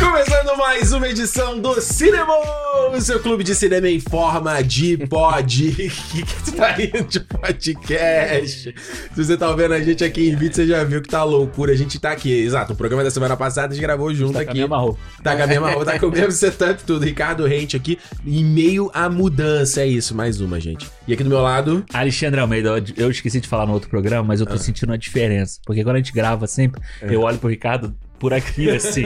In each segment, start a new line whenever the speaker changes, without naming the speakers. Começando mais uma edição do Cinema, o seu clube de cinema em forma de pod. que que tu tá indo de podcast? Se você tá vendo a gente aqui em vídeo, você já viu que tá loucura. A gente tá aqui, exato. O programa da semana passada a gente gravou junto
Tá com a
aqui.
minha marrom.
Tá com a mesma roupa, tá com o mesmo setup, tudo. Ricardo Rente aqui, em meio à mudança. É isso, mais uma, gente. E aqui do meu lado,
Alexandre Almeida, eu- eu esqueci de falar no outro programa, mas eu
Ah.
tô sentindo a diferença. Porque quando a gente grava sempre,
É.
eu olho pro Ricardo por aqui, assim.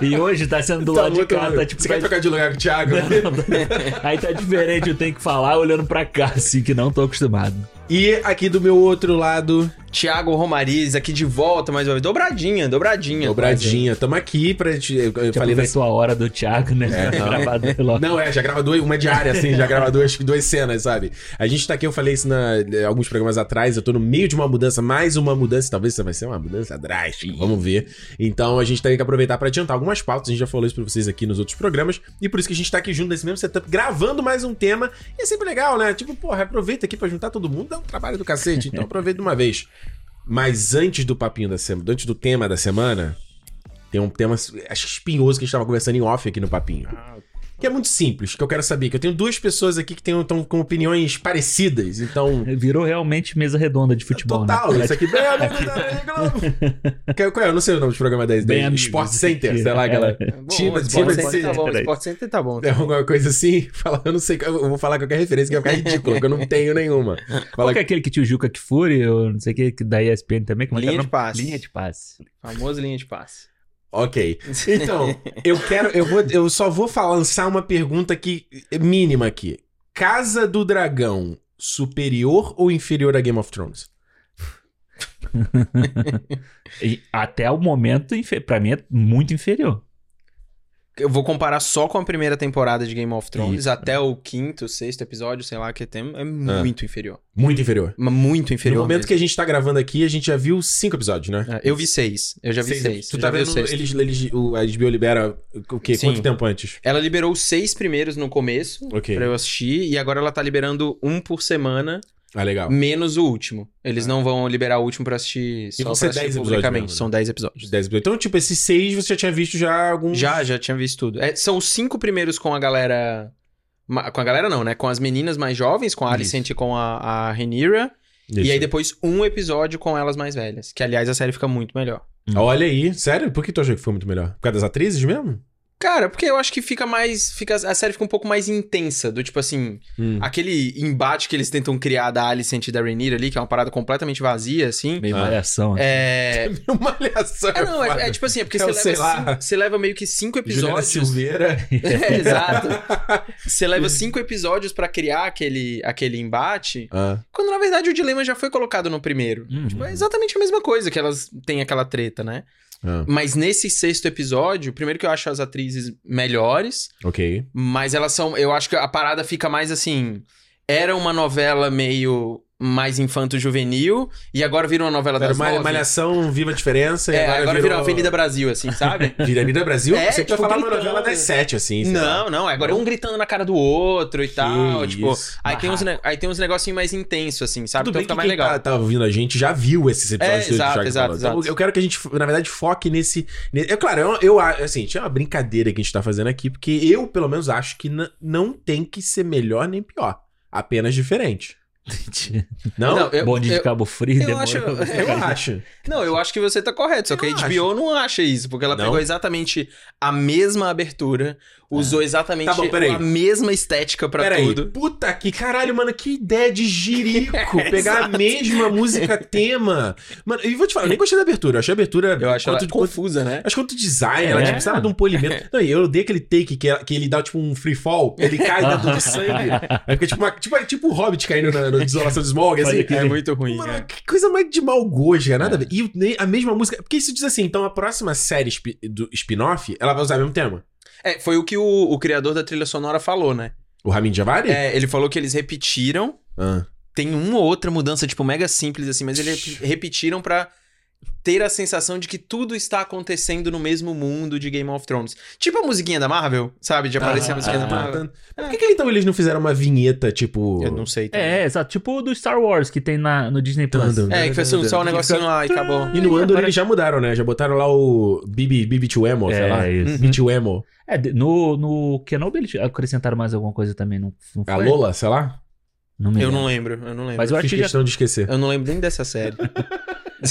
e hoje tá sendo do
tá
lado de
muito-
cá, tá tipo.
Você quer trocar de lugar com o Thiago?
Aí tá diferente, eu tenho que falar olhando pra cá, assim, que não tô acostumado.
E aqui do meu outro lado,
Thiago Romariz aqui de volta mais uma vez. Dobradinha, dobradinha.
dobradinha. Tamo aqui pra gente. Eu, eu
Já
falei nessa.
aproveitou a hora do Thiago, né? Gravado logo.
Não, é, já grava duas, uma diária, assim, já grava duas, duas cenas, sabe? A gente tá aqui, eu falei isso na, eh, alguns programas atrás, eu tô no meio de uma mudança, mais uma mudança, talvez isso vai ser uma mudança drástica, vamos ver. Então a gente tem que aproveitar pra adiantar algumas pautas, a gente já falou isso pra vocês aqui nos outros programas, e por isso que a gente tá aqui junto nesse mesmo setup, gravando mais um tema, e é sempre legal, né? Tipo, porra, aproveita aqui pra juntar todo mundo, dá um trabalho do cacete, então aproveita de uma vez. Mas antes do papinho da semana, antes do tema da semana, tem um tema, acho que espinhoso que a gente tava conversando em off aqui no papinho. Que é muito simples, que eu quero saber. Que eu tenho duas pessoas aqui que estão com opiniões parecidas, então.
Virou realmente mesa redonda de futebol,
Total,
né?
isso aqui. Bem, amigos da Rede Globo. Que- Qual é? Eu não sei o nome do programa 10
Bem
10.
amigos,
Sport
isso
Center,
aqui.
sei lá,
É.
galera.
Time,
Tiba,
Sport
Tiba,
Center tá bom,
Peraí.
Sport Center tá bom.
É alguma coisa assim? Fala, eu não sei. Eu vou falar qualquer referência que vai ficar ridículo, porque eu não tenho nenhuma.
Qual
Fala
que é aquele que tinha o Juca Kfouri, ou não sei o que, que da ESPN também? Como é que
Linha
era o nome?
de passe.
Linha de passe.
Famoso linha de passe.
Ok. Então, eu quero. Eu, vou, eu só vou fa- lançar uma pergunta que, mínima aqui. Casa do Dragão superior ou inferior a Game of Thrones?
E Até o momento, infe- pra mim, é muito inferior.
Eu vou comparar só com a primeira temporada de Game of Thrones,
Isso.
até o quinto, sexto episódio, sei lá que tem, é muito inferior.
Muito inferior.
Mas Muito inferior.
Ah. no momento
mesmo.
que a gente tá gravando aqui, a gente já viu cinco episódios, né?
É, Eu vi seis. Eu já vi seis.
Tu
eu
tá
já vi o
vendo?
sexto.
Eles, eles, o, a HBO libera o quê?
Sim.
Quanto tempo antes?
Ela liberou os seis primeiros no começo
Ok.
pra eu assistir, e agora ela tá liberando um por semana,
Ah, legal. Ah.
menos o último. Eles não vão liberar o último pra assistir só
vão
pra
ser
assistir
10 episódios
publicamente.
mesmo, né?
São dez episódios.
Dez episódios. Então, tipo, esses seis você já tinha visto já alguns.
Já, já tinha visto tudo. É, são os cinco primeiros com a galera. ma- Com a galera, não, né? Com as meninas mais jovens, com a Alicent e com a, a Rhaenyra.
Isso.
E aí depois um episódio com elas mais velhas. Que, aliás, a série fica muito melhor.
Olha aí, sério? Por que tu achou que foi muito melhor? Por causa das atrizes mesmo?
Cara, porque eu acho que fica mais. Fica, a série fica um pouco mais intensa. Do tipo assim.
Hum.
Aquele embate que eles tentam criar da Alicent e da Rhaenyra ali, que é uma parada completamente vazia, assim.
Meio né?
Ah.
variação.
É.
Uma alhação.
É, não, é, é tipo assim, é porque
Eu
você
sei
leva,
lá.
cinco- você leva meio que cinco
Juliana
episódios.
Silveira.
É, exato. Você leva cinco episódios pra criar aquele, aquele embate,
Ah.
quando na verdade o dilema já foi colocado no primeiro.
Uhum.
Tipo, é exatamente a mesma coisa que elas têm aquela treta, né?
ah,
Mas nesse sexto episódio, primeiro que eu acho as atrizes melhores,
Ok.
mas elas são. Eu acho que a parada fica mais assim. Era uma novela meio mais infanto-juvenil, e agora virou uma novela
Era
das
uma
nove.
malhação, viva a diferença. e
É, agora, virou
a
Avenida Brasil, assim, sabe?
Brasil. Avenida Brasil?
É,
você
tipo,
vai falar uma
gritando.
novela das sete, assim. sei lá.
não, não, agora é um gritando na cara do outro e tal,
Que
tipo...
isso.
Aí tem, uns, ne- aí tem uns negocinhos mais intensos, assim, sabe?
Tudo bem que
então fica mais
quem
legal.
Tá, tá ouvindo a gente já viu esses
É,
episódios. do
exato,
Jack
exato,
Bauer. Então,
exato.
Eu quero que a gente, na verdade, foque nesse. ne- É claro, eu, eu a- assim, é uma brincadeira que a gente tá fazendo aqui, porque eu, pelo menos, acho que n- não tem que ser melhor nem pior. Apenas diferente. Não?
Não, eu,
Bonde de
eu,
Cabo Frio,
eu
demora
acho-
pra
eu
caralho.
acho.
Não, eu acho que você tá correto, só que a
Eu
HBO
acho.
não acha isso, porque ela
Não?
pegou exatamente a mesma abertura, usou exatamente
Tá bom, peraí.
a mesma estética pra
Pera
tudo.
aí. Puta que caralho, mano, que ideia de jirico. pegar a
É, exato.
mesma música tema. Mano, e vou te falar, eu nem gostei da abertura. Eu achei a abertura.
Eu acho ela
quanto, quanto,
confusa, né?
acho quanto design,
É.
ela tipo, precisava de um polimento. Não, e eu odeio aquele take que, ela- que ele dá tipo um free fall, ele cai dentro do sangue. Aí fica tipo, uma, tipo, tipo o Hobbit caindo na, na desolação de Smog,
Pode
assim.
crer.
É muito ruim.
Mano,
é.
que coisa mais de mau gosto, cara.
É.
Nada a ver. E nem- a mesma música. Porque isso diz assim, então a próxima série spi- do spin-off, ela vai usar o mesmo tema.
É, foi o que o, o criador da trilha sonora falou, né?
O Ramin Djavari?
É, ele falou que eles repetiram.
Ah.
Tem uma ou outra mudança, tipo, mega simples, assim, mas eles rep- repetiram pra ter a sensação de que tudo está acontecendo no mesmo mundo de Game of Thrones. Tipo a musiquinha da Marvel, sabe? De aparecer
Ah,
a musiquinha da Marvel.
Por que, que então eles não fizeram uma vinheta, tipo.
Eu não sei. também.
É, é, exato. Tipo o do Star Wars que tem na, no Disney Plus.
Tandem.
É, que foi assim, só um negocinho lá e acabou.
E no Andor
Agora-
eles já mudaram, né? Já botaram lá o Bibi, Bibi to Emo, sei lá.
É, isso.
Bibi to Emo.
É, de- no, no Kenobi eles acrescentaram mais alguma coisa também, não, não foi?
A Lola, sei lá.
Não me
Uhum. Eu
lembro.
não lembro, eu não lembro.
Mas eu acho
Fiz
que já...
questão de esquecer.
Eu não lembro nem dessa série.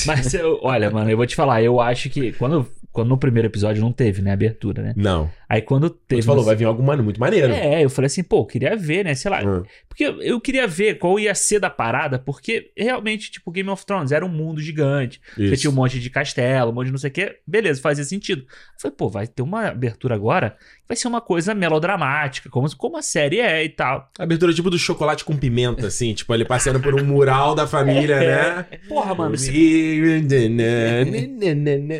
Mas eu- olha, mano, eu vou te falar, eu acho que quando, quando no primeiro episódio não teve, né, abertura, né?
Não.
Aí quando teve...
Você falou, vai vir algo mano, muito maneiro.
É, eu falei assim, pô, eu queria ver, né, sei lá.
Hum.
Porque eu- eu queria ver qual ia ser da parada, porque realmente, tipo, Game of Thrones era um mundo gigante. Você
Isso.
tinha um monte de castelo, um monte de não sei o quê. Beleza, fazia sentido. Eu falei, pô, vai ter uma abertura agora, vai ser uma coisa melodramática, como, como a série é e tal.
A Abertura tipo do chocolate com pimenta, assim. tipo, ele passeando por um mural da família, né?
Porra, É. Ah, mano, se-
né?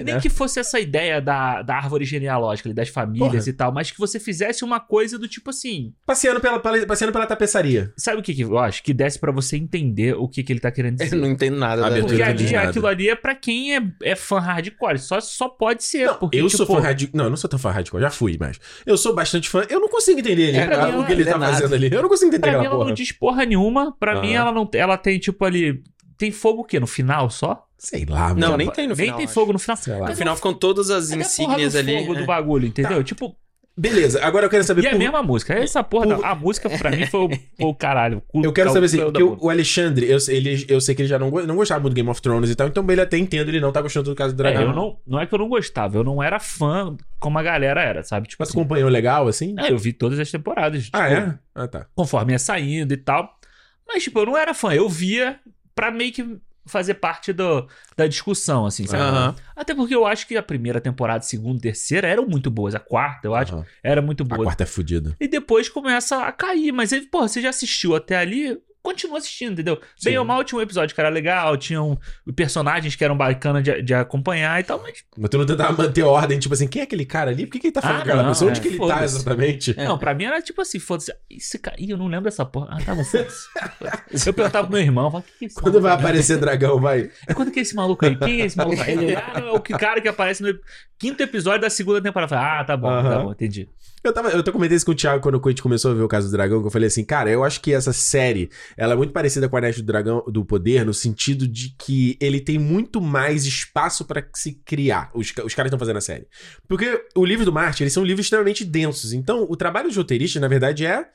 nem que fosse essa ideia da, da árvore genealógica, ali, das famílias
Porra.
e tal, mas que você fizesse uma coisa do tipo assim.
Passeando pela, pela- passeando pela tapeçaria.
Sabe o que, que eu acho? Que desse pra você entender o que, que ele tá querendo dizer.
Eu não entendo nada da
Abertura
Porque
É, não
abertura.
entendi
ali,
nada.
aquilo ali é pra quem é, é fã hardcore. Só, só pode ser.
Não,
porque,
eu
tipo,
sou fã radical. Não, eu não sou tão fã radical, já fui, mas. Eu sou bastante fã. Eu não consigo entender ele,
É, pra
cara,
mim
o que ele
ela
tá
não é nada.
fazendo ali. Eu não consigo entender
Pra mim é
aquela
ela não
porra.
diz porra nenhuma. Pra mim
Aham.
ela não ela tem tipo ali tem fogo o quê? No final só?
Sei lá,
Não,
mano.
nem tem no
Nem
final.
tem
acho.
fogo no final.
Sei lá.
No final ficam todas as
Cadê é a
insígnias
porra do
ali.
né?
fogo do
É.
Tá.
bagulho, entendeu? Tipo,
Beleza, agora eu quero saber.
e é a
por-
mesma música. Essa porra, da- a música pra mim foi o, foi É o caralho.
Eu quero saber assim,
que
porque o o Alexandre, eu, ele, eu sei que ele já não, go- não gostava muito do Game of Thrones e tal, então ele até entendo, ele não tá gostando do caso do dragão.
É, eu não, não é que eu não gostava, eu não era fã como a galera era, sabe? Tipo
Mas tu
assim,
acompanhou legal, assim?
é, eu vi todas as temporadas.
Ah,
tipo,
é? Ah, tá.
conforme ia saindo e tal. Mas, tipo, eu não era fã, eu via pra meio que fazer parte do, da discussão, assim, sabe?
Aham.
Até porque eu acho que a primeira temporada, segunda, terceira eram muito boas. A quarta, eu acho,
Aham.
era muito
A
boa.
quarta é fodida.
E depois começa a cair. Mas aí, porra, você já assistiu até ali, continua assistindo, entendeu? Bem
Sim.
ou mal, tinha um episódio que era legal, tinham personagens que eram bacanas de, de acompanhar e tal, mas.
Mas tu não tentava manter ordem, tipo assim, quem é aquele cara ali? Por que, que ele tá falando
Ah,
com aquela
não,
pessoa? Onde
é,
que ele tá
foda-se.
exatamente?
Não, pra mim era tipo assim, foda-se. Esse cara. Ih, eu não lembro dessa porra. Ah, tá bom, foda-se. Eu perguntava pro meu irmão, eu falava, que que é esse
Quando vai
maluco?
aparecer dragão, vai.
É quando que é esse maluco aí? Quem é esse maluco aí? Ele, ah, não, é o que- cara que aparece no quinto episódio da segunda temporada. Eu falei, Ah, tá bom, tá
Aham.
bom, entendi.
Eu, tava, eu tô comentando isso com o Thiago quando a gente começou a ver o caso do dragão, que eu falei assim, cara, eu acho que essa série, ela é muito parecida com a Anéis do Dragão do Poder, no sentido de que ele tem muito mais espaço pra se criar. Os, ca- os caras estão fazendo a série. Porque o livro do Martin, eles são livros extremamente densos. Então, o trabalho de roteirista, na verdade, é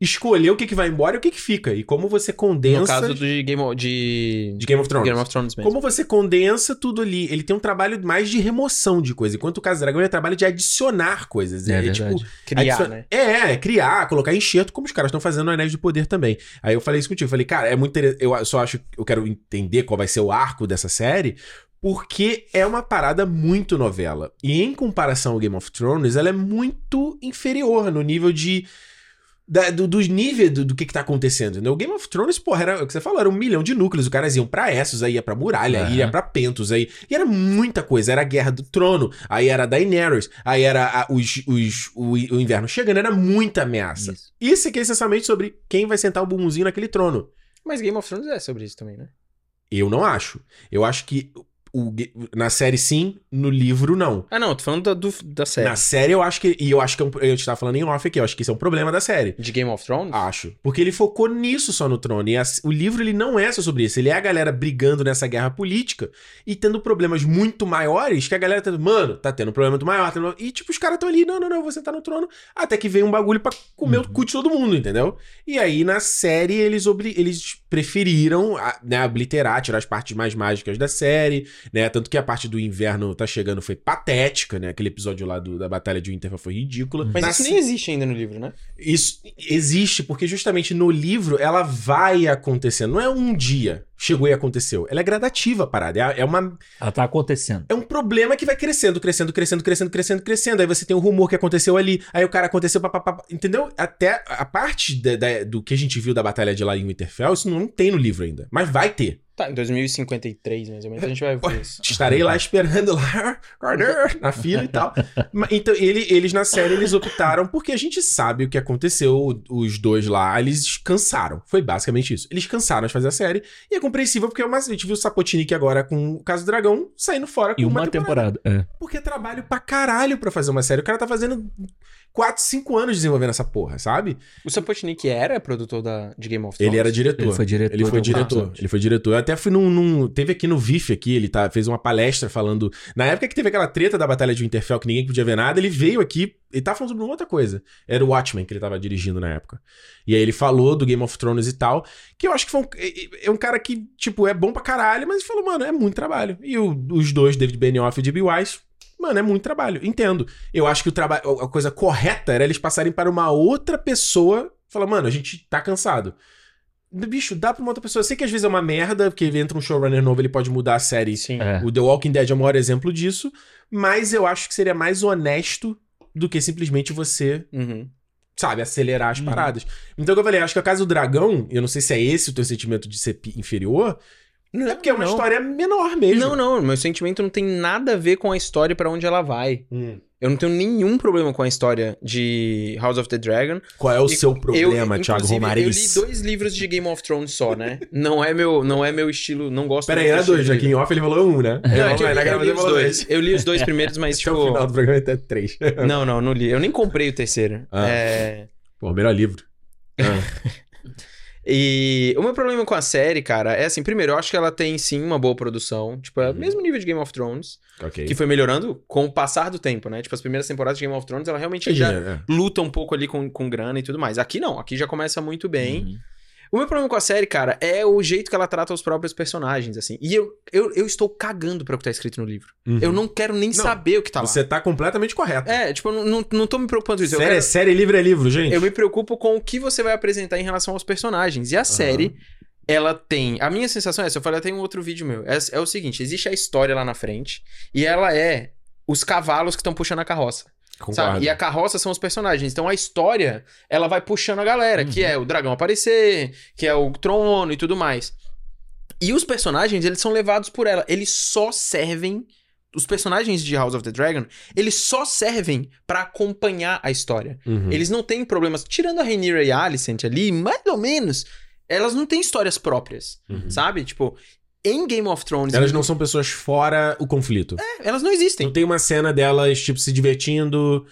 escolher o que, que vai embora e o que, que fica. E como você condensa
No caso do de Game of, de...
de Game of Thrones.
Game of Thrones mesmo.
Como você condensa tudo ali? Ele tem um trabalho mais de remoção de coisa, enquanto o Caso do Dragão é trabalho de adicionar coisas. é tipo,
Criar,
Adicion-
né?
É, é, criar, colocar enxerto, como os caras estão fazendo no Anéis do Poder também. Aí eu falei isso contigo, falei, cara, é muito interessante. Eu só acho eu quero entender qual vai ser o arco dessa série, porque é uma parada muito novela. E em comparação ao Game of Thrones, ela é muito inferior no nível de. da- do, dos níveis do, do que, que tá acontecendo. entendeu? O Game of Thrones, porra, era o que você falou, era um milhão de núcleos. Os caras iam pra Essos, aí ia pra Muralha,
É.
aí
Aham.
ia pra Pentos, aí. E era muita coisa. Era a Guerra do Trono, aí era a Daenerys, aí era a- os, os, o, o inverno chegando, era muita ameaça.
Isso.
Isso aqui é essencialmente sobre quem vai sentar o bumbumzinho naquele trono.
Mas Game of Thrones é sobre isso também, né?
Eu não acho. Eu acho que o Ga- na série sim, no livro não.
Ah, não, tô falando da, do- da série.
Na série eu acho que. E eu acho que é um, eu te tava falando em off aqui, eu acho que isso é um problema da série.
De Game of Thrones?
Acho. Porque ele focou nisso só no trono. E a- o livro ele não é só sobre isso. Ele é a galera brigando nessa guerra política e tendo problemas muito maiores que a galera tá. Mano, tá tendo um problema muito maior. tá tendo- E tipo, os caras tão ali, não, não, não, você tá no trono. Até que vem um bagulho pra comer
Uhum.
o cu de todo mundo, entendeu? E aí na série eles, obri- eles preferiram a- né, obliterar, tirar as partes mais mágicas da série, né? Tanto que a parte do inverno tá chegando foi patética, né? Aquele episódio lá do- da Batalha de Winterfell foi ridícula.
Mas
Na
isso nem é existe ainda no livro, né?
isso existe porque justamente no livro ela vai acontecendo. Não é um dia, chegou e aconteceu. Ela é gradativa a parada. É, é uma,
Ela tá acontecendo.
é um problema que vai crescendo, crescendo, crescendo, crescendo, crescendo, crescendo. Aí você tem um rumor que aconteceu ali. Aí o cara aconteceu, papapá. Entendeu? Até a parte da- da- do que a gente viu da batalha de lá em Winterfell, isso não tem no livro ainda. Mas vai ter.
Tá, em 2053, mais ou menos, a gente vai ver isso.
Estarei lá esperando lá na fila e tal. Ma- Então, ele- eles na série, eles optaram, porque a gente sabe o que aconteceu, o- os dois lá, eles cansaram. Foi basicamente isso. Eles cansaram de fazer a série, e é compreensível, porque é uma- a gente viu o Sapotnik agora com o Caso do Dragão saindo fora com
E uma
temporada.
temporada. É.
Porque é trabalho pra caralho pra fazer uma série. O cara tá fazendo 4, 5 anos desenvolvendo essa porra, sabe?
O Sapotnik era produtor da, de Game of Thrones?
Ele era diretor.
Ele foi diretor.
Ele foi
de alguns
diretor.
episódios.
Ele foi diretor. Eu até fui num. num- teve aqui no VIF aqui, ele tá, fez uma palestra falando. Na época que teve aquela treta da Batalha de Winterfell, que ninguém podia ver nada, ele veio aqui. Ele tava falando sobre uma outra coisa. Era o Watchmen que ele tava dirigindo na época. E aí ele falou do Game of Thrones e tal. Que eu acho que foi um, é- é um cara que, tipo, é bom pra caralho, mas ele falou, mano, é muito trabalho. E o- os dois, David Benioff e D.B. Weiss, mano, é muito trabalho. Entendo. Eu acho que o trabalho, a coisa correta era eles passarem para uma outra pessoa falar, mano, a gente tá cansado. Bicho, dá pra uma outra pessoa. Eu sei que às vezes é uma merda, porque entra um showrunner novo, ele pode mudar a série.
Sim.
É.
O The Walking Dead é o maior exemplo disso, mas eu acho que seria mais honesto do que simplesmente você
Uhum.
sabe, acelerar as
Uhum.
paradas. Então, como eu falei, acho que a Casa do Dragão, eu não sei se é esse o teu sentimento de ser pi- inferior, é porque é uma
não.
história menor mesmo.
Não, não, meu sentimento não tem nada a ver com a história pra onde ela vai.
Hum.
Eu não tenho nenhum problema com a história de House of the Dragon.
Qual é o
E-
seu problema,
eu,
Thiago
inclusive, Eu
Romariz?
li dois livros de Game of Thrones só, né? não é meu, não é meu estilo, não gosto
Peraí,
muito
era
do
dois,
estilo de
aqui em off ele falou um, né?
livro. Não, é que eu,
Vamos lá, na
eu li
gravação
os dois. Eu li os dois primeiros, mas
Até é o final
tipo,
do programa até três.
não, não, não li. Eu nem comprei o terceiro.
Ah.
É,
Pô, melhor livro.
E o meu problema com a série, cara, é assim, primeiro, eu acho que ela tem sim uma boa produção, tipo, é o
Uhum.
mesmo nível de Game of Thrones,
Ok.
que foi melhorando com o passar do tempo, né? Tipo, as primeiras temporadas de Game of Thrones, ela realmente já
É.
luta um pouco ali com, com grana e tudo mais. Aqui não, aqui já começa muito bem.
Uhum.
O meu problema com a série, cara, é o jeito que ela trata os próprios personagens, assim. E eu, eu, eu estou cagando pra o que tá escrito no livro.
Uhum.
Eu não quero nem saber o que tá lá.
Você tá completamente correto.
É, tipo, eu não, não, não tô me preocupando com isso. Eu
série,
quero-
é série, livro é livro, gente.
eu me preocupo com o que você vai apresentar em relação aos personagens. E a série, ela tem. A minha sensação é essa, eu falei até em um outro vídeo meu. É, é o seguinte: existe a história lá na frente, e ela é os cavalos que estão puxando a carroça.
Concordo.
Sabe? E a carroça são os personagens. Então a história, ela vai puxando a galera, que é o dragão aparecer, que é o trono e tudo mais. E os personagens, eles são levados por ela. Eles só servem. Os personagens de House of the Dragon, eles só servem pra acompanhar a história.
Uhum.
Eles não têm problemas. Tirando a Rhaenyra e a Alicent ali, mais ou menos, elas não têm histórias próprias,
Uhum.
sabe? Tipo, em Game of Thrones, é,
Elas não são pessoas fora o conflito.
elas não existem.
Não tem uma cena delas, tipo, se divertindo,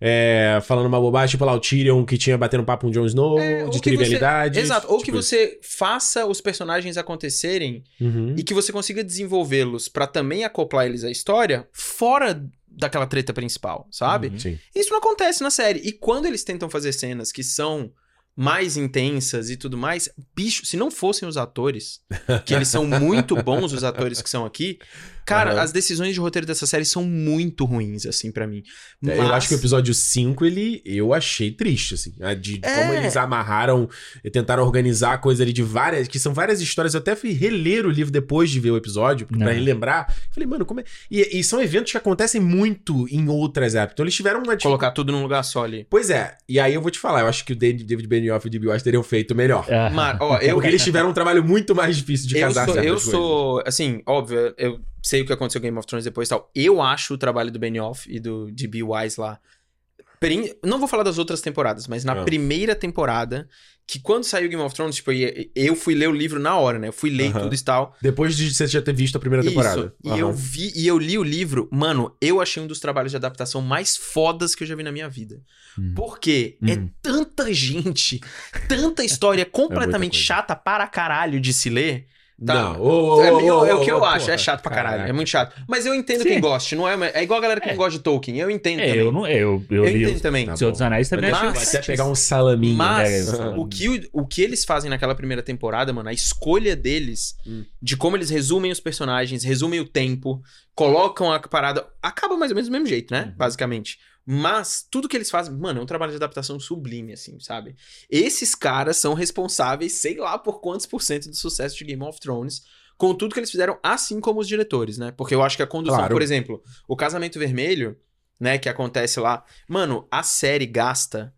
é, falando uma bobagem, tipo lá o Tyrion que tinha batendo papo com o Jon Snow,
É, ou
de tipo
que você-
trivialidade.
Exato. Ou que você faça os personagens acontecerem
Uhum.
e que você consiga desenvolvê-los pra também acoplar eles à história fora daquela treta principal, sabe?
Uhum.
Sim.
Isso não acontece na série. E quando eles tentam fazer cenas que são mais intensas e tudo mais, bicho, se não fossem os atores, que eles são muito bons, os atores que são aqui, cara,
Aham.
as decisões de roteiro dessa série são muito ruins, assim, pra mim.
É, Eu acho que o episódio 5, ele, eu achei triste, assim. a De
É.
como eles amarraram, e tentaram organizar a coisa ali de várias, que são várias histórias. Eu até fui reler o livro depois de ver o episódio, pra
Não.
relembrar. Falei, mano, como é... E, e são eventos que acontecem muito em outras épocas. Então eles tiveram uma dificuldade.
Colocar tudo num lugar só ali.
Pois é, e aí eu vou te falar, eu acho que o David Benioff e o D.B. Weiss teriam feito melhor.
Ah,
Mano, ó, eu,
Porque eles tiveram um trabalho muito mais difícil de
eu
casar
sou,
certas
eu
coisas.
sou, assim, óbvio, eu sei o que aconteceu com Game of Thrones depois e tal. Eu acho o trabalho do Benioff e do D.B. Wise lá prim- Não vou falar das outras temporadas, mas na
Ah.
primeira temporada, que quando saiu Game of Thrones, tipo, eu- eu fui ler o livro na hora, né? Eu fui ler
Aham.
tudo e tal.
Depois de você já ter visto a primeira temporada.
Isso.
Aham.
E eu vi, e eu li o livro, mano, eu achei um dos trabalhos de adaptação mais fodas que eu já vi na minha vida.
Hum.
Porque é
Hum.
tanta gente, tanta história completamente
É coisa.
chata para caralho de se ler. Tá.
Não, ô, ô,
é,
ô,
eu- é o
ô,
que eu
ô,
acho,
porra.
é chato pra caralho,
Caraca.
é muito chato. Mas eu entendo
Sim.
quem gosta, não é? É igual a galera que
É.
não gosta de Tolkien, eu entendo
É,
também.
eu não. Eu, eu,
Eu
li
entendo
os
também.
Tá
Senhor dos Anéis também
Mas-
achei
Vai até
chatinho.
pegar um salaminho.
Mas
É, eu-
o, que, o, o que eles fazem naquela primeira temporada, mano, a escolha deles,
Hum.
de como eles resumem os personagens, resumem o tempo, colocam a parada. Acaba mais ou menos do mesmo jeito,
Uhum.
né? Basicamente. Mas tudo que eles fazem, mano, é um trabalho de adaptação sublime, assim, sabe? Esses caras são responsáveis, sei lá por quantos por cento do sucesso de Game of Thrones. Com tudo que eles fizeram, assim como os diretores, né? Porque eu acho que a condução,
Claro.
por exemplo, o Casamento Vermelho, né, que acontece lá. Mano, a série gasta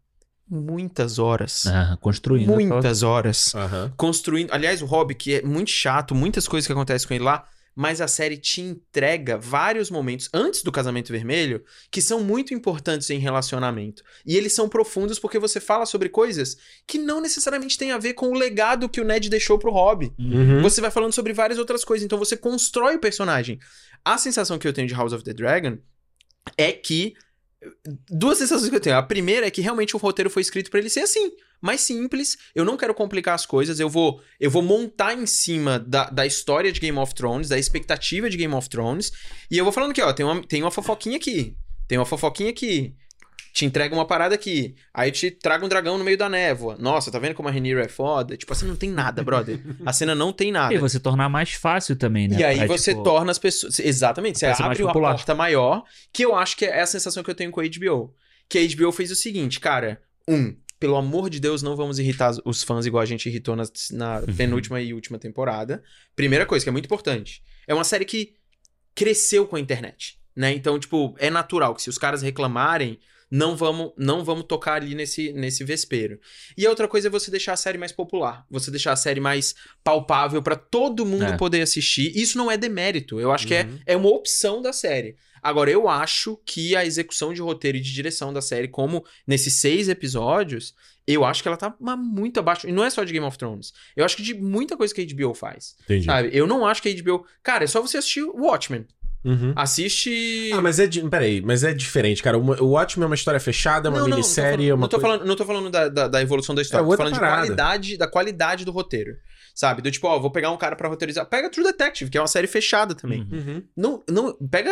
muitas horas.
Ah, construindo. aquela-
Muitas horas.
Aham.
Construindo. Aliás, o Hobby, que é muito chato, muitas coisas que acontecem com ele lá, mas a série te entrega vários momentos antes do casamento vermelho que são muito importantes em relacionamento. E eles são profundos porque você fala sobre coisas que não necessariamente têm a ver com o legado que o Ned deixou pro Hobby.
Uhum.
Você vai falando sobre várias outras coisas, então você constrói o personagem. A sensação que eu tenho de House of the Dragon é que. Duas sensações que eu tenho. A primeira é que realmente o roteiro foi escrito pra ele ser assim, mais simples. Eu não quero complicar as coisas. Eu vou eu vou montar em cima da, da história de Game of Thrones, da expectativa de Game of Thrones. E eu vou falando aqui, ó, tem uma, tem uma fofoquinha aqui. Tem uma fofoquinha aqui. Te entrega uma parada aqui. Aí te traga um dragão no meio da névoa. Nossa, tá vendo como a Rhaenyra é foda? Tipo assim, não tem nada, brother. A cena não tem nada.
E você tornar mais fácil também, né?
E aí
É,
você
tipo,
torna as pessoas. Exatamente, você
Parece mais
abre uma
popular.
porta maior, que eu acho que é a sensação que eu tenho com a HBO. Que a HBO fez o seguinte, cara. Um, pelo amor de Deus, não vamos irritar os- os fãs igual a gente irritou na, na
Uhum.
penúltima e última temporada. Primeira coisa, que é muito importante. É uma série que cresceu com a internet, né? Então, tipo, é natural que se os caras reclamarem, não vamos, não vamos tocar ali nesse, nesse vespeiro. E a outra coisa é você deixar a série mais popular, você deixar a série mais palpável pra todo mundo
É.
poder assistir. Isso não é demérito, eu acho que é,
Uhum.
é uma opção da série. Agora, eu acho que a execução de roteiro e de direção da série, como nesses seis episódios, eu acho que ela tá mas, muito abaixo. E não é só de Game of Thrones. Eu acho que de muita coisa que a HBO faz.
Entendi.
Sabe? Eu não acho que a HBO. Cara, é só você assistir Watchmen.
Uhum.
Assiste.
Ah, mas é. di- Peraí, mas é diferente, cara. Uma- O Watchmen é uma história fechada, é uma minissérie, é
não,
uma.
não tô
coisa-
falando, não tô falando da, da, da evolução da história,
É
tô
outra
falando
parada.
de qualidade, da qualidade do roteiro. Sabe? Do tipo, ó, vou pegar um cara pra roteirizar. Pega True Detective, que é uma série fechada também.
Uhum.
Uhum.
Não, não, pega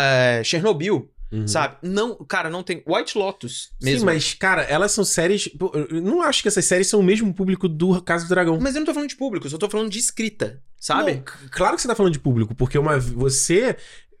é, Chernobyl,
Uhum.
sabe? Não, cara, não tem. White Lotus mesmo.
Sim,
mas...
mas, cara, elas são séries. pô, Eu não acho que essas séries são o mesmo público do Casa do Dragão.
eu não tô falando de público, eu só tô falando de escrita, sabe?
Não, c- claro que você tá falando de público, porque uma você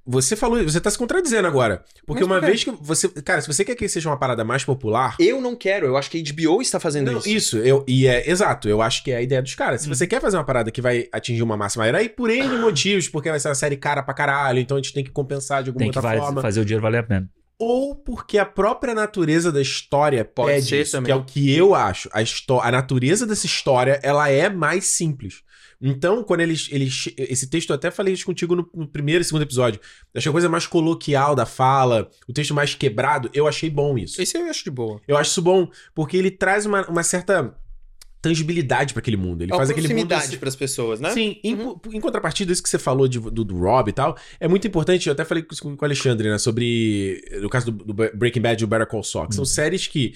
você falou, você tá se contradizendo agora, porque
Mas por
uma
quê?
vez que você, cara, se você quer que seja uma parada mais popular,
Eu não quero, eu acho que a HBO está fazendo
não,
isso.
isso, eu e é exato, eu acho que é a ideia dos caras. Se você quer fazer uma parada que vai atingir uma massa maior, aí por N motivos, porque vai ser uma série cara pra caralho, então a gente tem que compensar de alguma
Tem que
outra
vai-
forma,
fazer o dinheiro valer a pena.
ou porque a própria natureza da história
Pode
pede
ser
isso,
também.
que é o que eu acho. A, histó- a natureza dessa história, ela é mais simples. Então, quando eles, eles... Esse texto, eu até falei isso contigo no, no primeiro e segundo episódio. Eu Achei a coisa mais coloquial da fala, o texto mais quebrado. Eu achei bom isso.
Isso eu acho de boa.
Eu acho isso bom, porque ele traz uma, uma certa tangibilidade pra aquele mundo. Ele
É uma
faz aquele mundo...
proximidade pras pessoas, né?
Sim, em, em contrapartida, isso que você falou de- do, do Rob e tal, é muito importante. Eu até falei com, com o Alexandre, né? Sobre. No caso do, do Breaking Bad e o Better Call Saul.
Uhum.
que São séries que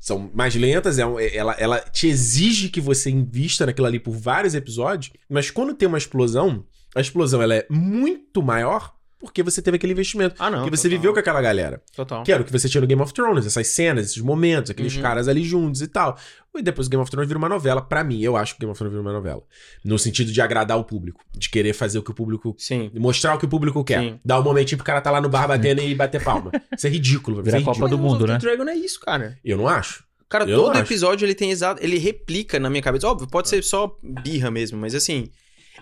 são mais lentas, é um- é- ela, ela te exige que você invista naquilo ali por vários episódios, mas quando tem uma explosão, a explosão ela é muito maior porque você teve aquele investimento.
Ah, não.
Porque você viveu com aquela galera.
Total.
Que era o que você tinha no Game of Thrones, essas cenas, esses momentos, aqueles
Uhum.
caras ali juntos e tal. E depois o Game of Thrones vira uma novela. Pra mim, eu acho que o Game of Thrones vira uma novela. No sentido de agradar o público, de querer fazer o que o público.
Sim.
Mostrar o que o público quer.
Sim.
Dar um momentinho pro cara tá lá no bar batendo e bater palma. Isso é ridículo. Isso
Vira
é
a Copa
ridículo.
do Mundo,
Mas House of
né?
the Dragon é isso, cara.
Eu não acho.
Cara,
Eu
todo
acho.
episódio ele tem exato. Ele replica na minha cabeça. Óbvio,
É.
pode ser só birra mesmo, mas assim.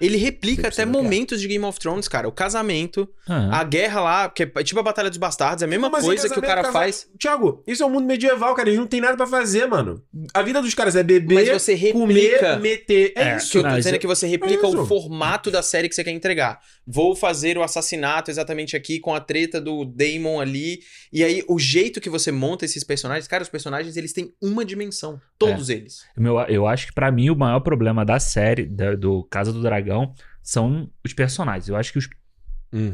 Ele replica até
100%
momentos de Game of Thrones, cara. O casamento,
Ah,
a guerra lá, que é tipo a Batalha dos Bastardos, é a mesma
Mas em
coisa que o
casamento,
cara
casa-
faz.
Tiago, isso é um mundo medieval, cara. Eles não tem nada pra fazer, mano. A vida dos caras é beber,
Mas você replica.
comer, meter. É,
É,
isso.
que eu tô
Não,
dizendo
isso-
é que você replica
É isso.
o formato da série que você quer entregar. vou fazer o assassinato exatamente aqui com a treta do Damon ali. E aí, o jeito que você monta esses personagens, cara, os personagens eles têm uma dimensão. Todos
É.
eles.
Meu, eu acho que pra mim o maior problema da série, da- do Casa do Dragão, são os personagens. Eu acho que os.
Hum.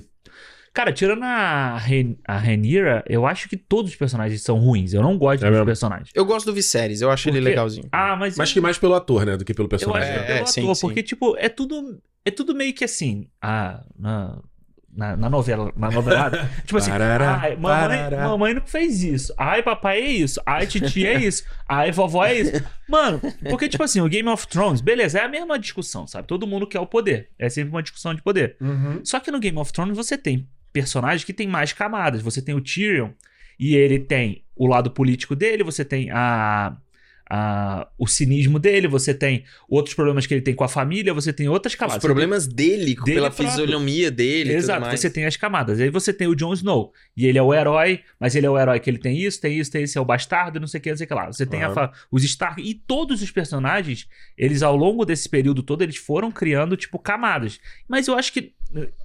Cara, tirando a, Ren a Renira, eu acho que todos os personagens são ruins. Eu não gosto
É
dos
mesmo?
personagens.
Eu gosto do Viserys, eu acho
Por
ele
quê?
legalzinho.
Ah, mas.
Mas que mais pelo ator, né? Do que pelo
eu acho
personagem.
que
né?
é,
É,
pelo
sim,
ator,
sim.
porque, tipo, é tudo. É tudo meio que assim. Ah, na. Na, na novela, na novelada. tipo assim,
Parará,
ai, mamãe,
parará.
mamãe não fez isso. Ai, papai é isso. Ai, titia é isso. Ai, vovó é isso. Mano, porque, tipo assim, o Game of Thrones, beleza, é a mesma discussão, sabe? Todo mundo quer o poder. É sempre uma discussão de poder.
Uhum.
Só que no Game of Thrones você tem personagens que tem mais camadas. Você tem o Tyrion e ele tem o lado político dele, você tem a, a- o cinismo dele, você tem outros problemas que ele tem com a família, tá você tem outras
Os
camadas.
problemas dele,
Dele
pela
próprio.
fisionomia dele e
Exato,
tudo mais.
você tem as camadas. Aí você tem o Jon Snow, e ele é o herói, mas ele é o herói que ele tem isso, tem isso, tem isso, é o bastardo, não sei o que, não sei o que lá. Você tem a
Aham.
fa- os Stark, e todos os personagens, eles ao longo desse período todo, eles foram criando, tipo, camadas. Mas eu acho que,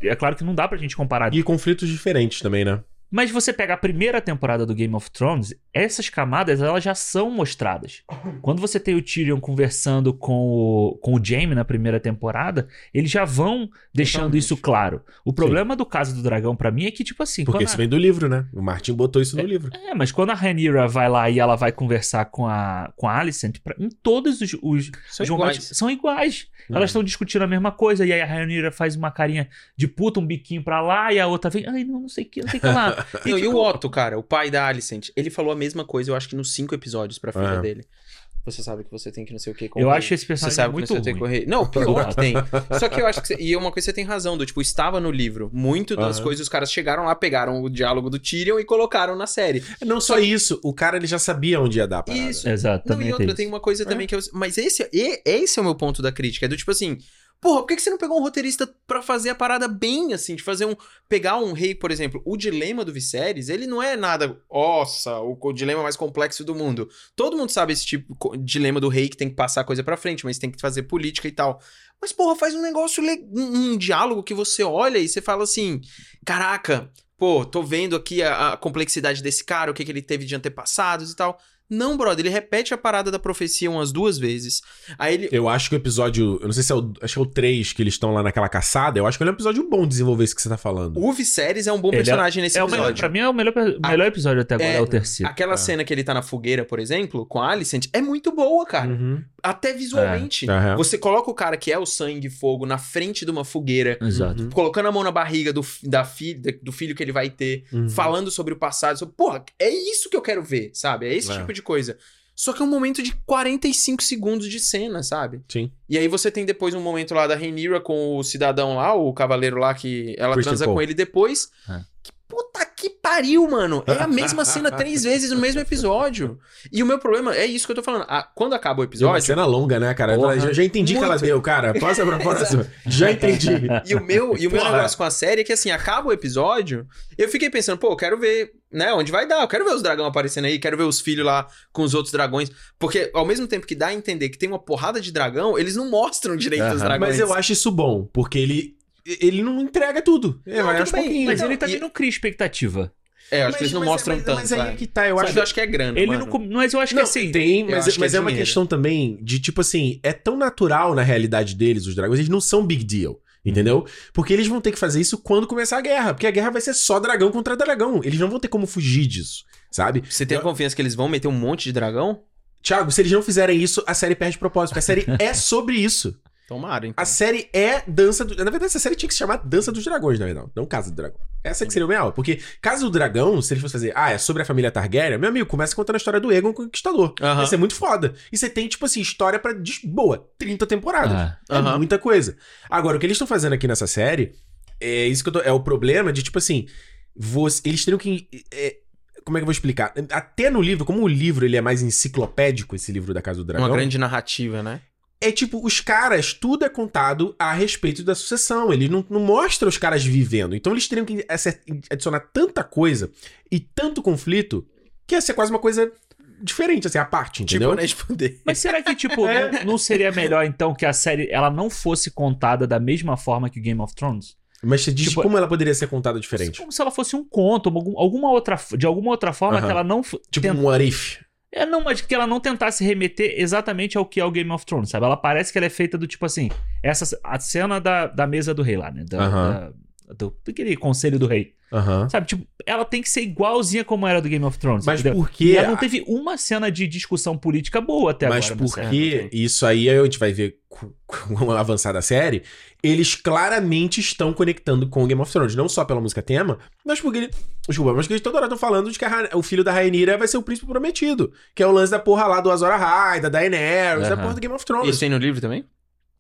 é claro que não dá pra gente comparar
E conflitos diferentes também, né?
Mas você pega a primeira temporada do Game of Thrones, essas camadas elas já são mostradas. Quando você tem o Tyrion conversando com o, com o Jaime na primeira temporada, eles já vão deixando
Totalmente.
isso claro. O problema do caso do dragão pra mim é que, tipo assim.
Porque
quando
isso
a-
vem do livro, né? O Martin botou isso no livro.
É, mas quando a Rhaenyra vai lá e ela vai conversar com a, com a Alicent, pra- em todos os, os
São
João
iguais.
Batista- são iguais.
Uhum.
Elas estão discutindo a mesma coisa, e aí a Rainira faz uma carinha de puta, um biquinho pra lá, e a outra vem, ai, não, não sei o que, não sei o que lá.
Não, e
tipo,
o Otto, cara, o pai da Alicent, ele falou a mesma coisa, eu acho que nos cinco episódios pra filha
É.
dele. Você sabe que você tem que não sei o que
Eu acho esse
Você
personagem
sabe que
muito
você tem
ruim.
que correr. Não, pior que tem. Só que eu acho que. Você... E é uma coisa você tem razão, do tipo, estava no livro. Muito das
Aham.
coisas os caras chegaram lá, pegaram o diálogo do Tyrion e colocaram na série.
É, Não só isso, o cara ele já sabia onde ia dar a parada.
Isso.
Exato,
Não,
também é
e
tem
outra,
isso.
tem um uma coisa também que eu. Mas esse, e- esse é o meu ponto da crítica. É do tipo assim. Porra, por que que você não pegou um roteirista pra fazer a parada bem, assim? De fazer um. Pegar um rei, por exemplo. O dilema do Viserys, ele não é nada. Nossa, o, co- dilema mais complexo do mundo. Todo mundo sabe esse tipo co- dilema do rei que tem que passar a coisa pra frente, mas tem que fazer política e tal. Mas, porra, faz um negócio. le- Um, um diálogo que você olha e você fala assim: caraca, pô, tô vendo aqui a, a complexidade desse cara, o que, que ele teve de antepassados e tal. Não, brother, ele repete a parada da profecia umas duas vezes. Aí ele.
Eu acho que o episódio. Eu não sei se é o. Acho que é o 3 que eles estão lá naquela caçada. Eu acho que ele é um episódio bom de desenvolver isso que você tá falando.
O Viserys é um bom
Ele é-
personagem nesse
É o melhor, pra
episódio.
mim é o melhor,
A-
melhor episódio até agora,
é,
é, o terceiro.
Aquela
É.
cena que ele tá na fogueira, por exemplo, com a Alicent, é muito boa, cara.
Uhum.
Até
É,
visualmente.
Aham.
Você coloca o cara que é o sangue e fogo na frente de uma fogueira,
Exato.
Uhum.
colocando a mão na barriga do, fi- da filha, do filho que ele vai ter,
Uhum.
falando sobre o passado. sobre- Porra, é isso que eu quero ver, sabe? É esse
É.
tipo de coisa. Só que é um momento de 45 segundos de cena, sabe?
Sim.
E aí você tem depois um momento lá da Rhaenyra com o cidadão lá, o cavaleiro lá que ela
Christian
transa
Cole.
com ele depois.
É.
Que puta que pariu, mano. É a mesma cena três vezes no mesmo episódio. E o meu problema é isso que eu tô falando. Ah, quando acaba o
É uma
episódio,
cena longa, né, cara?
Porra.
Já, já entendi que ela
Muito.
deu, cara. Passa pra próxima. já entendi.
E o meu, e o meu
Porra.
negócio com a série é que, assim, acaba o episódio, eu fiquei pensando, pô, eu quero ver, né, onde vai dar, eu quero ver os dragão aparecendo aí, quero ver os filhos lá com os outros dragões, porque ao mesmo tempo que dá a entender que tem uma porrada de dragão, eles não mostram direito os
Aham.
dragões.
Mas eu acho isso bom, porque ele. Ele não entrega tudo. É,
Não,
vai
tudo
aos
bem,
pouquinhos.
Mas
Então,
ele também
e-
não cria expectativa.
É, eu acho
Mas-
que eles não
mas-
mostram
mas-
tanto,
Mas aí
sabe?
é que tá, eu
Sabe,
acho.
eu acho que é grana,
Ele
mano.
não. com- Mas eu acho
Não,
que assim.
tem,
eu
mas,
acho que
mas
é
é uma
dinheiro.
questão também de, tipo assim, é tão natural na realidade deles, os dragões, eles não são big deal.
Uhum.
Entendeu? Porque eles vão ter que fazer isso quando começar a guerra. Porque a guerra vai ser só dragão contra dragão. Eles não vão ter como fugir disso, sabe?
Você tem
Eu-
confiança que eles vão meter um monte de dragão?
Tiago, se eles não fizerem isso, a série perde propósito. porque A série é sobre isso.
Tomara, então.
A série é dança do... Na verdade, essa série tinha que se chamar Dança dos Dragões, na verdade. Não Casa do Dragão. Essa que seria o melhor. Porque Casa do Dragão, se eles fossem fazer, ah, é sobre a família Targaryen, meu amigo, começa contando a história do Egon Conquistador.
Aham.
Vai ser muito foda. E você tem, tipo assim, história pra. dis- Boa, 30 temporadas.
Ah,
É
Aham.
muita coisa. Agora, o que eles estão fazendo aqui nessa série é isso que eu tô. É o problema de, tipo assim, você- eles teriam que. é, como é que eu vou explicar? Até no livro, como o livro ele é mais enciclopédico, esse livro da Casa do Dragão.
Uma grande narrativa, né?
É tipo, os caras, tudo é contado a respeito da sucessão. Ele não, não mostra os caras vivendo. Então eles teriam que acer- adicionar tanta coisa e tanto conflito que ia ser quase uma coisa diferente, assim, à parte, entendeu?
Tipo, né, de poder.
Mas será que, tipo, não, não seria melhor então que a série ela não fosse contada da mesma forma que o Game of Thrones?
Mas você diz
Tipo,
como ela poderia ser contada diferente.
Como se ela fosse um conto, uma- algum- alguma outra, de alguma outra forma
Aham.
que ela não. f-
Tipo
tent-
um arif.
É, não, mas que ela não tentasse remeter exatamente ao que é o Game of Thrones, sabe? Ela parece que ela é feita do tipo assim. Essa, a cena da, da mesa do rei lá, né? Da,
Aham.
da- do, daquele conselho do rei.
Aham.
Sabe? Tipo, ela tem que ser igualzinha como era do Game of Thrones.
Mas
entendeu?
por
E
que.
ela não teve uma cena de discussão política boa até
Mas
agora. é,
por
na
que
série.
isso aí a gente vai ver com com a avançada série, eles claramente estão conectando com Game of Thrones, não só pela música tema, mas porque ele, desculpa, mas que eles toda hora estão falando de que a Ra- o filho da Rainira vai ser o príncipe prometido, que é o lance da porra lá do Azor Ahai, da Daenerys, da
Aham. é
porra do Game of Thrones.
Isso tem no livro também?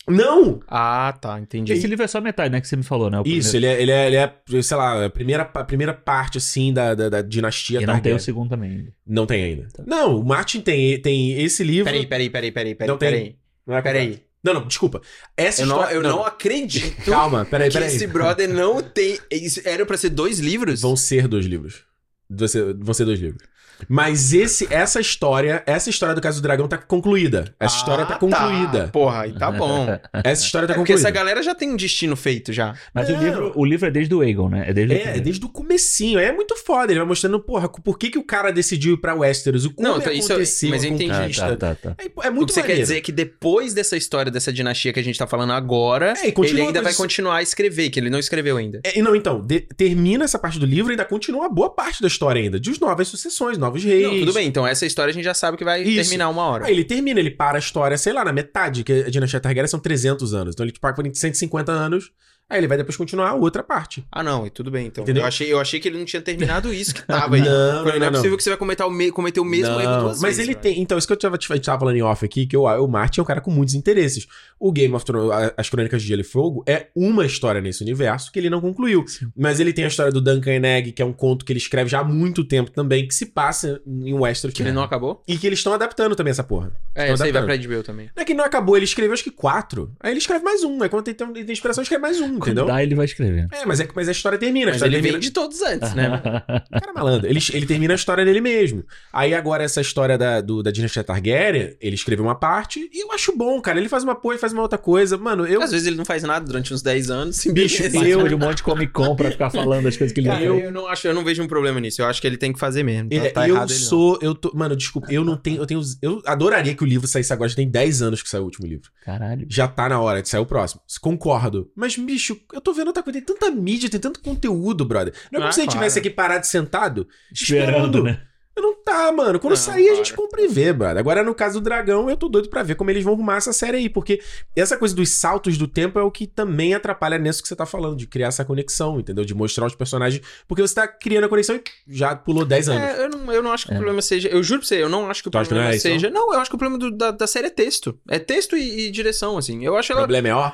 Não!
Ah, tá, entendi.
Esse livro é só metade, né? Que você me falou, né? O
Isso,
primeiro.
ele é, ele é, ele é, sei lá, a primeira, pa- a primeira parte, assim, da, da, da dinastia
E não tem
Targaryen.
o segundo também.
Não tem ainda. Não, o Martin tem, tem esse livro...
Tá. Peraí, peraí, peraí, peraí, peraí.
Não tem.
peraí.
não é
peraí.
Não, não, desculpa. Essa
Eu não,
história-
eu não acredito
Calma, peraí,
que
peraí.
esse brother não tem. Isso era pra ser dois livros?
Vão ser dois livros. Vão ser, vão ser dois livros. Mas esse, essa história, essa história do caso do dragão tá concluída. Essa história tá
Ah,
concluída.
Porra, aí
Né?
tá bom. É
Essa história tá
porque
concluída.
essa galera já tem um destino feito já.
Mas o
Não.
livro, o livro é desde o Aegon, né? É desde o
É,
primeiro.
desde o comecinho. É muito foda. Ele vai mostrando, porra, por que, que o cara decidiu ir pra Westeros? O como
Não, tá, isso-
aconteceu isso,
mas eu entendi.
a
Ah,
conquista.
tá, tá, tá.
É, é muito
o que você
maneiro.
quer dizer é que depois dessa história, dessa dinastia que a gente tá falando agora,
É, e continua,
ele ainda vai
mas-
continuar a escrever, que ele não escreveu ainda.
É, e não, então, de- termina essa parte do livro e ainda continua uma boa parte da história ainda. De os novas sucessões, novos reis.
Não, tudo bem, então essa história a gente já sabe que vai
Isso.
terminar uma hora.
Aí ele termina, ele para a história, sei lá, na metade, que a dinastia Targaryen são 300 anos. Então ele para por 150 anos, aí ele vai depois continuar a outra parte.
Ah, não, e tudo bem, então.
Entendeu?
Eu achei, eu achei que ele não tinha terminado isso que tava aí.
Não,
Falei,
não,
não
não.
é possível que você vai cometer o, me- cometer o mesmo
Não,
erro duas
Mas
vezes.
ele
velho.
tem. Então, isso que eu tava, te- a gente tava falando em off aqui, que eu, o Martin é um cara com muitos interesses. O Game of Thrones, a- as Crônicas de Gelo e Fogo, é uma história nesse universo que ele não concluiu. Mas ele tem a história do Duncan Egg, que é um conto que ele escreve já há muito tempo também, que se passa em Westeros.
Que ele não acabou?
E que eles estão adaptando também essa porra.
É,
Então
isso aí
dá
vai pra HBO também.
Não é que não acabou, ele escreveu acho que quatro. Aí ele escreve mais um. Aí quando ele tem, ele tem inspiração, ele escreve mais um, entendeu?
Quando dá, ele vai escrever.
É, mas, é, mas a história termina. A
Mas
história
ele
termina
veio de todos antes, né?
O cara é malandro. Ele, ele termina a história dele mesmo. Aí agora essa história da, do- da dinastia Targaryen, ele escreveu uma parte e eu acho bom, cara. Ele faz uma coisa, faz uma outra coisa. Mano, eu...
Às vezes ele não faz nada durante uns 10 anos.
Bicho,
beleza.
Participou de um monte de Comic Con pra ficar falando as coisas que ele é não
Cara, eu,
fez.
eu não acho, eu não vejo um problema nisso. Eu acho que ele tem que fazer mesmo. Tá,
Ele-
tá
é, eu
errado ele não.
sou, eu tô, mano, desculpa, eu não tenho, eu tenho, eu adoraria que o livro saísse agora, já tem 10 anos que saiu o último livro.
Caralho.
Já tá na hora de sair o próximo. Concordo. Mas, bicho, eu tô vendo outra coisa, tem tanta mídia, tem tanto conteúdo, brother. Não é como
Ah,
se a gente
claro.
tivesse aqui parado sentado Esperando.
Esperando, né?
Eu Não tá, mano. Quando
Não,
sair, a gente
para.
compra e vê, brother. Agora, no caso do Dragão, eu tô doido pra ver como eles vão arrumar essa série aí, porque essa coisa dos saltos do tempo é o que também atrapalha nisso que você tá falando, de criar essa conexão, entendeu? De mostrar os personagens. Porque você tá criando a conexão e já pulou 10 anos.
É, eu não, eu não acho que o problema seja. Eu juro pra você, eu não acho que o
Tu acha que
problema
não é isso,
seja. Não? eu acho que o problema do- da, da série é texto. É texto e, e direção, assim. Eu acho
O
ela.
problema é, ó,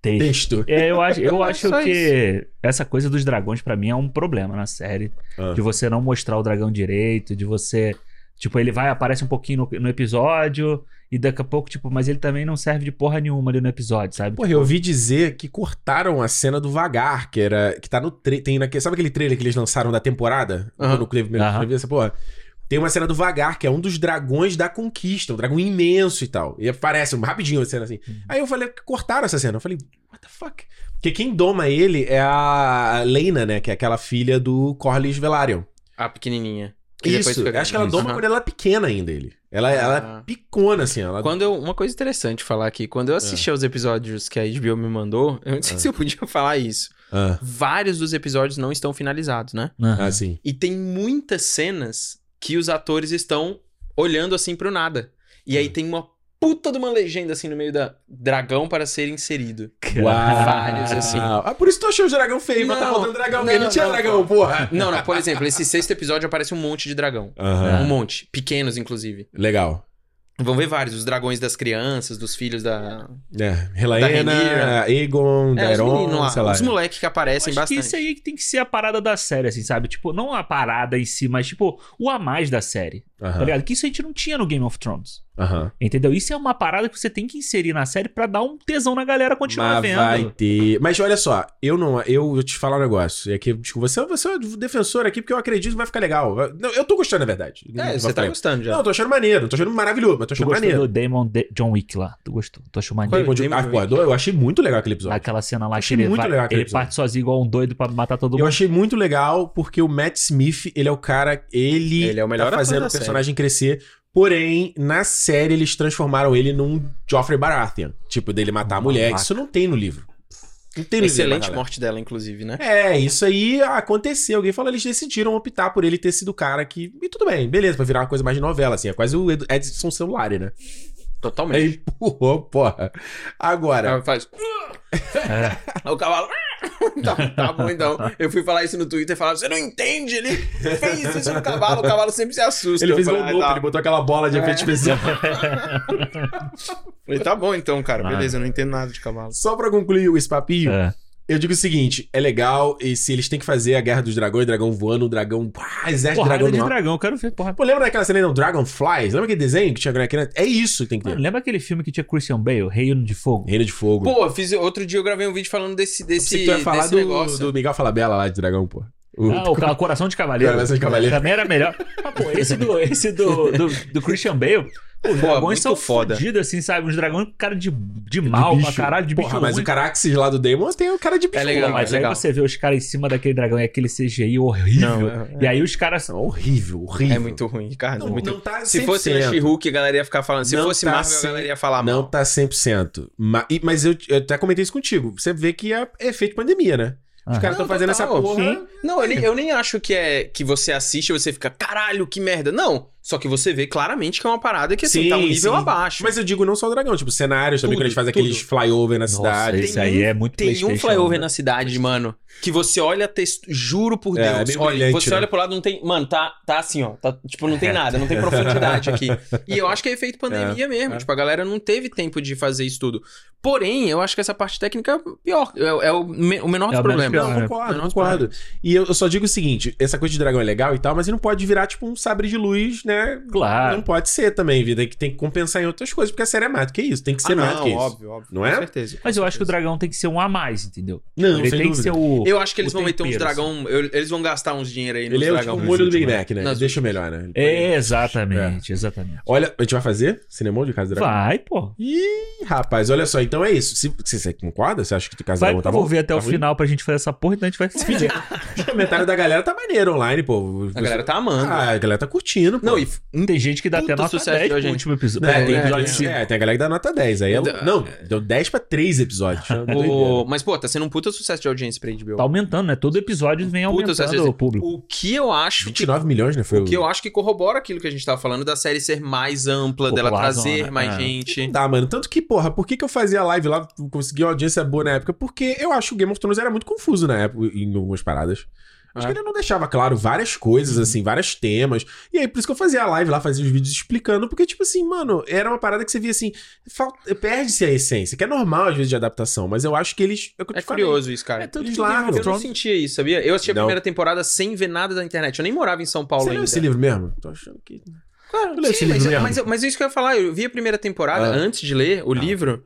Tem.
texto.
É, eu acho, eu
É
acho
só
que essa coisa dos dragões, pra mim, é um problema na série.
Ah.
De você não mostrar o dragão direito, de você. Tipo, ele vai, aparece um pouquinho no, no episódio, e daqui a pouco, tipo, mas ele também não serve de porra nenhuma ali no episódio,
Ah,
sabe?
Porra, eu ouvi dizer que cortaram a cena do Vagar, que era. que tá no. Tra... Tem naquele... Sabe aquele trailer que eles lançaram da temporada?
Aham.
Quando teve a primeira
Aham.
entrevista, porra. Tem uma cena do Vagar, que é um dos dragões da conquista, um dragão imenso e tal. E aparece um- rapidinho a cena assim.
Uhum.
Aí eu falei, que cortaram essa cena. Eu falei, what the fuck? Porque quem doma ele é a Leina, né? Que é aquela filha do Corlys Velaryon.
A Ah, pequenininha. Que depois
Isso,
fica-
acho que ela
Isso.
doma
Aham.
quando ela é pequena ainda, ele. Ela, ela é
Ah.
picona, assim, ela...
Quando eu, uma coisa interessante falar aqui, quando eu
É.
assisti aos episódios que a HBO me mandou, eu não sei se eu podia falar isso.
Ah,
Vários dos episódios não estão finalizados, né?
Aham.
ah, sim.
E tem muitas cenas que os atores estão olhando assim pro nada. E
Hum.
aí tem uma puta de uma legenda assim no meio da dragão para ser inserido.
Uau.
Vários, assim.
Ah, por isso tu achou o dragão feio, mas tá
Não,
faltando dragão,
não,
porque não tinha
não,
dragão, porra.
Não, não, por exemplo, esse sexto episódio aparece um monte de dragão.
Aham.
Um monte. Pequenos, inclusive.
Legal.
Vão ver vários. Os dragões das crianças, dos filhos da.
É,
Da
Relaena, Egon,
É, os meninos
Daeron,
lá.
sei lá. né?
Os moleques que
acho
aparecem
que
bastante.
isso aí que tem que ser a parada da série, assim, sabe? Tipo, não a parada em si, mas tipo, o a mais da série.
Aham.
Ah.
tá ligado? Que isso a gente não tinha no Game of Thrones.
Aham.
Entendeu? Isso é uma parada que você tem que inserir na série pra dar um tesão na galera continuar
Mas
vendo.
vai ter. Mas olha só, eu não. Eu vou te falar um negócio. É que, desculpa, você, você é um defensor aqui porque eu acredito que vai ficar legal. Não, eu tô gostando, na verdade. Não
É,
vou
você tá
Uhum. falar.
gostando já.
Não, eu tô achando maneiro. Tô achando maravilhoso, mas tô
Tu
achando
gostou
maneiro.
do Damon De- John Wick lá? Tu gostou? Tu achou maneiro?
Qual
Onde-
Demon
Ah, pô, eu achei muito legal aquele episódio.
Aquela cena lá que
Achei
ele,
muito
vai-
legal aquele
ele parte sozinho igual um doido pra matar todo
Eu
mundo.
achei muito legal porque o Matt Smith, ele é o cara, ele,
Ele é o melhor
tá
ator
fazendo
da
o personagem crescer. Porém, na série eles transformaram ele num Joffrey Baratheon, tipo dele matar a
Uma
mulher.
vaca.
Isso não tem no livro. Não tem no
Excelente
livro.
morte dela, inclusive, né?
É, isso aí aconteceu. Alguém falou, eles decidiram optar por ele ter sido o cara que. E tudo bem, beleza, pra virar uma coisa mais de novela, assim. É quase o Ed- Edson celular, né?
Totalmente.
Aí empurrou, porra. Agora.
Ela faz.
É.
O cavalo. tá, tá bom, então. Eu fui falar isso no Twitter e falaram: você não entende? Ele fez isso no cavalo, o cavalo sempre se assusta.
Ele
Eu
fez
falei,
igual
"Ah,
o Lopo,
tá."
ele botou aquela bola de
É.
efeito especial.
Falei, tá bom então, cara.
Ah.
Beleza, eu não entendo nada de cavalo.
Só pra concluir esse papinho,
É.
eu digo o seguinte: é legal, e se eles têm que fazer a Guerra dos Dragões, dragão voando, dragão. Ah, exército de
Porrada
dragão
de
no ar.
dragão, eu quero ver. Porra.
Pô, lembra daquela cena aí, não? Dragonflies? Lembra aquele desenho que tinha aquele... É isso que tem que ter.
Mano, lembra aquele filme que tinha Christian Bale, Reino de Fogo?
Reino de Fogo.
Pô, eu fiz, outro dia eu gravei um vídeo falando desse,
Eu pensei
desse,
que tu ia falar
desse
do,
negócio.
do Miguel Falabella lá de dragão, pô. O-
Ah, o ca- Coração de Cavaleiro.
Coração de Cavaleiro.
Também era melhor. Mas, pô, esse do, esse do, do, do Christian Bale, pô, os
Pô, é
dragões
muito
são
foda.
fodidos, assim, sabe? Uns dragões com cara de, de
é
mal pra
bicho.
caralho, de bicho
Porra, mas
ruim.
o Caraxes lá do Demon tem o cara de bicho.
É legal,
mas
Mas
é
aí
legal.
você vê os caras em cima daquele dragão e aquele CGI horrível.
Não, é-
E aí os caras.
É horrível, horrível.
É muito ruim, Ricardo.
Não,
é muito...
não tá
Se fosse na
100%.
She-Hulk, a galera ia ficar falando. Se
Não
fosse
tá
Marvel,
cem-
a galera ia falar
Não
mal.
tá 100%. Mas, e- mas eu, eu até comentei isso contigo. Você vê que é efeito pandemia, né? Os
Aham.
caras estão
Não,
fazendo essa
total,
porra.
sim.
Não, eu nem, eu nem acho que é que você assiste e você fica, caralho, que merda. Não. Só que você vê claramente que é uma parada que assim,
Sim,
tá um nível
sim.
abaixo.
Mas eu digo não só o dragão, tipo, cenários também,
Tudo,
quando eles fazem
tudo.
aqueles flyover na
Nossa,
cidade.
isso aí é muito
Tem um
PlayStation,
flyover
né?
na cidade, mano, que você olha texto, juro por
É,
Deus.
é bem
olha,
brilhante,
você
né? É.
olha pro lado, não tem, mano, tá, tá assim, ó, tá, tipo, não tem nada, não tem profundidade aqui. E eu acho que é efeito pandemia mesmo,
é.
tipo, a galera não teve tempo de fazer isso tudo. Porém, eu acho que essa parte técnica é o pior, é, é o, me- o menor
É
dos
o menos
problemas.
pior.
Não,
Cara,
Então, concordo,
não,
concordo. E eu, eu só digo o seguinte: essa coisa de dragão é legal e tal, mas ele não pode virar, tipo, um sabre de luz, né? Não
Claro.
pode ser também, vida. Que tem que compensar em outras coisas, porque a série é mais do que isso. Tem que ser
Ah,
mais do que isso.
óbvio.
Não é?
Com certeza.
Mas eu acho que o dragão tem que ser um a mais, entendeu?
Não,
Ele
sem
tem que
dúvida.
ser o.
Eu acho que eles
Tipo, O
vão meter uns
tempero, assim.
dragão, eu- eles vão gastar uns dinheiro aí nos
Ele é o tipo,
dragão.
o molho do Big Mac, né?
um Nas
Deixa melhor, né?
É, exatamente, exatamente.
Olha, a gente vai fazer Cinemon de Casa do Dragão?
Vai, pô.
Ih, rapaz, olha só, então é isso. Se, se você concorda, você acha que o Casa do
Vai,
Dragão
eu
tá bom?
vou ver até
Tá
o
ruim?
final pra gente fazer essa porra, então a gente vai
É.
se pedir.
O comentário da galera tá maneiro online, pô.
A galera tá amando.
Ah, a galera tá curtindo, pô.
não, e
Tem gente que dá
Puta
até nota
sucesso
10
de
pro
hoje, hein?
último
É,
episódio.
né?
pro
tem,
episódio assim,
é,
cinco.
é, tem a galera que dá nota 10. Aí é,
Da-
não, deu 10 pra 3 episódios. É uma doideira.
o- mas pô, tá sendo um puta sucesso de audiência pra HBO.
Tá aumentando, né? Todo episódio vem
Puta,
aumentando
sucesso.
o público.
O que eu acho que
29 milhões, né? Foi
O que eu acho que corrobora aquilo que a gente tava falando da série ser mais ampla, dela
Popularzona,
trazer
né?
mais
É.
Não
gente.
dá, Tá, mano. Tanto que, porra, por que, que eu fazia live lá, consegui uma audiência boa na época? Porque eu acho que o Game of Thrones era muito confuso na época, em algumas paradas. Acho
É.
que ele não deixava claro várias coisas, assim, vários temas. E aí, por isso que eu fazia a live lá, fazia os vídeos explicando, porque, tipo assim, mano, era uma parada que você via assim, falta- perde-se a essência, que é normal às vezes de adaptação, mas eu acho que eles. o que eu
É
te falei.
curioso isso, cara.
É, tanto
Eles
que Game of
largam. Eu não
Thrones-
sentia isso, sabia? Eu assisti a
Não.
primeira temporada sem ver nada da internet. Eu nem morava em São Paulo
Você leu
ainda.
esse livro mesmo? Tô achando que.
Claro,
Tu leu
sim,
esse
mas, é,
livro mesmo?
mas, eu- mas isso que eu ia falar. Eu vi a primeira temporada
Ah.
antes de ler o
Ah.
livro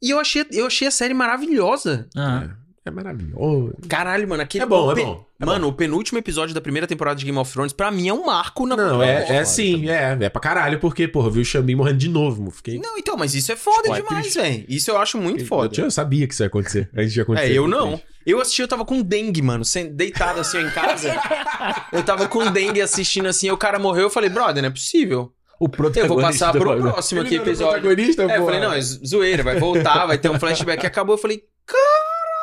e eu achei, eu achei a série maravilhosa.
Ah.
É, é maravilhoso.
Caralho, mano. Aquele
É bom, é
o pe-
bom. É
Mano, o penúltimo episódio da primeira temporada de Game of Thrones, pra mim, é um marco na
Não,
cultura
é,
pop.
é sim, é. É pra caralho, porque, porra, eu vi o Xambim morrendo de novo. Fiquei.
Não, então, mas isso é foda
Tipo, é
demais,
triste.
velho. Isso eu acho muito
Eu-
foda.
Eu, tinha- eu sabia que isso ia acontecer. Antes de
É,
acontecer.
eu não. Eu assisti, eu tava com dengue, mano, sem- deitado assim em casa. eu tava com dengue assistindo assim, o cara morreu, eu falei, brother, não é possível.
O
Eu vou
protagonista.
passar pro
do-
próximo aqui
Ele não era o
episódio.
protagonista,
É, eu
pô.
falei, não, é zo- zoeira, vai voltar, vai ter um flashback. E acabou, eu falei, caralho,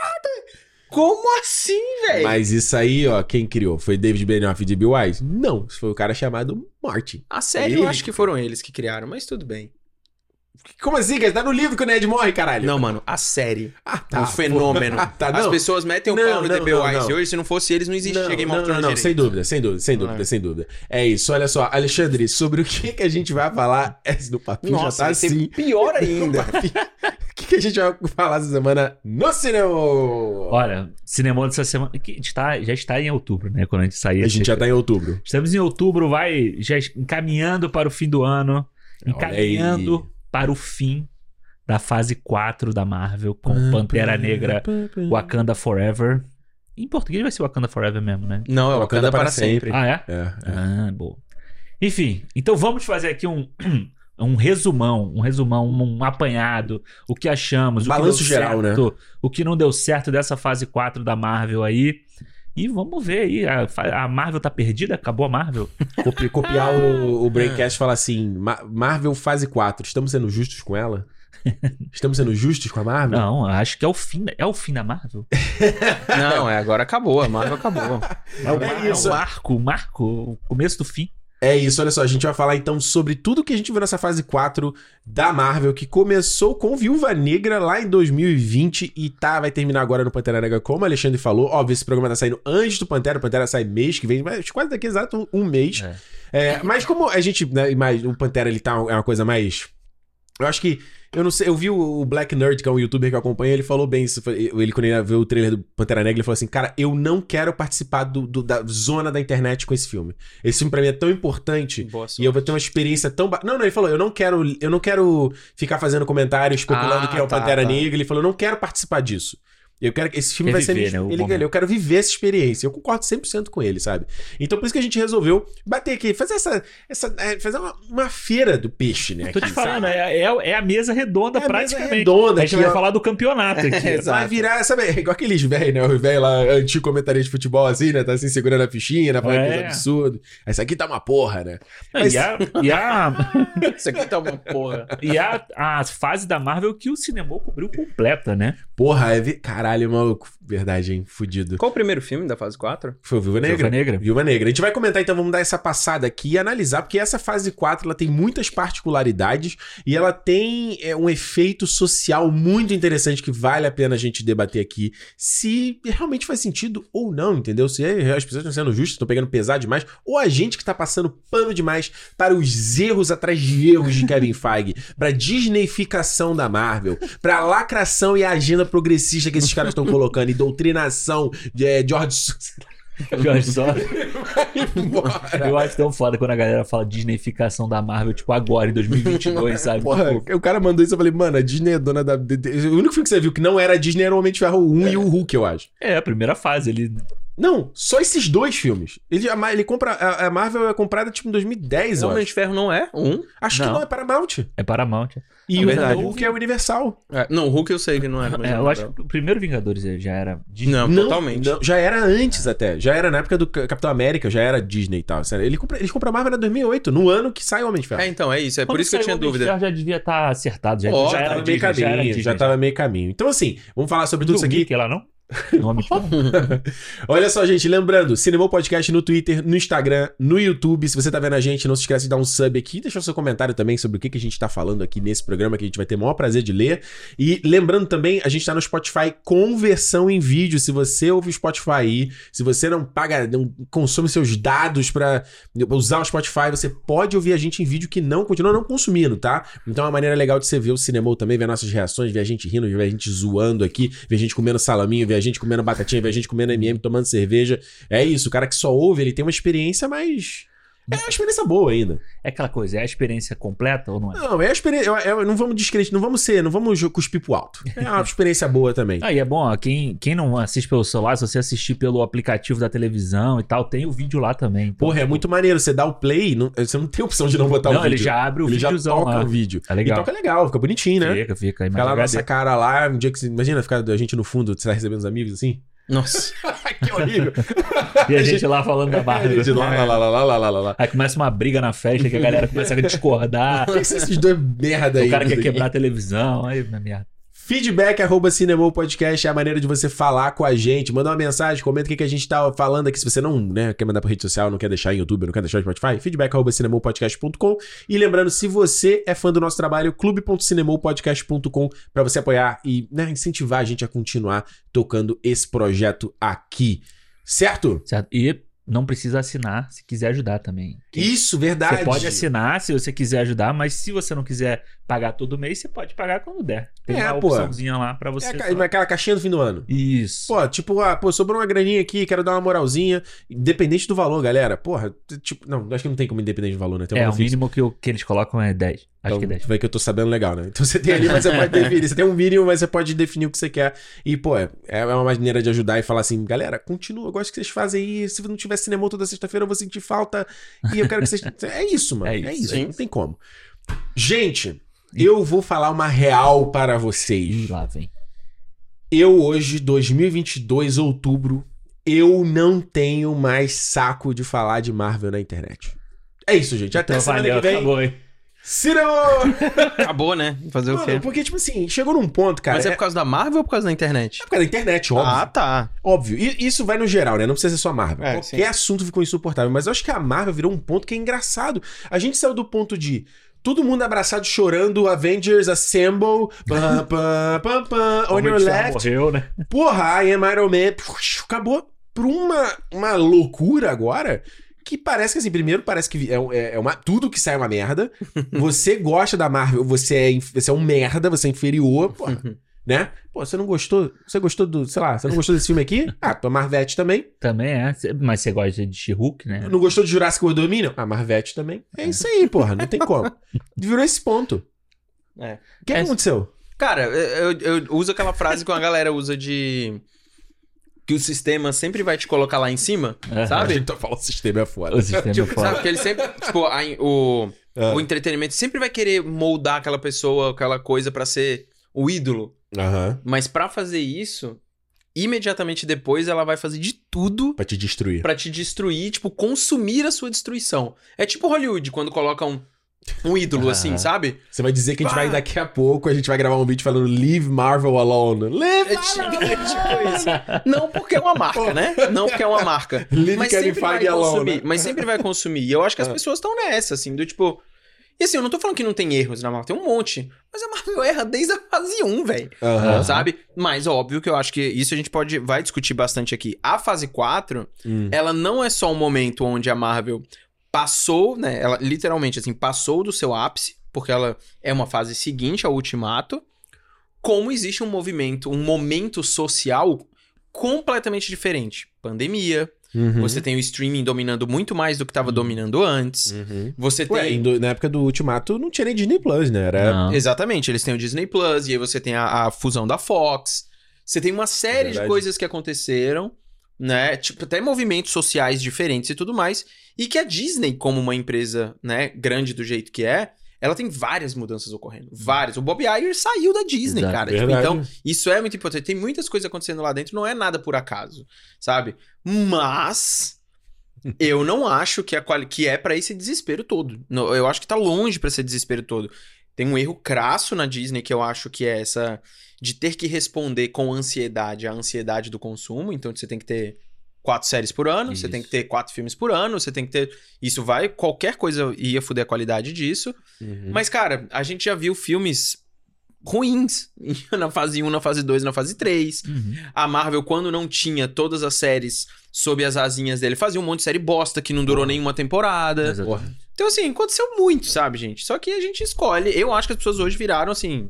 brother, como assim, velho?
Mas isso aí, ó, quem criou? Foi David Benioff e D.B. Wise? Não, isso foi o cara chamado Martin.
A série, eu
Ele-
acho que foram eles que criaram, mas tudo bem.
Como assim, cara? Tá no livro que o Ned morre, caralho.
Não, mano, a série,
Ah,
é um
pô.
fenômeno.
Ah, tá,
As
não.
pessoas metem o
Não,
pau no
não,
DB
não,
Wise
não.
hoje, se não fosse eles, não existia
Não,
Game
não,
of
não,
Thrones
não,
direito.
sem dúvida, sem dúvida, sem
Não
dúvida,
é.
sem dúvida. É isso, olha só, Alexandre, sobre o que, que a gente vai falar é, do papinho
Nossa,
já tá
vai ser
assim.
pior ainda.
O que, que a gente vai falar essa semana no cinema?
Olha, cinema dessa semana. Que a gente tá- já está em outubro, né? Quando a gente sair.
a gente
esse-
já tá em outubro.
Estamos em outubro, vai já encaminhando para o fim do ano.
Olha
Encaminhando para o fim da fase 4 da Marvel
Ah,
com Pantera Negra Wakanda Forever. Em português vai ser Wakanda Forever mesmo, né?
Não, é o
Wakanda
Wakanda para
para
sempre.
Ah, é?
É, é.
Ah, boa. Enfim, então vamos fazer aqui um, um resumão, um resumão, um apanhado, o que achamos,
Balanço
o que deu
geral, né?
certo, o que não deu certo dessa fase 4 da Marvel aí. E vamos ver aí, a, fa- a Marvel tá perdida? Acabou a Marvel?
Copi- copiar o, o Braincast e falar assim: "Ma- Marvel fase 4, estamos sendo justos com ela? Estamos sendo justos com a Marvel?
Não, acho que é o fim, da- é o fim da Marvel.
Não, é agora acabou. A Marvel acabou.
É o,
É
mar- é o
isso.
marco, o marco, o começo do fim.
É isso, olha só, a gente vai falar então sobre tudo que a gente viu nessa fase 4 da Marvel, que começou com Viúva Negra lá em 2020 e tá, vai terminar agora no Pantera Negra, como o Alexandre falou. Óbvio, esse programa tá saindo antes do Pantera, o Pantera sai mês que vem, mas quase daqui a exato um mês. É, mas como a gente, né, mas o Pantera ele tá é uma coisa mais eu acho que eu não sei, eu vi o o Black Nerd, que é um youtuber que eu acompanho, ele falou bem isso. foi- Ele, quando ele viu o trailer do Pantera Negra, ele falou assim: Cara, eu não quero participar do, do- da zona da internet com esse filme. Esse filme pra mim é tão importante
Boa
e eu vou ter uma experiência tão. ba- Não, não, ele falou: Eu não quero, eu não quero ficar fazendo comentário especulando
Ah,
quem é o
tá,
Pantera
tá.
Negra. Ele falou: Eu não quero participar disso. Eu quero que esse filme
Quer
vai
viver,
ser.
né, o
ele,
momento.
eu quero viver essa experiência. Eu concordo 100% com ele, sabe? Então por isso que a gente resolveu bater aqui, fazer essa. essa é, fazer uma, uma feira do peixe, né?
Tô te
aqui,
falando,
sabe?
é, é- é a mesa redonda
É a mesa
praticamente.
redonda é
a gente
aqui,
vai
ó.
falar do campeonato aqui.
Exato.
Vai virar, sabe, igual aqueles velhos, né? O velho lá, antigo comentarista de futebol, assim, né? Tá assim, segurando a fichinha, né? Falando
É.
coisa absurda. Essa aqui tá uma porra, né?
E é a- e a,
Isso aqui tá uma porra.
E a, a fase da Marvel que o cinema cobriu completa, né?
Porra, é vi- caralho, maluco. Verdade, hein? Fudido.
Qual o primeiro filme da fase 4?
Foi o Viúva Negra?
Viúva Negra.
Viúva Negra. A gente vai comentar, então, vamos dar essa passada aqui e analisar, porque essa fase 4, ela tem muitas particularidades e ela tem é, um efeito social muito interessante que vale a pena a gente debater aqui, se realmente faz sentido ou não, entendeu? Se é- as pessoas estão sendo justas, estão pegando pesado demais, ou a gente que tá passando pano demais para os erros atrás de erros de Kevin Feige, pra disneyficação da Marvel, pra lacração e a agenda progressista que esses caras estão colocando e doutrinação de é, George Soros.
Jorge só.
Bora.
Eu acho tão foda quando a galera fala Disneyficação da Marvel, tipo agora, em 2022, sabe?
Porra,
Tipo,
o cara mandou isso, eu falei, mano, a Disney é dona da... de- de- O único filme que você viu que não era a Disney era o Homem de Ferro 1 e o Hulk, eu acho.
é, a primeira fase. Ele...
Não, só esses dois filmes. Ele, a, Ma- ele compra, a, a Marvel é comprada, tipo, em 2010, eu
Homem
acho.
de Ferro não é? Um?
Acho que
Não.
não, é Paramount.
É Paramount.
E
É
o
verdade.
Hulk é Universal.
É, não, Hulk eu sei que não era. Mas
É, eu
não
acho que o primeiro Vingadores já era Disney.
Não, totalmente.
não, já era antes até. Já era na época do Ca- Capitão América, já era Disney e tal. Sério, Ele compra, eles compram a Marvel em 2008, no ano que sai o Homem de Ferro.
É, então, é isso. É por
Quando
isso que eu
saiu
tinha
o Homem de
dúvida.
Ferro Já devia estar acertado. Já,
Ó,
já
já
era
tava meio
tá Disney, já era
caminho, tá já,
Disney.
tava meio caminho. Então, assim, vamos falar sobre tudo
Do
isso aqui.
Mickey lá, não? Do Homem de Ferro?
Olha só, gente, lembrando, Cinemou Podcast no Twitter, no Instagram, no YouTube. Se você tá vendo a gente, não se esquece de dar um sub aqui, deixar seu comentário também sobre o que, que a gente tá falando aqui nesse programa, que a gente vai ter o maior prazer de ler. E lembrando também, a gente tá no Spotify com versão em vídeo. Se você ouve o Spotify aí, se você não paga, não consome seus dados pra usar o Spotify, você pode ouvir a gente em vídeo que não continua não consumindo, tá? Então é uma maneira legal de você ver o cinema também, ver nossas reações, ver a gente rindo, ver a gente zoando aqui, ver a gente comendo salaminho, ver a gente comendo batatinha, ver a gente comendo MM, tomando cerveja. É isso, o cara que só ouve, ele tem uma experiência mais. É uma experiência boa ainda.
É aquela coisa, é a experiência completa ou não é?
Não, é uma experiência. é- é- não vamos descreditar, não vamos ser, não vamos cuspir pro alto. É uma experiência boa também.
Ah, e é bom, ó, quem, quem não assiste pelo celular, se você assistir pelo aplicativo da televisão e tal, tem o vídeo lá também. Então,
Porra, é muito maneiro. Você dá o play, não- você não tem opção de não botar
não,
o vídeo.
ele já abre o
ele já
videozão
toca
lá.
o vídeo.
É legal.
E toca legal, fica bonitinho, né?
Fica,
Fica
fica.
lá
Imagina
nossa cara lá, um dia que você... Imagina ficar a gente no fundo, você tá recebendo os amigos assim.
Nossa.
que horrível.
E a gente lá falando da barra. né?
A gente lá, lá, lá, lá, lá, lá, lá, lá.
Aí começa uma briga na festa que a galera começa a discordar.
Por que são esses dois merda aí? né,
o cara
Isso
quer
aqui.
quebrar a televisão. Aí, minha merda.
Feedback arroba Cinemol Podcast é a maneira de você falar com a gente. Manda uma mensagem, comenta o que, que a gente tá falando aqui. Se você não né, quer mandar pra rede social, não quer deixar em YouTube, não quer deixar no Spotify, feedback arroba cinemolpodcast.com. E lembrando, se você é fã do nosso trabalho, clube.cinemolpodcast.com pra você apoiar e né, incentivar a gente a continuar tocando esse projeto aqui. Certo?
Certo? E não precisa assinar se quiser ajudar também.
Isso, verdade.
Você pode assinar se você quiser ajudar, mas se você não quiser pagar todo mês, você pode pagar quando der. Tem
É,
uma
pô.
opçãozinha lá pra você.
É a ca-
só-
aquela caixinha do fim do ano.
Isso.
Pô, tipo, ah, pô, sobrou uma graninha aqui, quero dar uma moralzinha. Independente do valor, galera. Porra, t- tipo, não, acho que não tem como independente do valor, né? Tem um
é, o
valor fixo.
mínimo que, o- que eles colocam é 10. Acho
Então,
que é 10.
Vai que eu tô sabendo legal, né? Então você tem ali, mas você pode definir. Você tem um mínimo, mas você pode definir o que você quer. E, pô, é é uma maneira de ajudar e falar assim, galera, continua, eu gosto que vocês fazem aí. Se não tiver cinema toda sexta-feira, eu vou sentir falta. E eu quero que vocês. É isso, mano. É
É
isso.
isso,
sim.
Não tem como. Gente, eu vou falar uma real para vocês.
Ih, lá vem.
Eu hoje, 2022, outubro, eu não tenho mais saco de falar de Marvel na internet. É isso, gente. Até
Então,
semana
valeu,
que vem.
acabou, hein?
Cinema!
Acabou, né? Fazer o quê?
Mano, porque, tipo assim, chegou num ponto, cara.
Mas é
é-
por causa da Marvel ou por causa da internet?
é por causa da internet, óbvio.
Ah, tá.
Óbvio. E isso vai no geral, né? Não precisa ser só Marvel.
É,
Qualquer
sim.
assunto ficou insuportável. Mas eu acho que a Marvel virou um ponto que é engraçado. A gente saiu do ponto de. Todo mundo abraçado chorando, Avengers Assemble, pam, pam, pam, pam, on
Homem
your
de Ferro
left.
Morreu, né?
Porra, I am Iron Man. Puxa, Acabou por uma, uma loucura agora. Que parece que assim, primeiro parece que é, um- é- é uma, tudo que sai é uma merda. Você gosta da Marvel, você é, inf- você é um merda, você é inferior, porra, né? Pô, você não gostou? Você gostou do, sei lá, você não gostou desse filme aqui? Ah, tua Marvete também.
Também é. Cê- Mas você gosta de She-Hulk, né?
Não gostou de Jurassic World Dominion? Ah, Marvete também. É isso aí, porra, não tem como. Virou esse ponto.
É.
O que
É.
aconteceu?
Cara, eu, eu- eu uso aquela frase que uma galera usa de. Que o sistema sempre vai te colocar lá em cima,
Aham.
A
sabe?
gente tá falando o sistema é foda.
O sistema é
Sabe?
foda.
Porque ele sempre. Tipo, a- o,
Ah.
o entretenimento sempre vai querer moldar aquela pessoa, aquela coisa pra ser o ídolo.
Aham.
Mas pra fazer isso, imediatamente depois ela vai fazer de tudo
Pra te destruir.
pra te destruir, tipo, consumir a sua destruição. É tipo Hollywood, quando colocam um ídolo assim,
Aham.
sabe?
Você vai dizer que a gente
Pá!
vai daqui a pouco, a gente vai gravar um vídeo falando Leave Marvel Alone. Leave
É tipo, é tipo isso. Não porque é uma marca, né? Não porque é uma marca.
Leave
Mas
Kevin
sempre vai
Feige
consumir.
Alone. né? É.
Mas sempre vai consumir. E eu acho que as pessoas estão nessa, assim, do tipo. E assim, eu não tô falando que não tem erros na Marvel, tem um monte. Mas a Marvel erra desde a fase 1, velho.
né? Aham.
Aham.
Sabe? Mas óbvio que eu acho que isso a gente pode. Vai discutir bastante aqui. A fase 4,
Hum.
ela não é só um momento onde a Marvel passou, né? Ela literalmente, assim, passou do seu ápice, porque ela é uma fase seguinte ao Ultimato. Como existe um movimento, um momento social completamente diferente. Pandemia,
Uhum.
você tem o streaming dominando muito mais do que estava dominando antes.
Uhum.
Você
Ué,
tem.
em do- na época do Ultimato não tinha nem Disney Plus, né? Era...
Não.
Exatamente, eles têm o Disney Plus, e aí você tem a, a fusão da Fox. Você tem uma série de
Verdade.
coisas que aconteceram, né? Tipo, até movimentos sociais diferentes e tudo mais. E que a Disney, como uma empresa, né, grande do jeito que é, ela tem várias mudanças ocorrendo. Várias. O Bob Iger saiu da Disney,
Exato.
cara. Tipo,
Uhum. Verdade.
então, isso é muito importante. Tem muitas coisas acontecendo lá dentro, não é nada por acaso, sabe? Mas eu não acho que, a quali- que é pra esse desespero todo. No- Eu acho que tá longe pra esse desespero todo. Tem um erro crasso na Disney que eu acho que é essa de ter que responder com ansiedade à ansiedade do consumo. Então você tem que ter quatro séries por ano, você
Isso.
tem que ter quatro filmes por ano, você tem que ter. Isso vai, qualquer coisa ia fuder a qualidade disso.
Uhum.
Mas, cara, a gente já viu filmes ruins na fase 1, na fase 2, na fase 3.
Uhum.
A Marvel, quando não tinha todas as séries sob as asinhas dele, fazia um monte de série bosta que não durou nenhuma temporada.
Porra.
Então, assim, aconteceu muito, sabe, gente? Só que a gente escolhe. Eu acho que as pessoas hoje viraram, assim...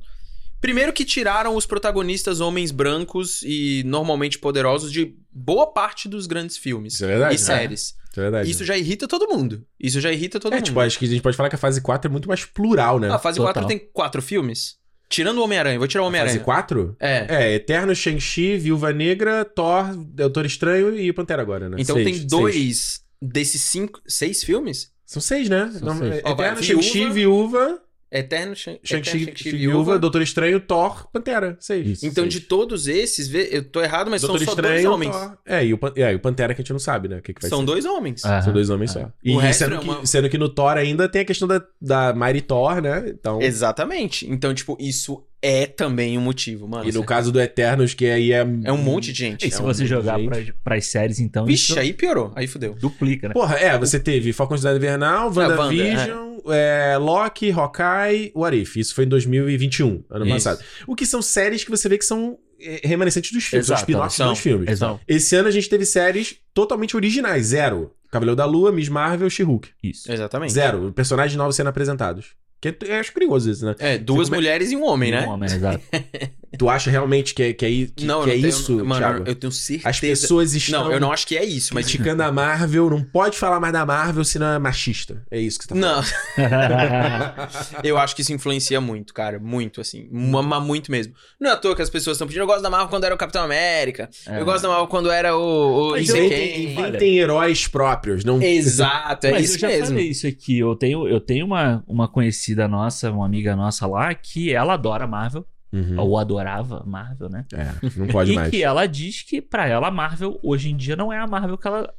Primeiro que tiraram os protagonistas homens brancos e normalmente poderosos de boa parte dos grandes filmes
Isso é verdade.
e séries.
Isso é verdade.
Isso já irrita todo mundo. Isso já irrita todo
é,
mundo.
tipo, acho que a gente pode falar que a fase 4 é muito mais plural, né?
A Ah, fase
Total.
4 tem quatro filmes? Tirando o Homem-Aranha, vou tirar o
fase
Homem-Aranha.
4?
É.
É, Eterno, Shang-Chi, Viúva Negra, Thor, Doutor Estranho e Pantera agora, né?
Então
Seis,
tem
seis.
dois desses cinco, seis filmes?
São seis, né?
São
Não,
seis.
é,
Ó, vai,
Eterno, Shang-Chi, Viúva,
Eterno, Shang- Eterno,
Shang-Chi, Viúva, Doutor Estranho, Thor, Pantera. Seis.
Isso,
Então,
seis.
de todos esses, vê- eu tô errado, mas
Doutor
são só
Estranho.
dois homens.
Thor. É, e o, Pan- é, e o Pantera que a gente não sabe, né? O que, que vai
São
ser. É.
dois homens.
Aham.
São dois homens
Aham.
só. E
O resto
sendo,
é
que,
uma-
sendo que no Thor ainda tem a questão da, da Mari Thor, né? Então.
Exatamente. Então, tipo, isso é também um motivo, mano.
E no caso do Eternos, que aí é.
É um monte de gente.
É
E se
um
você
monte de
jogar
gente.
pras, pras séries, então
Vixe,
isso
aí piorou. Aí fudeu.
duplica, né?
Porra, é, você teve Falcão Cidade Invernal,
É, Wanda,
WandaVision, é, Loki, Hawkeye, What If. Isso foi em 2021, ano
Isso.
passado. O que são séries que você vê que são é, remanescentes dos filmes,
Exato,
são spin-offs
são.
dos filmes.
Exato.
Esse ano a gente teve séries totalmente originais, zero. Cavaleiro da Lua, Miss Marvel, She-Hulk.
Isso.
Exatamente.
Zero. Personagens novos sendo apresentados. Que é- eu acho curioso isso, né?
É, duas
come-
mulheres e um homem, né?
Um homem, exato.
Tu acha realmente que é, que é, i- que, que é
tenho-
isso,
Mano,
Thiago?
eu tenho certeza.
As pessoas estão
Não, eu não acho que é isso, mas tipo.
criticando a Marvel, não pode falar mais da Marvel se não é machista. É isso que você tá
Não,
Aham.
eu acho que isso influencia muito, cara. Muito, assim. mu- Mas muito mesmo. Não é à toa que as pessoas estão pedindo. Eu gosto da Marvel quando era o Capitão América.
É.
Eu gosto da Marvel quando era o. o
falando.
Mas
não sei
Inventem,
quem.
olha-
inventem heróis próprios, não
Exato, é
Mas
isso
eu já
mesmo.
falei isso aqui. Eu tenho, eu tenho uma, uma conhecida nossa, uma amiga nossa lá, que ela adora Marvel,
Uhum.
ou adorava Marvel, né?
É, não pode
e
mais.
que ela diz que pra ela a Marvel hoje em dia não é a Marvel que ela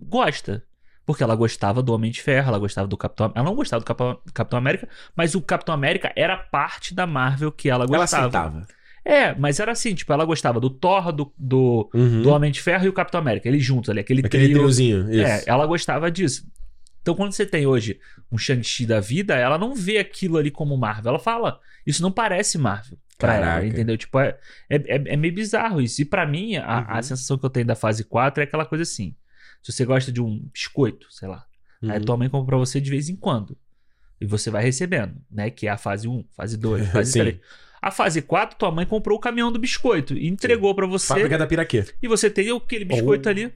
gosta. Porque ela gostava do Homem de Ferro, ela gostava do Capitão. Ela não gostava do Capitão, Capitão América, mas o Capitão América era parte da Marvel que ela
Ela
gostava.
aceitava.
é, mas era assim, tipo, ela gostava do Thor, do, do,
Uhum.
do Homem de Ferro e o Capitão América. Eles juntos ali, aquele,
Aquele
trio.
triozinho. Isso.
É, ela gostava disso. Então, quando você tem hoje um Shang-Chi da vida, ela não vê aquilo ali como Marvel. Ela fala, isso não parece Marvel pra
Caraca.
ela, entendeu? Tipo, é, é, é- é meio bizarro isso. E pra mim, a, a
Uhum.
sensação que eu tenho da fase 4 é aquela coisa assim. Se você gosta de um biscoito, sei lá,
é,
aí
Uhum.
tua mãe compra pra você de vez em quando. E você vai recebendo, né? Que é a fase 1, fase 2, fase
Sim.
3. A fase 4, tua mãe comprou o caminhão do biscoito e entregou pra você.
Fábrica da Piraquê.
E você tem aquele biscoito
Oh.
ali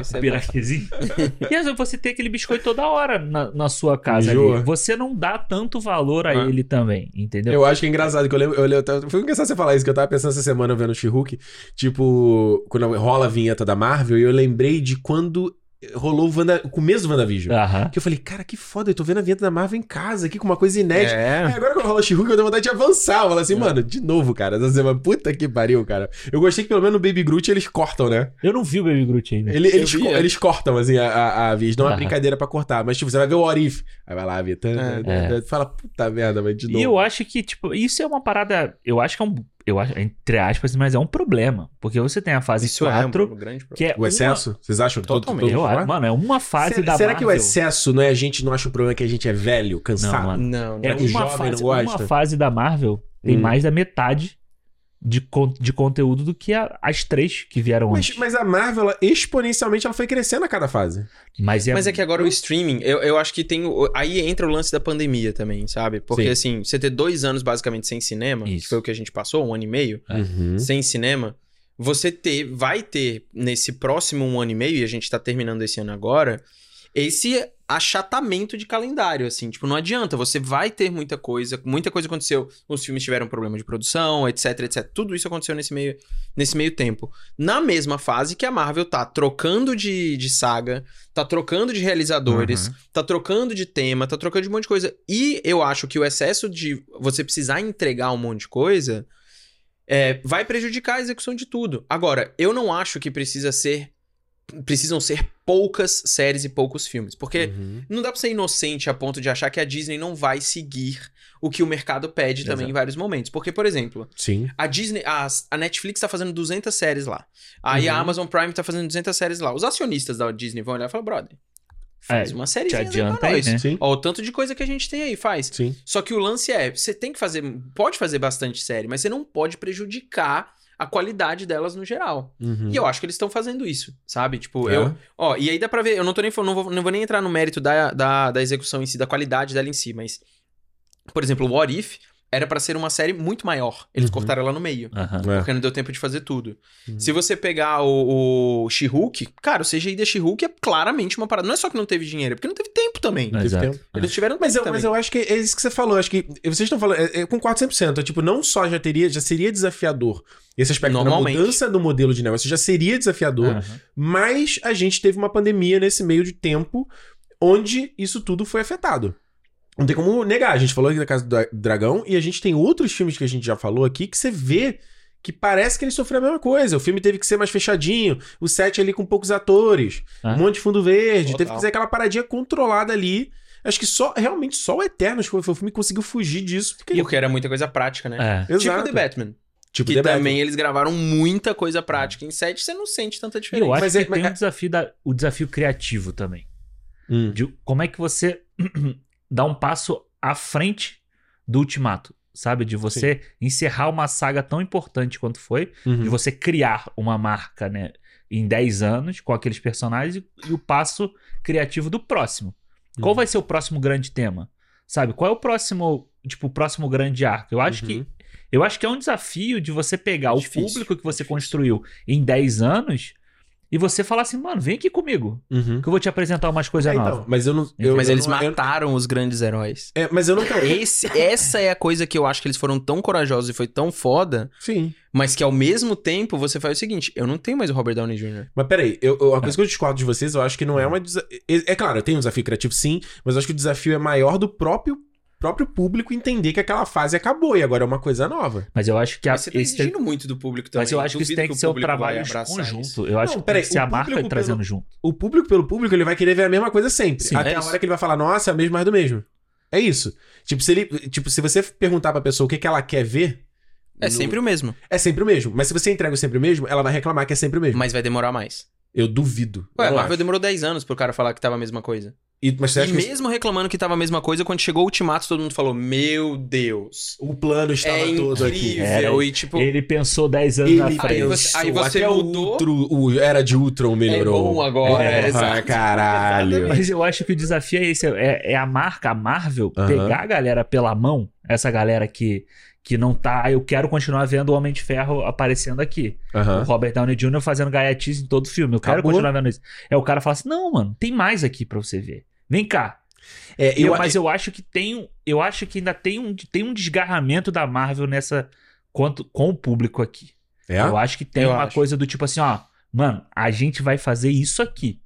Isso é
piraquezinho. e às vezes você tem aquele biscoito toda hora na, na sua casa.
Enjoa.
Ali. Você não dá tanto valor a
Ah.
ele também, entendeu?
Eu acho que é engraçado que eu lembro. Eu lembro eu tava- foi engraçado você falar isso, que eu tava pensando essa semana vendo o She-Hulk. Tipo, quando rola a vinheta da Marvel, e eu lembrei de quando rolou o, Wanda, o começo do
É.
WandaVision.
Aham.
Que eu falei, cara, que foda, eu tô vendo a vinheta da Marvel em casa aqui com uma coisa inédita.
É.
Aí agora quando rola She-Hulk, eu tenho vontade de avançar. Eu falo assim, mano, de novo, cara. Essa semana, puta que pariu, cara. Eu gostei que pelo menos no Baby Groot eles cortam, né?
Eu não vi o Baby Groot ainda.
Ele- eles,
vi,
co-
é.
eles cortam, assim, a, a, a Viz. Não é uma
Aham.
brincadeira pra cortar, mas, tipo, você vai ver o Orif. Aí vai lá, Vi. tá,
É.
tá, tá, Fala, puta merda, mas de novo.
E eu acho que, tipo, isso é uma parada. Eu acho que é um. Eu acho, entre aspas, mas é um problema. Porque você tem a fase
Isso é um
4,
problema grande problema.
que é.
O excesso? Vocês acham que todo-
Totalmente.
Uma,
todo-
eu acho,
Ué?
mano, é uma fase
será,
da
será que o
Marvel.
excesso não é a gente não acha o problema que a gente é velho,
Não,
cansado?
mano.
Não, não
É
Será que o
uma
jovem não
fase,
gosta?
uma fase da Marvel tem
Hum.
mais da metade de, con- de conteúdo do que a- as três que vieram
mas,
antes.
mas a Marvel, ela, exponencialmente, ela foi crescendo a cada fase.
Mas é,
Mas é que agora o streaming, eu, eu acho que tem. o- Aí entra o lance da pandemia também, sabe? Porque,
Sim.
assim, você ter dois anos basicamente sem cinema, que
Isso.
foi o que a gente passou, um ano e meio,
É.
Uhum.
sem cinema, você ter, vai ter nesse próximo um ano e meio, e a gente tá terminando esse ano agora, esse achatamento de calendário, assim, tipo, não adianta, você vai ter muita coisa, muita coisa aconteceu, os filmes tiveram problema de produção, etc, etc, tudo isso aconteceu nesse meio, nesse meio tempo. Na mesma fase que a Marvel tá trocando de, de saga, tá trocando de realizadores, tá trocando de tema, tá trocando de um monte de coisa, e eu acho que o excesso de você precisar entregar um monte de coisa é, vai prejudicar a execução de tudo. Agora, eu não acho que precisa ser. Precisam ser poucas séries e poucos filmes. Porque
Uhum.
não dá pra ser inocente a ponto de achar que a Disney não vai seguir o que o mercado pede também
Exato.
em vários momentos. Porque, por exemplo,
Sim.
a Disney. A, a Netflix tá fazendo 200 séries lá. Aí
Uhum.
a Amazon Prime tá fazendo 200 séries lá. Os acionistas da Disney vão olhar e falar, brother, faz
É,
uma
te
sériezinha aí pra
adianta aí,
nós.
né?
Sim.
Ó, o tanto de coisa que a gente tem aí, faz.
Sim.
Só que o lance é, você tem que fazer, pode fazer bastante série, mas você não pode prejudicar a qualidade delas no geral.
Uhum.
E eu acho que eles estão fazendo isso, sabe? Tipo,
É.
eu, ó, e aí dá pra ver, eu não tô nem falando- não vou, não vou nem entrar no mérito da, da, da execução em si, da qualidade dela em si, mas por exemplo, o What If era pra ser uma série muito maior. Eles
Uhum.
cortaram ela no meio.
Aham.
É.
Porque não deu tempo de fazer tudo.
Uhum.
Se você pegar o, o She-Hulk, cara, o CGI da She-Hulk é claramente uma parada. Não é só que não teve dinheiro, é porque não teve tempo também.
É.
Teve
Exato.
tempo.
Eles tiveram
Mas eu,
tempo
mas
também.
eu acho que é isso que você falou. Acho que vocês estão falando. é- Eu concordo 100%. É, tipo, não só já, teria, já seria desafiador esse aspecto da
Normalmente.
mudança do modelo de negócio, já seria desafiador,
Aham.
mas a gente teve uma pandemia nesse meio de tempo onde isso tudo foi afetado. Não tem como negar. A gente falou aqui da Casa do Dra- Dragão e a gente tem outros filmes que a gente já falou aqui que você vê que parece que eles sofreram a mesma coisa. O filme teve que ser mais fechadinho, o set ali com poucos atores,
Ah.
É.
um monte de fundo verde, teve
Total.
que fazer aquela paradinha controlada ali. Acho que só, realmente, só o Eternos foi foi o filme que conseguiu fugir disso. Porque...
Porque era muita coisa prática, né?
É.
Tipo
Exato.
The Batman.
Tipo
que
The Batman.
também é eles gravaram muita coisa prática. Em set você não sente
E
tanta
eu
diferença.
acho
Mas
que
é- mas
tem
é-
um desafio da, o desafio criativo também.
Hum.
De como é que você dá um passo à frente do ultimato, sabe? De você encerrar uma saga tão importante quanto foi, de
Uhum.
você criar uma marca, né? Em 10 anos, com aqueles personagens, e, e o passo criativo do próximo. Qual
Uhum.
vai ser o próximo grande tema? Sabe? Qual é o próximo, tipo, o próximo grande arco? Eu acho que eu acho que é um desafio de você pegar o
Difícil,
público que você construiu em 10 anos e você falar assim, mano, vem aqui comigo,
Uhum.
que eu vou te apresentar umas coisas
É, então,
novas.
mas eu não. eu-
Mas
eu
eles
não- eu-
mataram os grandes heróis.
É, mas eu nunca.
Esse, essa é a coisa que eu acho que eles foram tão corajosos e foi tão foda,
Sim.
mas que ao mesmo tempo você faz o seguinte, eu não tenho mais o Robert Downey Jr.
Mas peraí, eu, eu- a
É.
coisa que eu discordo de vocês, eu acho que não é uma. desa- É, é claro, tem um desafio criativo sim, mas eu acho que o desafio é maior do próprio próprio público entender que aquela fase acabou e agora é uma coisa nova.
Mas eu acho que a,
Mas você tá
esse- é-
exigindo muito do público também.
mas eu acho que isso
Duvido
tem que
o
ser um
público vai
trabalho
abraçar
conjunto.
isso.
Eu acho
Não,
que
peraí,
tem que ser a
o
marca
público
trazendo
pelo-
junto.
O público pelo público, ele vai querer ver a mesma coisa sempre.
Sim,
até
é
a
isso.
hora que ele vai falar, nossa, é a mesma mais do mesmo. É isso. Tipo, se ele, tipo, se você perguntar pra pessoa o que, que ela quer ver,
É
no-
sempre o mesmo,
é sempre o mesmo. Mas se você entrega o sempre o mesmo, ela vai reclamar que é sempre o mesmo.
mas vai demorar mais.
Eu duvido.
Ué,
Eu
a
não
Marvel
acho.
demorou 10 anos pro cara falar que tava a mesma coisa.
E- mas você
e
acha que
mesmo reclamando que tava a mesma coisa, quando chegou o Ultimato, todo mundo falou, meu Deus,
o plano estava
é
todo aqui.
incrível. E tipo,
Ele pensou 10 anos na
Ele
frente.
Aí você- aí
pensou,
você
até
mudou.
o, Ultron- o Era de Ultron melhorou.
É bom agora,
É,
é,
ah,
exato.
caralho.
Mas eu acho que o desafio é esse: é, é a marca, a Marvel,
Aham.
pegar a galera pela mão, essa galera que, que não tá. "Ah, Eu quero continuar vendo o Homem de Ferro aparecendo aqui. O
Aham.
Robert Downey Jr. fazendo gaiatice em todo filme. Eu quero
Acabou.
continuar vendo isso. É o cara falar assim: não, mano, tem mais aqui pra você ver. Vem cá.
É,
Eu-
eu,
mas eu acho que tem. um- Eu acho que ainda tem um, tem um desgarramento da Marvel nessa. Quanto, com o público aqui.
é?
Eu acho que tem
Eu
uma
acho.
coisa do tipo assim, ó, mano, a gente vai fazer isso aqui.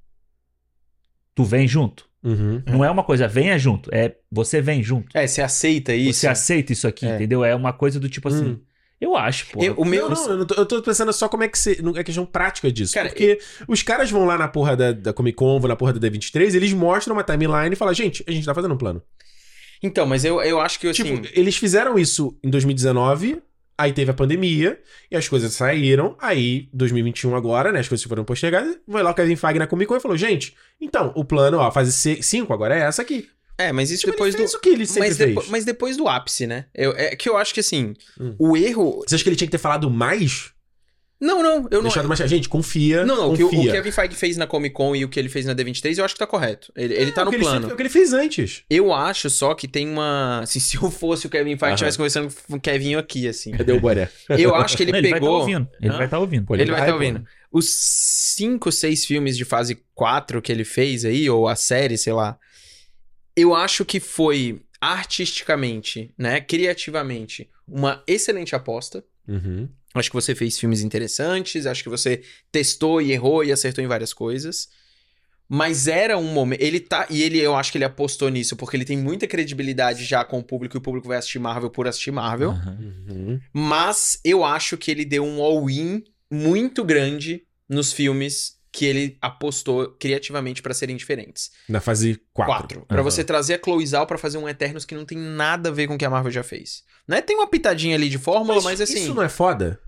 Tu vem junto.
Uhum.
Não é uma coisa, venha junto. É você vem junto.
É, você aceita isso.
Você aceita isso aqui,
É.
entendeu? É uma coisa do tipo assim.
Hum.
Eu acho, pô.
Eu- o meu,
Não, não, eu, não tô, eu tô pensando só como é que você. não- É questão prática disso.
Cara,
porque os caras vão lá na porra da, da Comic Con, vão na porra da D23, eles mostram uma timeline e falam, gente, a gente tá fazendo um plano.
Então, mas eu, eu acho que assim.
Tipo, eles fizeram isso em 2019, aí teve a pandemia, e as coisas saíram, aí 2021 agora, né, as coisas foram postergadas, vai lá o Kevin Feige na Comic Con e falou, gente, então, o plano, ó, fase 5 agora é essa aqui.
É, mas isso
Tipo,
depois
ele
do.
fez o que ele sempre
Mas, depo-
fez.
mas depois do ápice, né? Eu- é que eu acho que assim,
Hum.
o erro.
Você acha que ele tinha que ter falado mais?
Não, não, eu não. é
Deixado mais... Gente, confia,
Não, não, o que
confia.
o, o Kevin Feige fez na Comic Con e o que ele fez na D23, eu acho que tá correto. Ele, ele tá
É, o
no
que
plano.
sempre- é o que ele fez antes.
Eu acho só que tem uma. Assim, se eu fosse o Kevin Feige,
Aham.
estivesse conversando com o Kevin aqui, assim.
Cadê o Boré?
Eu acho que ele,
Não, vai tá
pegou.
ouvindo. Ele
Hã?
vai estar ouvindo.
Pô,
Ele vai estar
pô.
ouvindo. Os cinco, seis filmes de fase 4 que ele fez aí, ou a série, sei lá, eu acho que foi artisticamente, né, criativamente, uma excelente aposta.
Uhum.
Acho que você fez filmes interessantes, acho que você testou e errou e acertou em várias coisas. Mas era um momento. Ele tá. E ele, eu acho que ele apostou nisso, porque ele tem muita credibilidade já com o público e o público vai assistir Marvel por assistir Marvel.
Aham.
Uhum.
Mas eu acho que ele deu um all-in muito grande nos filmes que ele apostou criativamente pra serem diferentes.
Na fase 4.
Quatro. Pra você trazer a Chloe Zhao pra fazer um Eternos que não tem nada a ver com o que a Marvel já fez. Né? Tem uma pitadinha ali de fórmula, mas, assim,
Isso não é foda?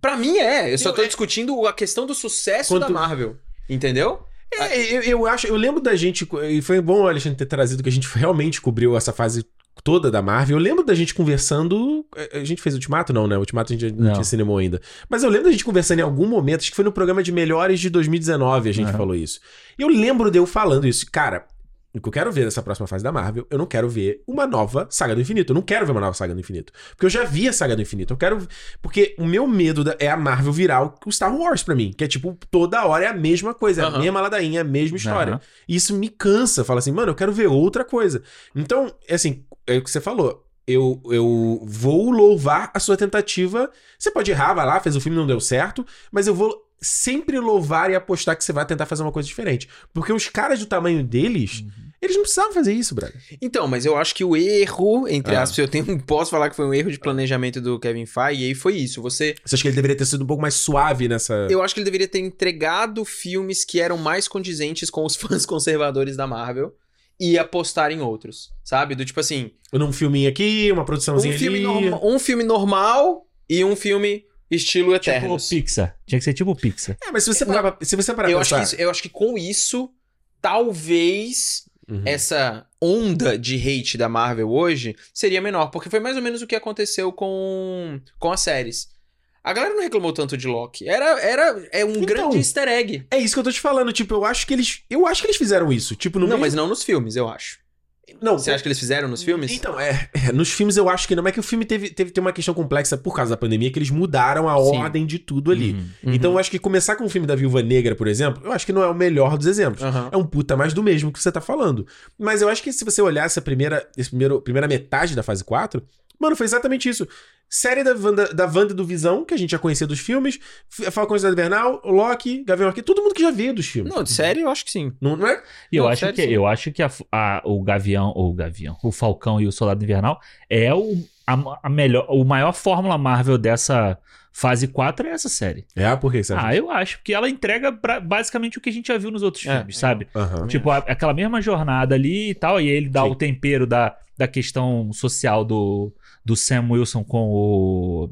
pra mim é. Eu só
Eu-
tô discutindo a questão do sucesso
Quanto-
da Marvel. Entendeu?
É, eu, eu acho, eu lembro da gente, e foi bom o Alexandre ter trazido que a gente realmente cobriu essa fase toda da Marvel. Eu lembro da gente conversando, a gente fez Ultimato não, né? Ultimato a gente não,
Não.
tinha cinema ainda. Mas eu lembro da gente conversando em algum momento, acho que foi no programa de melhores de 2019 a gente
Aham.
falou isso. E eu lembro de eu falando isso, cara, o que eu quero ver nessa próxima fase da Marvel, eu não quero ver uma nova Saga do Infinito. Eu não quero ver uma nova Saga do Infinito. Porque eu já vi a Saga do Infinito. Eu quero. Porque o meu medo da- é a Marvel virar o o Star Wars pra mim. Que é tipo, toda hora é a mesma coisa, é
Aham.
a mesma ladainha, é a mesma história.
Aham.
E isso me cansa. Fala assim, mano, eu quero ver outra coisa. Então, é assim, é o que você falou. Eu, eu vou louvar a sua tentativa. Você pode errar, vai lá, fez o filme, não deu certo, mas eu vou sempre louvar e apostar que você vai tentar fazer uma coisa diferente. Porque os caras do tamanho deles, eles não precisavam fazer isso, brother.
Então, mas eu acho que o erro, entre
Ah.
aspas, eu tenho, posso falar que foi um erro de planejamento do Kevin Feige, e aí foi isso. Você
Você acha que ele deveria ter sido um pouco mais suave nessa.
Eu acho que ele deveria ter entregado filmes que eram mais condizentes com os fãs conservadores da Marvel e apostar em outros, sabe? Do tipo assim,
Num filminho aqui, uma
um
produçãozinha
filme,
ali.
norma- um filme normal e um filme estilo
Tipo
eterno.
o Pixar. Tinha que ser tipo o Pixar.
É, mas se você parar pra, se você parar
eu,
pra
acho que
pensar...
isso- eu acho que com isso, talvez
Uhum.
essa onda de hate da Marvel hoje seria menor, porque foi mais ou menos o que aconteceu com, com as séries. A galera não reclamou tanto de Loki. Era, era é um
Então.
grande easter egg.
É isso que eu tô te falando, tipo, eu acho que eles. Eu acho que eles fizeram isso. Tipo, no
Não,
meio-
mas não nos filmes, eu acho.
Não, é-
Você acha que eles fizeram nos filmes?
Então, é, é, Nos filmes eu acho que não. É que o filme teve, teve, teve uma questão complexa por causa da pandemia, que eles mudaram a
Sim.
ordem de tudo ali.
Uhum.
Então eu acho que começar com o filme da Viúva Negra, por exemplo, eu acho que não é o melhor dos exemplos.
Aham.
É um puta mais do mesmo que você tá falando. Mas eu acho que se você olhar essa primeira, esse primeiro, primeira metade da fase 4, mano, foi exatamente isso. Série da Wanda, da Wanda e do Visão, que a gente já conhecia dos filmes, F- Falcão da Invernal, Loki, Gavião Arqueiro, todo mundo que já veio dos filmes.
Não, de série eu acho que sim.
um Não, não é?
E eu
Não,
acho
sério,
que
sim.
eu acho que a, a- o Gavião, ou o Gavião, o Falcão e o Soldado Invernal é o a, a melhor, o maior fórmula Marvel dessa fase 4 é essa série.
É, por que você acha?
Ah, eu acho que ela entrega pra- basicamente o que a gente já viu nos outros
É,
filmes,
é.
sabe?
Aham.
Tipo, a- aquela mesma jornada ali e tal, e ele dá
Sim.
o tempero da, da questão social do, do Sam Wilson com o.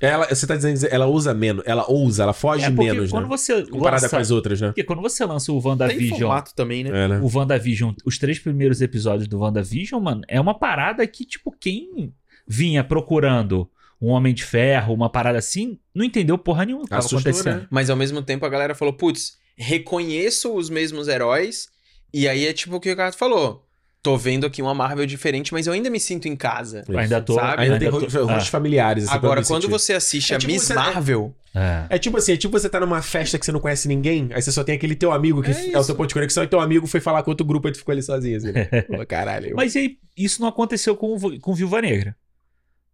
Ela, você tá dizendo, ela usa menos, ela ousa, ela foge
é porque
menos,
quando
né?
você
Comparada
lança,
com as outras, né?
porque quando você lança o
Tem
WandaVision
formato também, né?
É, né?
o WandaVision, os três primeiros episódios do WandaVision, mano, é uma parada que, tipo, quem vinha procurando um Homem de Ferro, uma parada assim, não entendeu porra nenhuma o que tava
Assustou,
acontecendo.
né?
Mas ao mesmo tempo a galera falou, putz, reconheço os mesmos heróis. E aí é tipo o que o Ricardo falou. Tô vendo aqui uma Marvel diferente, mas eu ainda me sinto em casa.
Isso.
Ainda tô.
Sabe?
Ainda né? tem
tô-
ro- rostos familiares. assim, pra
Agora,
me
quando
sentir.
você assiste
É
a
tipo
Miss
você-
Marvel,
Ah, é.
É tipo assim, é tipo você tá numa festa que você não conhece ninguém, aí você só tem aquele teu amigo que
É
é, o
isso.
teu ponto de conexão, e teu amigo foi falar com outro grupo, aí tu ficou ali sozinho, assim. Né? Pô, caralho.
Mas e aí, isso não aconteceu com, o Vu- com Viúva Negra.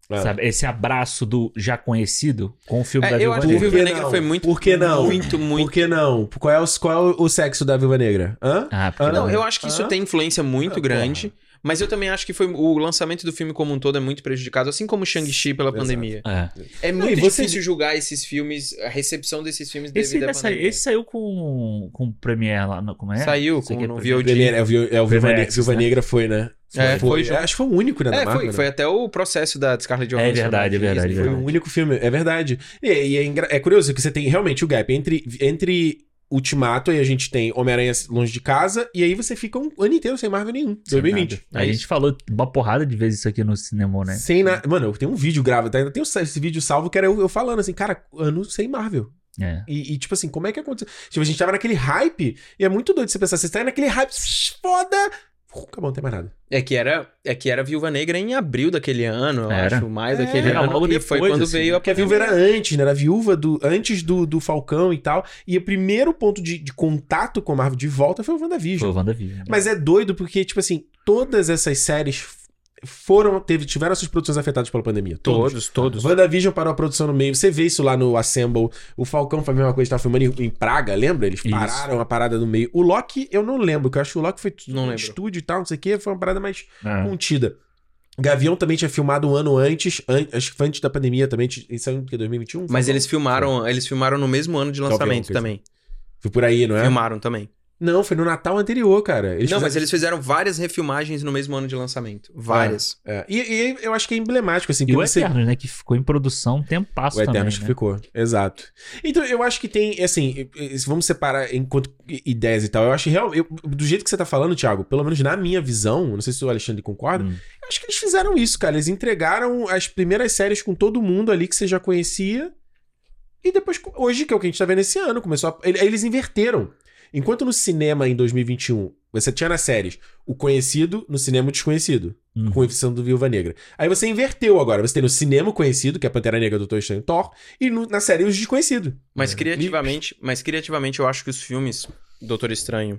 Ah.
Sabe? Esse abraço do já conhecido com o filme
É,
da
eu
Viúva
acho
Por
que
Negra.
que
Viúva Negra
não?
foi muito-
Tipo Por que não?
muito, muito.
Por que não? Qual é, o, qual é o sexo da Viúva Negra? Hã?
Ah, porque
Ah,
Não, eu acho que
Ah.
isso tem influência
Ah,
muito
porra.
grande. Mas eu também acho que foi o lançamento do filme como um todo é muito prejudicado, assim como o Shang-Chi pela
Exato.
pandemia.
É.
É
Não,
muito
e você-
difícil julgar esses filmes, a recepção desses filmes
Esse,
devido à
ainda saiu,
pandemia.
esse saiu com, com o Premiere lá. no- Como é?
Saiu
Isso
com-
aqui é
no
Premiere.
VOD.
Primeiro, é o, Viú- é o Viúva,
Viúva
Negra,
X,
Viúva
né?
Negra foi, né?
É, foi,
É, Acho que foi o único, né? da
É,
Marvel,
foi,
né?
foi até o processo da Scarlett Johansson.
É verdade,
né,
é
que
verdade,
isso
Foi o
é
foi
verdade.
um-
único filme, é verdade. E, e é, engra- é curioso que você tem realmente o gap entre, entre Ultimato, aí a gente tem Homem-Aranha longe de casa, e aí você fica um ano inteiro sem Marvel nenhum. 2020.
A
É
gente
isso.
falou uma porrada de vezes isso aqui no cinema, né?
Sem nada. Mano, eu tenho um vídeo gravo, tá? Ainda tenho esse vídeo salvo que era eu, eu falando assim, cara, ano sem Marvel.
É.
E, e, tipo assim, como é que aconteceu? Tipo, a gente tava naquele hype, e é muito doido você pensar, você tá naquele hype, psh, foda! Uh, acabou, não tem mais nada.
É que era, é que era Viúva Negra em abril daquele ano, eu
Era.
acho, mais
É,
daquele
era
ano.
logo
e foi
depois,
quando
assim,
veio a
Porque a viúva era antes, né? Era a viúva do, antes do, do Falcão e tal. E o primeiro ponto de, de contato com a Marvel de volta foi o
Foi
WandaVision.
o WandaVision. né?
Mas é doido porque, tipo assim, todas essas séries f- foram, teve, tiveram suas produções afetadas pela pandemia. Todas.
todos.
WandaVision parou a produção no meio. Você vê isso lá no Assemble. O Falcão foi a mesma coisa, tava filmando em- em Praga, lembra? Eles
Isso.
pararam a parada no meio. O Loki, eu não lembro, que eu acho que o Loki foi tudo
Não
no
lembro. É.
estúdio e tal, não sei o que, foi uma parada mais
Ah.
contida. Gavião também tinha filmado um ano antes, an- acho que foi antes da pandemia também, t- isso é em que, 2021?
Mas
Falcão?
eles filmaram, eles filmaram no mesmo ano de
Talvez,
lançamento
talvez.
também.
Foi por aí, não é?
Filmaram também.
Não, foi no Natal anterior, cara.
não,
fizeram-
mas eles fizeram várias refilmagens no mesmo ano de lançamento. Várias.
É, E, e eu acho que é emblemático, assim.
E o
porque você-
Eternos, né? Que ficou em produção um tempo passo
O
também.
Eternos que
né?
ficou, exato. Então, eu acho que tem, assim, e- e- vamos separar enquanto i- ideias e tal. Eu acho que real, eu- do jeito que você tá falando, Thiago, pelo menos na minha visão, não sei se o Alexandre concorda,
Hum.
eu acho que eles fizeram isso, cara. Eles entregaram as primeiras séries com todo mundo ali que você já conhecia. E depois, co- hoje, que é o que a gente tá vendo esse ano, começou a, ele- Eles inverteram. Enquanto no cinema, em 2021, você tinha nas séries o conhecido, no cinema o desconhecido
Hum.
com o edição do Viúva Negra. Aí você inverteu agora. Você tem no cinema o conhecido, que é a Pantera Negra, Doutor Estranho e Thor, e no- na série os desconhecidos.
Mas criativamente, mas criativamente eu acho que os filmes Doutor Estranho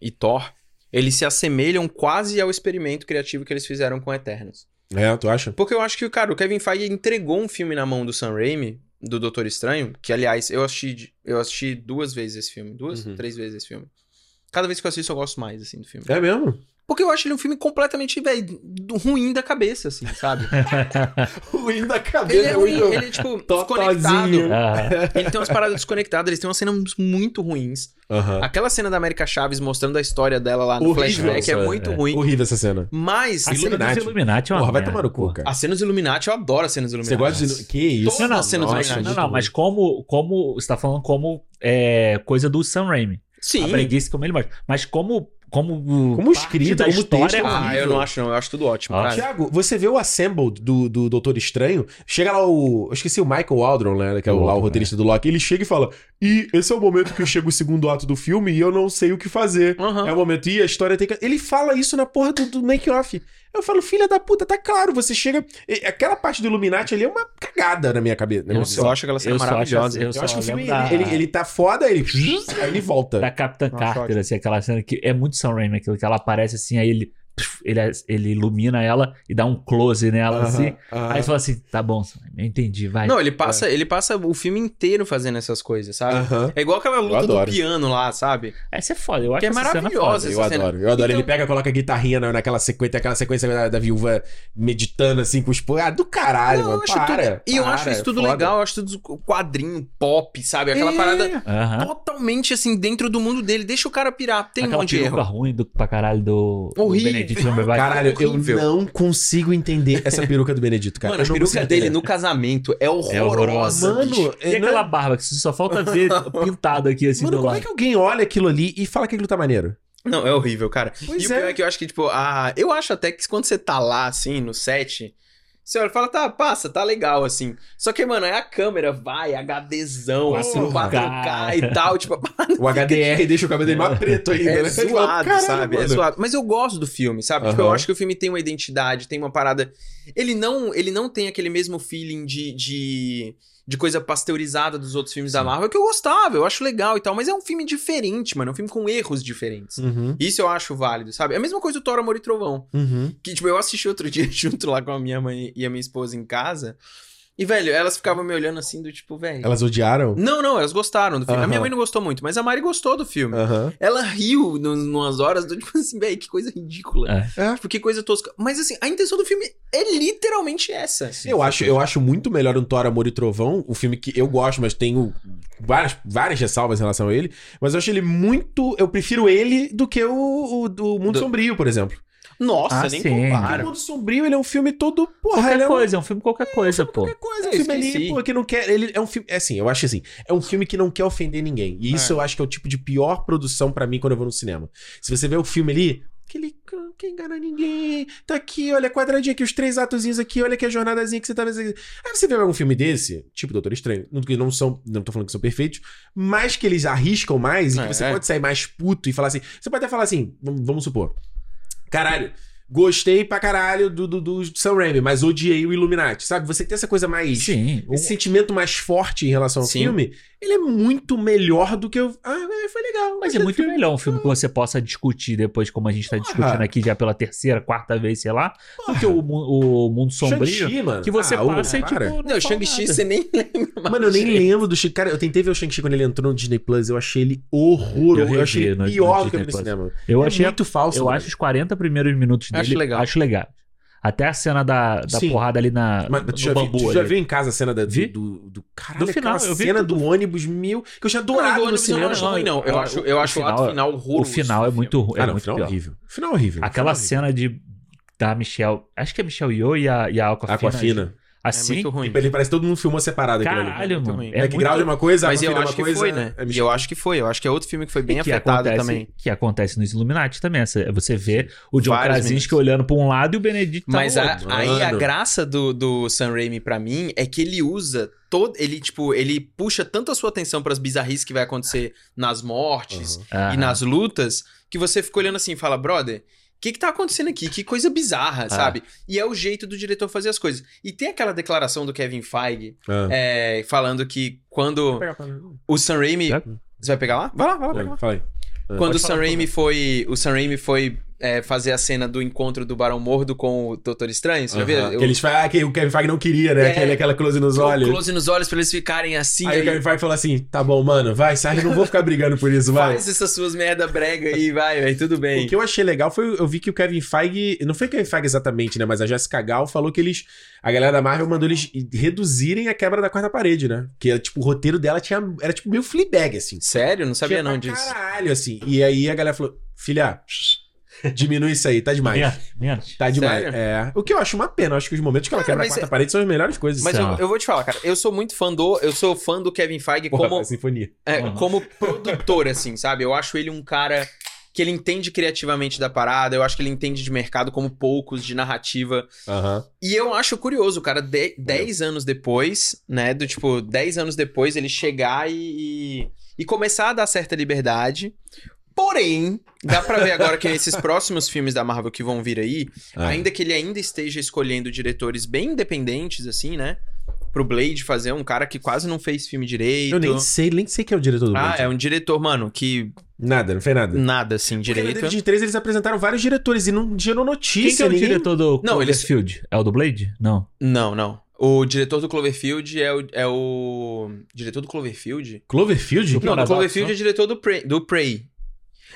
e Thor, eles se assemelham quase ao experimento criativo que eles fizeram com Eternos.
É, tu acha?
Porque eu acho que, cara, o Kevin Feige entregou um filme na mão do Sam Raimi, do Doutor Estranho, que aliás, eu assisti, de- eu assisti duas vezes esse filme, duas,
Uhum.
três vezes esse filme. Cada vez que eu assisto eu gosto mais assim do filme.
É mesmo?
Porque eu acho ele um filme completamente, velho, ruim da cabeça assim, sabe?
É.
Ruim da
Ele
cabeça.
é ruim, ele é tipo desconectado.
Ah,
Ele tem umas paradas desconectadas, eles têm umas cenas muito ruins.
Aham.
Aquela cena da América Chaves mostrando a história dela lá no
Horrível.
flashback é
Nossa,
muito
é.
ruim.
Horrível essa cena.
Mas
a cena
Illuminati.
dos Illuminati é uma
Porra, vai
merda,
tomar no cu,
porra.
cara.
as cenas Illuminati, eu adoro as cenas
Você
Illuminati.
gosta de. Que isso?
Todas as cenas
Nossa,
Illuminati.
Não, não, mas como, como você tá falando como é, coisa do Sam Raimi. A
Sim.
preguiça como ele mostra. Mas como como, o-
Como
parte
escrita,
da
como
história
texto,
é
ah,
horrível.
eu não
acho, não. Eu acho tudo ótimo,
Ah.
Tiago, você vê o Assembled do, do Doutor Estranho, chega lá o. Eu esqueci o Michael Waldron, né? Que é o, lá, o
Waldron,
roteirista do Loki. Ele chega e fala: E esse é o momento que chega o segundo ato do filme e eu não sei o que fazer.
Aham.
É
um
o momento, e a história tem que. Ele fala isso na porra do, do make-off. Eu falo, filha da puta, tá claro, você chega. e- Aquela parte do Illuminati ali é uma cagada na minha cabeça. na minha
Nossa,
visão.
eu acho aquela cena
eu só acho
maravilhosa.
assim, eu
Eu,
só
acho que o filme
lembro da-
ele, ele- ele tá foda, ele. Aí ele volta.
da Capitã
Nossa,
Carter,
ótimo.
assim, aquela cena que é muito Sam Raimi, aquilo que ela aparece assim, aí ele, ele, ele ilumina ela e dá um close nela,
Aham,
assim.
aham.
Aí você fala assim, tá bom, Sam Raimi, eu entendi, vai.
Não, ele
É.
passa, ele passa o filme inteiro fazendo essas coisas, sabe?
Aham.
É igual aquela luta do
adoro.
piano lá, sabe?
Essa é foda, eu acho
Que é
essa cena
maravilhosa.
foda.
Eu
cena.
adoro, eu adoro.
Então-
Ele pega, coloca a guitarrinha na- naquela sequência, aquela sequência da, da viúva meditando assim com os po- Ah, do caralho,
Não, eu
mano.
acho
para,
tudo- E eu
para, é
acho isso tudo
foda.
legal, eu acho tudo o quadrinho pop, sabe? Aquela
É.
parada
Aham.
totalmente assim dentro do mundo dele. Deixa o cara pirar, tem
Aquela
um monte de
peruca
erro.
ruim do, pra caralho do, do
Horrível.
Benedict Cumberbatch.
Caralho, eu
Horrível.
não consigo entender essa peruca do Benedito, cara.
Mano, a
Eu não
peruca
consigo
dele
entender.
no casamento é horrorosa.
horrorosa,
bicho.
Mano,
E
é, não-
aquela barba que só falta ver pintado aqui, assim,
mano
do
como
lado.
é que alguém olha aquilo ali e fala que aquilo tá maneiro?
Não, é horrível, cara. e
Pois
o pior
é.
é que eu acho que, tipo, ah, eu acho até que quando você tá lá, assim, no set, você olha e fala, tá, passa, tá legal, assim. Só que, mano, é a câmera, vai, HDzão, assim, no
4K.
4K e tal, tipo,
O HDR deixa o cabelo dele mais preto ainda,
é
né?
zoado,
Caralho,
sabe? É
mano.
zoado. Mas eu gosto do filme, sabe? Tipo, eu
Aham.
acho que o filme tem uma identidade, tem uma parada. Ele não, ele não tem aquele mesmo feeling de, de, de coisa pasteurizada dos outros filmes da Marvel que eu gostava, eu acho legal e tal, mas é um filme diferente, mano. É um filme com erros diferentes.
Uhum,
Isso eu acho válido, sabe? É a mesma coisa do Thor Amor e Trovão.
uhum.
Que, tipo, eu assisti outro dia junto lá com a minha mãe e a minha esposa em casa. E, velho, elas ficavam me olhando assim do tipo, velho.
Elas odiaram?
Não, não, elas gostaram do filme. A minha
Aham.
mãe não gostou muito, mas a Mari gostou do filme.
Aham.
Ela riu no- numas horas, do tipo assim, velho, que coisa ridícula.
É.
Tipo, que coisa tosca. Mas assim, a intenção do filme é literalmente essa.
eu, acho, eu acho muito melhor um Thor, Amor e Trovão, o filme que eu gosto, mas tenho várias, várias ressalvas em relação a ele. Mas eu acho ele muito. Eu prefiro ele do que o, o do Mundo
Do-
Sombrio, por exemplo.
Nossa,
Ah,
nem
sim.
Porque o
compara.
Mundo Sombrio ele é um filme todo. Porra,
Qualquer
ele é um
coisa, é um filme qualquer coisa, pô.
qualquer coisa.
É,
É, filme
esqueci.
ali, pô, que não quer. Ele é um filme. É assim, eu acho assim. É um filme que não quer ofender ninguém. E isso eu acho que é o tipo de pior produção pra mim quando eu vou no cinema. Se você vê o filme ali. Aquele não quer enganar ninguém. Tá aqui, olha, quadradinho aqui, os três atozinhos aqui, olha que a jornadazinha que você tá fazendo. Aí você vê algum filme desse, tipo Doutor Estranho, não- que não são, não tô falando que são perfeitos, mas que eles arriscam mais e que
É.
você pode sair mais puto e falar assim. Você pode até falar assim, vamos- vamos supor. Caralho, gostei pra caralho do, do, do Sam Raimi, mas odiei o Illuminati, sabe? Você tem essa coisa mais.
Sim.
Esse sentimento mais forte em relação ao
Sim.
filme, ele é muito melhor do que eu. Ah, é, Ah. foi legal.
Mas é muito melhor um filme que você possa discutir depois, como a gente tá discutindo aqui já pela terceira, quarta vez, sei lá, do que o, mu- o Mundo Sombrio.
Shang-Chi, mano.
Que você
Ah, ô,
passa e tipo.
para.
Não, Shang-Chi, você nem lembra. mais,
Mano, eu nem
gente.
lembro do Shang-Chi. Cara, eu tentei ver o Shang-Chi quando ele entrou no Disney Plus. Eu achei ele horroroso.
Eu
Eu, achei
revi
ele
no-
pior
no
do que eu vi no
Disney
cinema.
Eu
é
achei.
muito falso.
Eu
mano.
acho os 40 primeiros minutos dele.
Acho legal.
Acho legal. Até a cena da, da
Sim.
porrada ali na,
Mas
no
tu já, vi-
bambu.
tu já
ali.
viu em casa a cena da,
Vi?
do, do, do- Caralho,
Do final,
aquela
eu vi
cena
tudo.
do ônibus mil que eu tinha
Não,
adorado
do
no
é
ônibus eu não
cinema.
acho ruim, não. Eu
Ah,
acho,
o-
eu
o
acho o
final
ato
é-
final horroroso.
O final é muito ruim.
Ah,
É
não, o
muito
final
pior.
horrível. O Final é horrível. o
Aquela
final
cena de da Michelle. Acho que é Michelle Yeoh e a, e a
horrível.
Aquafina.
Aquafina.
Assim.
É muito ruim.
Tipo, Ele parece que todo mundo filmou separado aquilo ali.
Caralho,
muito
mano.
ruim.
É
Background é
muito-
uma coisa,
Mas eu
Aquafina é
acho
uma
que
coisa,
foi, né?
é
E
Michel-
eu acho que foi. Eu acho que é outro filme que foi bem
que
afetado
acontece, Tá
também.
Que acontece nos Illuminati também. essa- Você vê o John
Vários
Krasinski
minutos.
olhando pra um lado e o Benedict tá
Mas
no
a-
outro.
aí a
mano.
graça do, do Sam Raimi pra mim é que ele usa todo. Ele, tipo, ele puxa tanto a sua atenção pras bizarrices que vai acontecer nas mortes
Aham.
e nas lutas que você fica olhando assim e fala, brother. O que, que tá acontecendo aqui? Que coisa
Ah.
bizarra, sabe? E é o jeito do diretor fazer as coisas. E tem aquela declaração do Kevin Feige
Ah.
é, falando que quando o Sam Raimi.
Já-
Você vai pegar lá? Vai lá, vai lá, pega lá.
Fala aí. Ah, É?
Quando
pode
o Sam Raimi foi, o Sam Raimi foi é, fazer a cena do encontro do Barão Mordo com o Doutor Estranho, você já viu?
Aham.
Eu-
Que eles falam, ah, que o Kevin Feige não queria, né?
É.
Aquele, aquela close nos
o
olhos.
Close nos olhos pra eles ficarem assim.
Aí o
Aí,
Kevin Feige falou assim, tá bom, mano, vai, sai, eu não vou ficar brigando por isso, vai.
faz essas suas merda brega aí, vai, vai, tudo bem.
O que eu achei legal foi eu vi que o Kevin Feige. Não foi o Kevin Feige exatamente, né? Mas a Jessica Gal falou que eles. A galera da Marvel mandou eles reduzirem a quebra da quarta parede, né? Que era, tipo, o roteiro dela tinha, era tipo meio fleabag, assim.
Sério? Não sabia
Tinha
não
pra
disso.
Caralho, assim. E aí a galera falou: filha, diminui isso aí, tá demais.
Menos, menos.
Tá demais.
Sério?
É. O que eu acho uma pena. Eu acho que os momentos que ela
Cara,
quebra a
mas
quarta
é-
parede são as melhores coisas.
Mas
São.
eu, eu vou te falar, cara, eu sou muito fã do. Eu sou fã do Kevin Feige
Porra,
é como,
a sinfonia.
é,
Uhum.
como produtor, assim, sabe? Eu acho ele um cara que ele entende criativamente da parada, eu acho que ele entende de mercado como poucos, de narrativa.
Aham.
E eu acho curioso, cara, 10 anos depois, né? Do tipo, 10 anos depois ele chegar e, e, e começar a dar certa liberdade. Porém, dá pra ver agora que esses próximos filmes da Marvel que vão vir aí,
Ah.
ainda que ele ainda esteja escolhendo diretores bem independentes, assim, né? Pro Blade fazer um cara que quase não fez filme direito.
Eu nem sei, nem sei quem é o diretor do
Então- Ah,
Blade.
é um diretor, mano, que
Nada, não fez nada.
nada assim
Porque é na
direito.
David 3 eles apresentaram vários diretores e não gerou notícia.
Quem que é o
ninguém-
diretor do
Não, ele-
Cloverfield? É o do Blade? Não.
Não, não. O diretor do Cloverfield é o. É o... Diretor do Cloverfield?
Cloverfield?
Do
Não, do
Paradox,
Cloverfield
não?
é diretor do Prey, do Prey.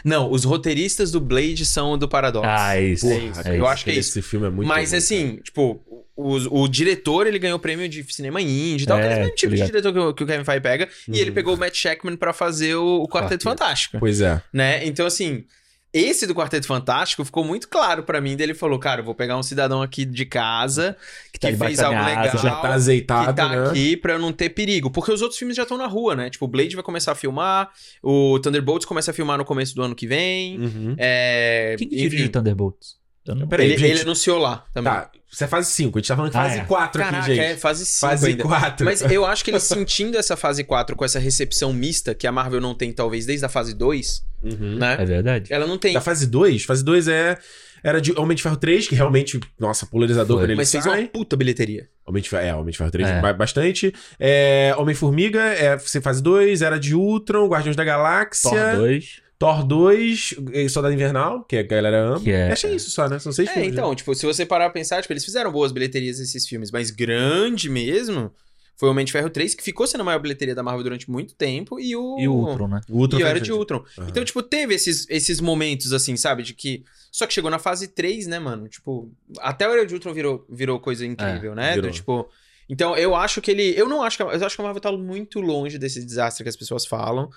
Não, os roteiristas do Blade são do Paradox.
Ah, isso.
Porra,
É isso,
cara,
eu acho que é
Esse filme é muito
Mas
bom,
assim, tipo, o, o diretor ele ganhou o prêmio de cinema indie e tal.
É,
que É, o mesmo
tô
tipo de
ligado.
diretor que o, que o Kevin Feige pega.
Uhum.
E ele pegou o Matt Shackman pra fazer o, o
Quarteto.
Quarteto Fantástico,
cara. Pois é.
né? Então, assim, esse do Quarteto Fantástico ficou muito claro pra mim. Daí ele falou, cara, eu vou pegar um cidadão aqui de casa que,
tá debaixo
fez
da
algo
minha
legal.
asa,
Já tá azeitado,
que tá
né?
aqui pra não ter perigo. Porque os outros filmes já estão na rua, né? Tipo, o Blade vai começar a filmar, o Thunderbolts começa a filmar no começo do ano que vem.
Uhum.
É.
Quem que então?
enfim,
dirige o Thunderbolts? Eu não...
Peraí,
ele,
gente.
ele anunciou lá também.
Tá, isso é fase 5. A gente tá falando que
Ah,
fase
é.
4
Caraca,
aqui, gente.
é fase 5
fase
ainda.
4.
Mas eu acho que ele sentindo essa fase 4 com essa recepção mista que a Marvel não tem, talvez, desde a fase 2,
Uhum.
né?
É verdade?
Ela não tem.
Da fase 2, fase 2 é... Era de Homem de Ferro 3, que realmente, nossa, polarizador
Foi.
quando ele
Mas fez
sai.
uma puta bilheteria.
Homem de Ferro, é, Homem de Ferro 3
É.
ba- bastante. É, Homem-Formiga, é, fase 2, Era de Ultron, Guardiões da Galáxia,
Thor 2.
Thor 2, eh, Soldado Invernal, que a galera ama.
Que é-
Acho que é isso só, né? São seis
É,
filmes. né?
então, tipo, se você parar pra pensar, tipo, eles fizeram boas bilheterias esses filmes, mas grande mesmo foi o Homem de Ferro 3, que ficou sendo a maior bilheteria da Marvel durante muito tempo, e o.
E o Ultron, né?
O Ultron
E o Era
fez-
de Ultron.
Aham.
Então, tipo, teve esses, esses momentos, assim, sabe? De que. Só que chegou na fase 3, né, mano? Tipo, até o Era de Ultron virou, virou coisa incrível, né?
virou.
Do, tipo. Então, eu acho que ele. Eu não acho que. a- Eu acho que a Marvel tá muito longe desse desastre que as pessoas falam.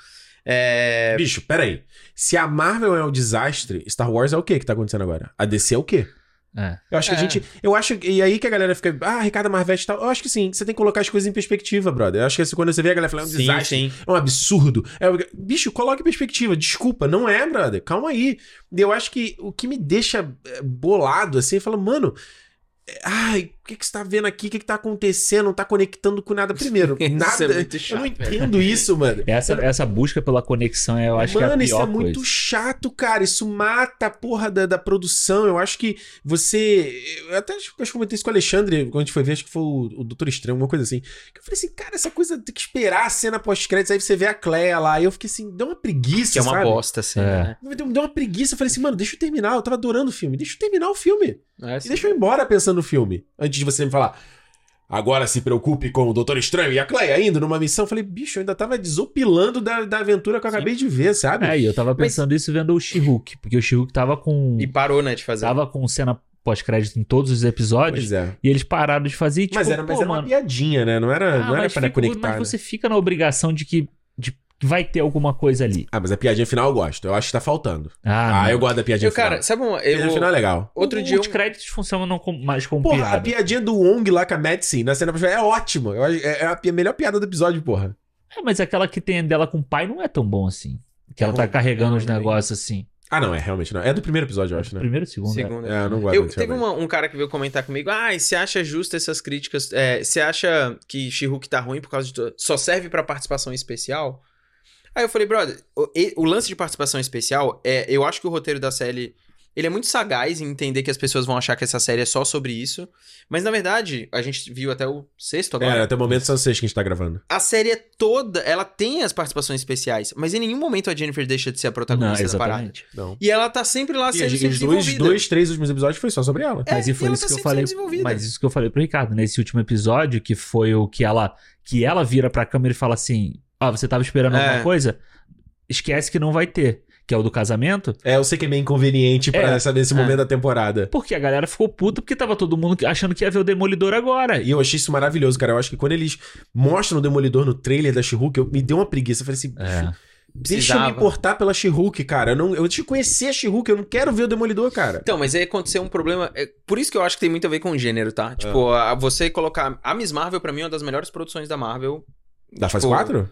É.
Bicho, peraí. Se a Marvel é um desastre, Star Wars é o quê que tá acontecendo agora? A DC é o quê?
É.
Eu acho que
É.
a gente. Eu acho. E aí que a galera fica. Ah, Ricardo Marvete e tal. Eu acho que sim. Você tem que colocar as coisas em perspectiva, brother. Eu acho que assim, quando você vê a galera falando é um desastre.
sim.
É um absurdo. É, o- bicho, coloca em perspectiva. Desculpa, não é, brother. Calma aí. E Eu acho que o que me deixa é, bolado, assim, eu falo, mano. é, Ai, o que, que você tá vendo aqui? O que, que tá acontecendo? Não tá conectando com nada. Primeiro,
Isso
nada.
é muito
eu não
chato, velho.
entendo isso, mano.
Essa, essa busca pela conexão, eu acho
Mano,
que é a
isso
pior
é muito
coisa.
chato, cara. Isso mata a porra da, da produção. Eu acho que você. Eu até acho, acho que eu comentei isso com o Alexandre quando a gente foi ver, acho que foi o, o Doutor Estranho, alguma coisa assim. Que eu falei assim, cara, essa coisa tem que esperar a cena pós-créditos. Aí você vê a Cleia lá. E eu fiquei assim, deu uma preguiça.
Que é uma
sabe?
bosta, assim.
É.
né?
Me deu, me deu uma preguiça. Eu falei assim, mano, deixa eu terminar. Eu tava adorando o filme. Deixa eu terminar o filme.
É,
E
sim.
deixa eu ir embora pensando no filme. Antes de você me falar. Agora se preocupe com o Doutor Estranho e a Cleia indo numa missão. Eu falei, bicho, eu ainda tava desopilando da, da aventura que eu acabei de ver, sabe?
É, e eu tava pensando isso vendo o She-Hulk, porque o She-Hulk tava com.
E parou, né, de fazer.
Tava com cena pós-crédito em todos os episódios.
Pois é.
E eles pararam de fazer e tipo,
mas era, mas
pô,
era uma
mano,
piadinha, né? Não era,
ah,
não era
mas
pra
ficou-
conectar.
Mas
né?
você fica na obrigação de que de que vai ter alguma coisa ali.
Ah, mas a piadinha final eu gosto. Eu acho que tá faltando.
Ah,
Ah,
não.
eu gosto da piadinha
Eu, cara,
final.
sabe uma.
A piadinha
Eu,
final é legal.
outro
O-
dia.
Os
eu-
créditos funcionam não com- mais como
Porra, a
piada.
piadinha do Wong lá com a Madison na cena é ótima. Eu acho- É é a pi- melhor piada do episódio, porra.
É, mas aquela que tem dela com o pai não é tão bom assim. Que ela
É
tá
ruim,
carregando
é
os
ruim.
negócios assim.
Ah, não, é realmente não. É do primeiro episódio, eu acho, né?
Primeiro, segundo. é.
Segunda.
É, eu não gosto
Eu,
muito,
teve
realmente.
uma- um cara que veio comentar comigo, ah, e você acha justo essas críticas? É, você acha que She-Hulk tá ruim por causa de... to- Só serve pra participação especial? Aí eu falei, brother, o, e- o lance de participação especial é... Eu acho que o roteiro da série... Ele é muito sagaz em entender que as pessoas vão achar que essa série é só sobre isso. Mas, na verdade, a gente viu até o sexto agora.
É, até o momento são vocês que a gente tá gravando.
A série é toda... Ela tem as participações especiais. Mas em nenhum momento a Jennifer deixa de ser a
tá
Não,
protagonista da parada.
exatamente.
Não.
E ela tá sempre lá
E
sendo
os dois,
desenvolvida.
dois, três últimos episódios foi só sobre ela.
É,
Mas e foi
ela
isso
tá
que eu
sempre
falei.
sendo desenvolvida.
Mas isso que eu falei pro Ricardo, nesse último episódio, que foi o que ela que ela vira pra câmera e fala assim: Ah, você tava esperando
É.
alguma coisa? Esquece que não vai ter. Que é o do casamento.
É, eu sei que é meio inconveniente pra
É.
saber esse
É.
momento da temporada.
Porque a galera ficou puta porque tava todo mundo achando que ia ver o Demolidor agora.
É, E eu achei isso maravilhoso, cara. Eu acho que quando eles mostram o Demolidor no trailer da She-Hulk, eu me deu uma preguiça. Eu falei assim,
É.
deixa eu
Precisava.
me importar pela She-Hulk, cara. Eu, não, eu te conheci a She-Hulk, eu não quero ver o Demolidor, cara.
Então, mas aí aconteceu um problema. é, por isso que eu acho que tem muito a ver com gênero, tá? Tipo, a- você colocar. A Miss Marvel, pra mim, é uma das melhores produções da Marvel.
Da fase
Tipo,
4?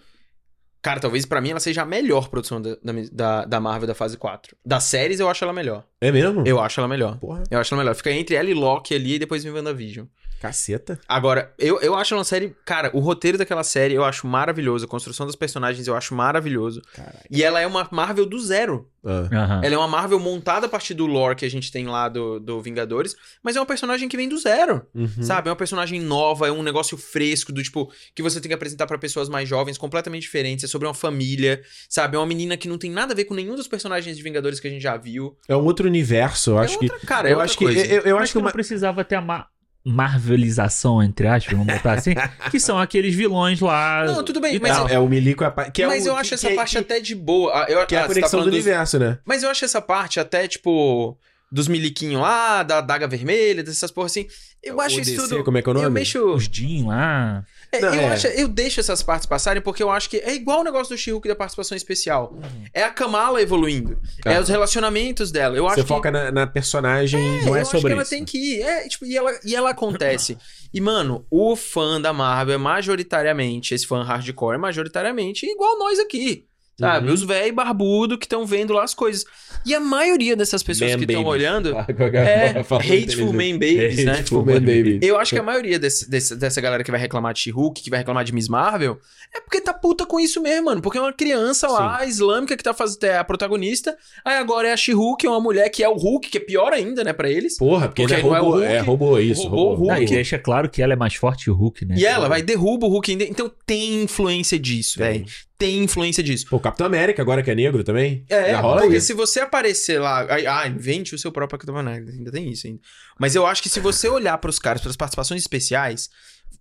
Cara, talvez pra mim ela seja a melhor produção da, da, da Marvel da fase 4. Das séries eu acho ela melhor.
É mesmo?
Eu acho ela melhor.
Porra,
Eu acho ela melhor. Fica entre ela e Loki ali e depois vem WandaVision.
caceta.
Agora, eu, eu acho uma série. Cara, o roteiro daquela série eu acho maravilhoso. A construção dos personagens eu acho maravilhoso.
Caralho.
E ela é uma Marvel do zero.
Ah,
Aham.
Ela é uma Marvel montada a partir do lore que a gente tem lá do, do Vingadores. Mas é uma personagem que vem do zero.
uhum.
Sabe? É uma personagem nova, é um negócio fresco, do tipo, que você tem que apresentar pra pessoas mais jovens, completamente diferentes. É sobre uma família, sabe? É uma menina que não tem nada a ver com nenhum dos personagens de Vingadores que a gente já viu.
É um outro universo, eu
É
acho que.
outra- cara, é
Eu
outra
acho que. Eu,
coisa.
eu- eu
Mas
acho que
não
uma.
precisava ter a ma- marvelização, entre aspas, vamos botar assim, que são aqueles vilões lá.
Não, tudo bem,
e
mas-
tal.
Não, é o Milico é a parte. Que é
Mas
o-
eu
que-
acho
que-
essa parte
que-
até de boa. Ah, Eu,
Que é
ah,
a
você tá
conexão do
falando dos-
universo, né?
Mas eu acho essa parte até, tipo, dos miliquinhos lá, da daga vermelha, dessas porra assim. Eu acho
O
isso
DC,
tudo.
Como é que é o
Eu
nome?
mexo.
Os Jean lá.
É,
Não,
eu,
é.
acho- eu deixo essas partes passarem porque eu acho que é igual o negócio do She-Hulk da participação especial. É a Kamala evoluindo. É
Uhum. Cara,
os relacionamentos dela. Eu acho
Você
que.
foca na, na personagem,
É,
não
eu
é
acho
sobre
que ela
isso.
tem que ir. É, tipo, e, ela, e ela acontece. E, mano, o fã da Marvel é majoritariamente, esse fã hardcore é majoritariamente igual nós aqui. Sabe?
Uhum.
Os velhos barbudo que estão vendo lá as coisas. E a maioria dessas pessoas
Man
que estão
babies.
olhando é
É,
hateful man babies, né?
Hateful Man Babies.
Eu acho que a maioria desse- desse- dessa galera que vai reclamar de She-Hulk, que vai reclamar de Miss Marvel, é porque tá puta com isso mesmo, mano. Porque é uma criança lá, islâmica, que tá fazendo é a protagonista. Aí agora é a She-Hulk, é uma mulher que é o Hulk, que é pior ainda, né, pra eles.
Porra, porque,
Porque
ele é
não é o
robô.
Hulk.
É robô, isso.
Robô,
Robô,
Hulk.
Não, e
Pô.
deixa claro que ela é mais forte que o Hulk, né?
E ela vai, derruba o Hulk ainda. Então tem influência disso,
Tem.
velho. Tem influência disso.
Pô, o Capitão América agora que é negro também.
É,
Já rola
porque
isso.
se você aparecer lá. ai, Ah, invente o seu próprio Capitão América. Ainda tem isso ainda. Mas eu acho que se você olhar pros caras, pras participações especiais,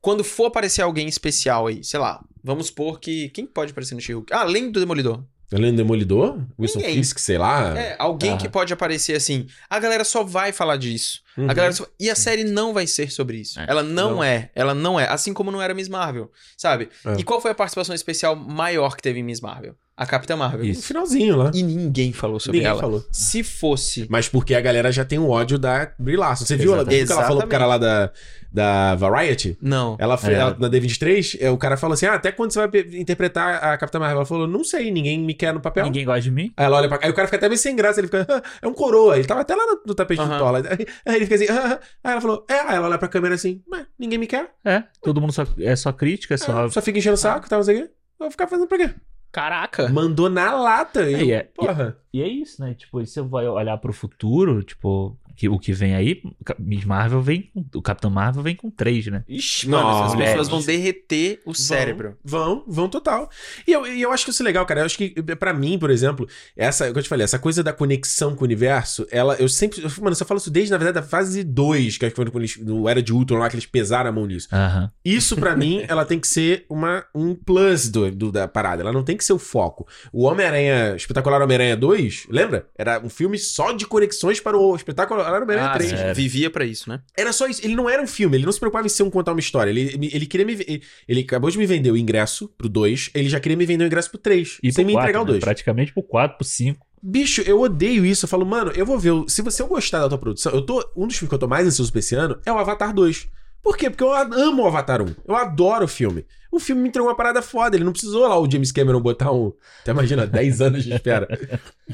quando for aparecer alguém especial aí, sei lá, vamos supor que. Quem pode aparecer no She-Hulk? Ah, além do Demolidor.
Além do é um Demolidor? Wilson
Ninguém.
Fisk, sei lá.
É, alguém
Ah.
que pode aparecer assim. A galera só vai falar disso.
Uhum.
A galera só- E a série não vai ser sobre isso.
É.
Ela não,
Não.
é. Ela não é. Assim como não era Miss Marvel, sabe?
É.
E qual foi a participação especial maior que teve em Miss Marvel? A Capitã Marvel.
No finalzinho lá.
E ninguém falou sobre
Ninguém
ela.
falou.
Se fosse.
Mas porque a galera já tem um ódio da Brilaço. Você viu, ela, viu o que ela falou pro cara lá da, da Variety?
Não.
Ela foi
É.
ela- na D23, é, o cara falou assim: Ah, até quando você vai pe- interpretar a Capitã Marvel? Ela falou: Não sei, ninguém me quer no papel.
Ninguém gosta de mim?
Aí ela olha pra cá, aí o cara fica até meio sem graça, ele fica, "Ah, é um coroa, ele tava até lá no, no tapete
Aham.
de tola. Aí, aí ele fica assim, "Ah, ah." aí ela falou, é, aí ela olha pra câmera assim, mas ninguém me quer,
É, todo mundo só, é só crítica, é só. Ah.
só fica enchendo o saco e tal, não sei o quê. Eu Vou ficar fazendo pra quê?
Caraca.
Mandou na lata.
É, e
E,
é-
porra.
E é isso, né? Tipo, e você vai olhar pro futuro, tipo, que, o que vem aí, Ca- Miss Marvel vem com. O Capitão Marvel vem com três, né?
Ixi,
Não,
mano, essas
velho.
pessoas vão derreter o cérebro.
Vão, vão total. E eu, e eu acho que isso é legal, cara. Eu acho que, pra mim, por exemplo, essa, é o que eu te falei, essa coisa da conexão com o universo, ela, eu sempre, eu- mano, eu só falo isso desde, na verdade, da fase 2, que acho que foi quando eles- no Era de Ultron lá, que eles pesaram a mão nisso.
Aham.
Isso, pra mim, ela tem que ser uma, um plus do, do- da parada. Ela não tem que ser o foco. O Homem-Aranha, Espetacular Homem-Aranha 2, lembra? Era um filme só de conexões para o Espetacular Homem-Aranha
Ah,
3.
sim, vivia pra isso, né?
Era só isso. Ele não era um filme. Ele não se preocupava em ser um contar uma história. Ele, ele- ele queria me... ve- Ele acabou de me vender o ingresso pro 2. Ele já queria me vender o ingresso pro 3.
E
sem
pro
me
quatro,
entregar o
né?
2.
Praticamente pro 4, pro 5.
Bicho, eu odeio isso. Eu falo, mano, eu vou ver. o- Se você eu gostar da tua produção, eu tô. Um dos filmes que eu tô mais ansioso pra esse ano é o Avatar 2. Por quê? Porque eu a- amo o Avatar 1. Eu adoro o filme. O filme me entregou uma parada foda. Ele não precisou lá o James Cameron botar um. Até imagina, 10 anos de espera.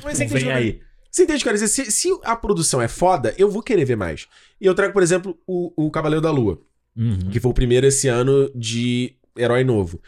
Mas você
Vem
entende,
aí.
aí. Você entende, cara? Se, se a produção é foda, eu vou querer ver mais. E eu trago, por exemplo, o, o Cavaleiro da Lua
Uhum.
que foi o primeiro esse ano de herói novo.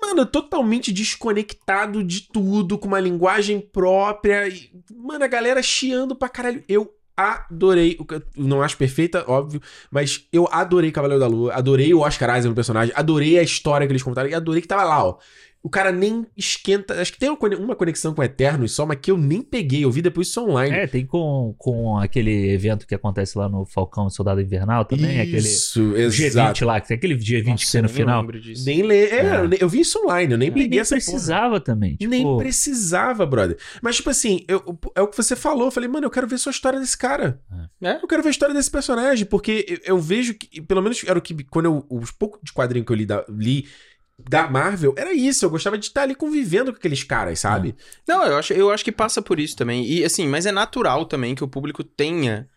Mano, totalmente desconectado de tudo, com uma linguagem própria. e, mano, a galera chiando pra caralho. Eu adorei. o que- Não acho perfeita, óbvio, mas eu adorei Cavaleiro da Lua, adorei o Oscar Isaac no personagem, adorei a história que eles contaram e adorei que tava lá, ó. O cara nem esquenta. Acho que tem uma cone- uma conexão com Eternos só, mas que eu nem peguei. Eu vi depois isso online.
É, tem com, com aquele evento que acontece lá no Falcão e Soldado Invernal também,
isso,
aquele
exato.
G20 lá, que tem aquele dia 20 que tem no
nem
final.
lembro disso.
Nem le... é,
É.
Eu, ne- eu vi isso online, eu nem
E
peguei
nem
essa porra.
precisava também. Tipo,
Nem precisava, brother. Mas, tipo assim, eu- é o que você falou. Eu falei, mano, eu quero ver só a história desse cara.
É.
Eu quero ver a história desse personagem, porque eu, eu vejo que, pelo menos era o que, quando eu, os poucos de quadrinho que eu li da, li da Marvel, era isso. Eu gostava de estar ali convivendo com aqueles caras, sabe?
Hum. Não, eu acho, eu acho que passa por isso também. E assim, mas é natural também que o público tenha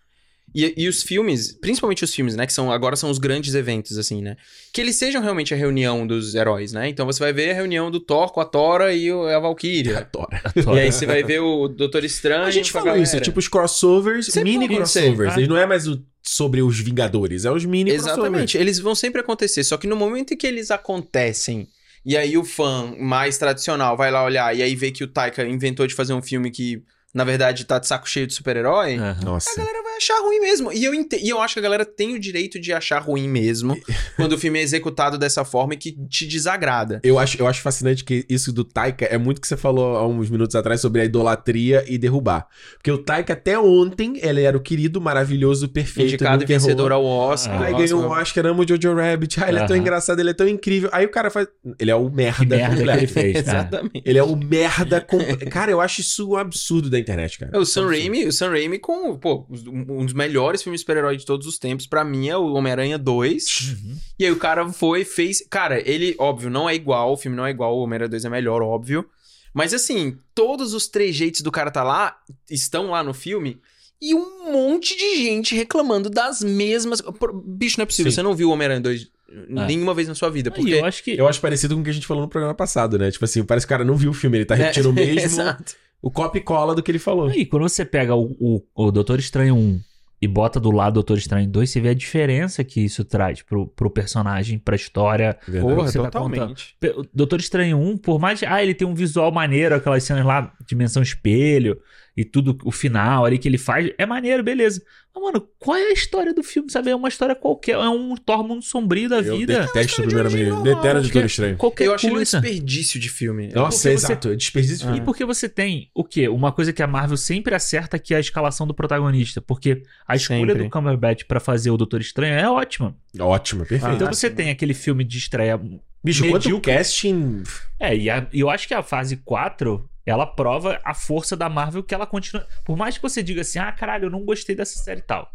E, e os filmes, principalmente os filmes, né? Que são agora são os grandes eventos, assim, né? Que eles sejam realmente a reunião dos heróis, né? Então você vai ver a reunião do Thor com a Tora e o- a Valkyria.
Adora.
e aí você vai ver o Doutor Estranho.
A gente
com
falou isso, é
galera.
tipo os crossovers,
Sempre
mini
vão acontecer,
crossovers.
né?
Eles não é mais o- sobre os Vingadores, é os mini crossovers.
Exatamente, eles vão sempre acontecer, só que no momento em que eles acontecem, e aí o fã mais tradicional vai lá olhar e aí vê que o Taika inventou de fazer um filme que, na verdade, tá de saco cheio de super-herói,
É.
Aham.
Nossa.
vai achar ruim mesmo. E eu, ente- e eu acho que a galera tem o direito de achar ruim mesmo quando o filme é executado dessa forma e que te desagrada.
Eu acho, eu acho fascinante que isso do Taika é muito que você falou há uns minutos atrás sobre a idolatria e derrubar. Porque o Taika até ontem, ele era o querido, maravilhoso, perfeito.
Indicado e
nunca errou.
vencedor ao Oscar.
Ah,
Aí
Nossa,
ganhou um o
meu-
Oscar, ama o Jojo Rabbit. Ah, ele é tão
Aham.
engraçado, ele é tão incrível. Aí o cara faz. Ele é o merda.
Que merda que
completo.
ele fez. tá?
Exatamente.
Ele é o merda. completo. cara, eu acho isso um absurdo da internet, cara.
É, O Sam Raimi, o Sam Raimi com, pô, um dos melhores filmes de super-herói de todos os tempos, pra mim é o Homem-Aranha 2.
Uhum.
E aí o cara foi, fez. Cara, ele, óbvio, não é igual, o filme não é igual, o Homem-Aranha 2 é melhor, óbvio. Mas assim, todos os trejeitos do cara tá lá, estão lá no filme, e um monte de gente reclamando das mesmas. Por- Bicho, não é possível,
Sim.
você não viu o Homem-Aranha 2 nenhuma vez na sua vida,
E
porque.
eu acho que.
Eu acho parecido com o que a gente falou no programa passado, né? Tipo assim, parece que o cara não viu o filme, ele tá repetindo o
É,
mesmo,
Exato.
o copy e cola do que ele falou.
Aí, quando você pega o, o, o Doutor Estranho 1 e bota do lado Doutor Estranho 2, você vê a diferença que isso traz pro, pro personagem, pra história.
Verdade.
Porra,
Você tá
totalmente.
Pe- o Doutor Estranho 1, por mais. Ah, ele tem um visual maneiro, aquelas cenas lá, dimensão espelho e tudo, o final ali que ele faz. É maneiro, beleza. Mas, mano, qual é a história do filme? Sabe? É uma história qualquer, é um tormento sombrio da
Eu
vida.
detesto o primeiro menino. Detesto o Doutor Estranho.
Qualquer
eu acho ele um
coisa.
desperdício de filme.
Nossa,
Porque você-
exato. é Desperdício de
Ah.
E porque você tem o quê? Uma coisa que a Marvel sempre acerta que é a escalação do protagonista. Porque a escolha
Sempre.
do Cumberbatch pra fazer o Doutor Estranho é ótima.
filme. Ótimo, perfeito.
então
Ah,
você
sim.
tem aquele filme de estreia.
Bicho, quanto
medíocre.
casting.
É, e a- e eu acho que a fase 4, ela prova a força da Marvel que ela continua. Por mais que você diga assim, ah, caralho, eu não gostei dessa série e tal.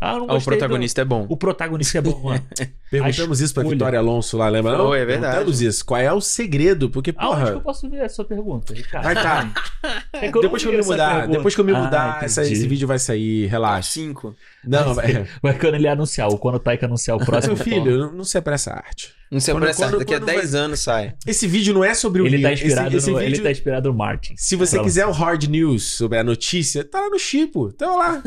Ah, eu não
Ah, o
gostei.
protagonista é bom.
do- O protagonista é bom, mano.
Perguntamos isso pra
escolha.
Vitória Alonso lá, lembra?
Foi, é verdade.
Perguntamos isso. Qual é o segredo? Porque,
Aonde que eu
porra.
posso ver a sua pergunta, Ricardo?
Vai tá.
É eu
Depois que
não
eu me
vi essa
mudar,
pergunta.
depois que eu me
Ah,
mudar, essa-
entendi.
esse vídeo vai sair, relaxa.
Cinco.
Não,
Mas-
vai.
Mas quando ele anunciar, ou quando o Taika anunciar o próximo
Meu
filme.
filho, não- não se apressa a arte.
Não sei
Quando-
apressar,
quando-
daqui a
quando
10 anos sai.
Esse vídeo não é sobre o
Ele
livro.
tá inspirado,
esse, esse
no,
vídeo,
ele tá inspirado no Martin.
Se você
Ela-
quiser o hard news sobre a notícia, tá lá no Chipo. Tá lá.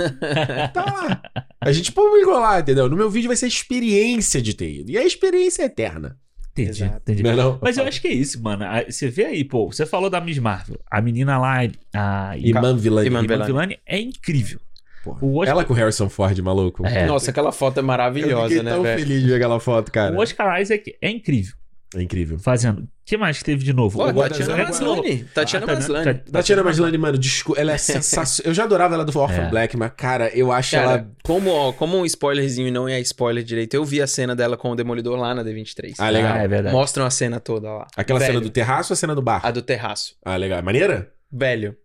Tá lá. A gente publicou lá, entendeu? No meu vídeo vai ser a experiência de ter ido. E a experiência é eterna.
Entendi,
Exato.
entendi.
Não é não?
Mas eu acho que é isso, mano. A- Você vê aí, pô, você falou da Miss Marvel. A menina lá, a
Iman Villani.
Iman
Iman
Vellani.
Villani é incrível.
Porra.
O Oscar,
Ela com o Harrison Ford, maluco.
É.
Nossa, aquela foto é
eu
maravilhosa,
fiquei
né,
tão
velho?
feliz de ver aquela foto, cara.
o Oscar Isaac é incrível.
É incrível.
Fazendo. O que mais que teve de novo?
Pô,
Eu
O-
gosto
Tatiana
dela.
Maslany. Tatiana
Ah, tá-
Maslany.
tá-
Tatiana Maslany, mano, desculpa. Ela é sensacional. Eu já adorava ela do Orphan
É.
Black, mas, cara, eu acho ela.
Cara, como, ó, como um spoilerzinho e não é spoiler direito, eu vi a cena dela com o Demolidor lá na D23.
Ah, legal.
Ah, é verdade.
Mostram a cena toda lá.
Aquela
Velho,
cena do terraço ou a cena do bar?
A do terraço.
Ah, legal. É Maneira?
Velho.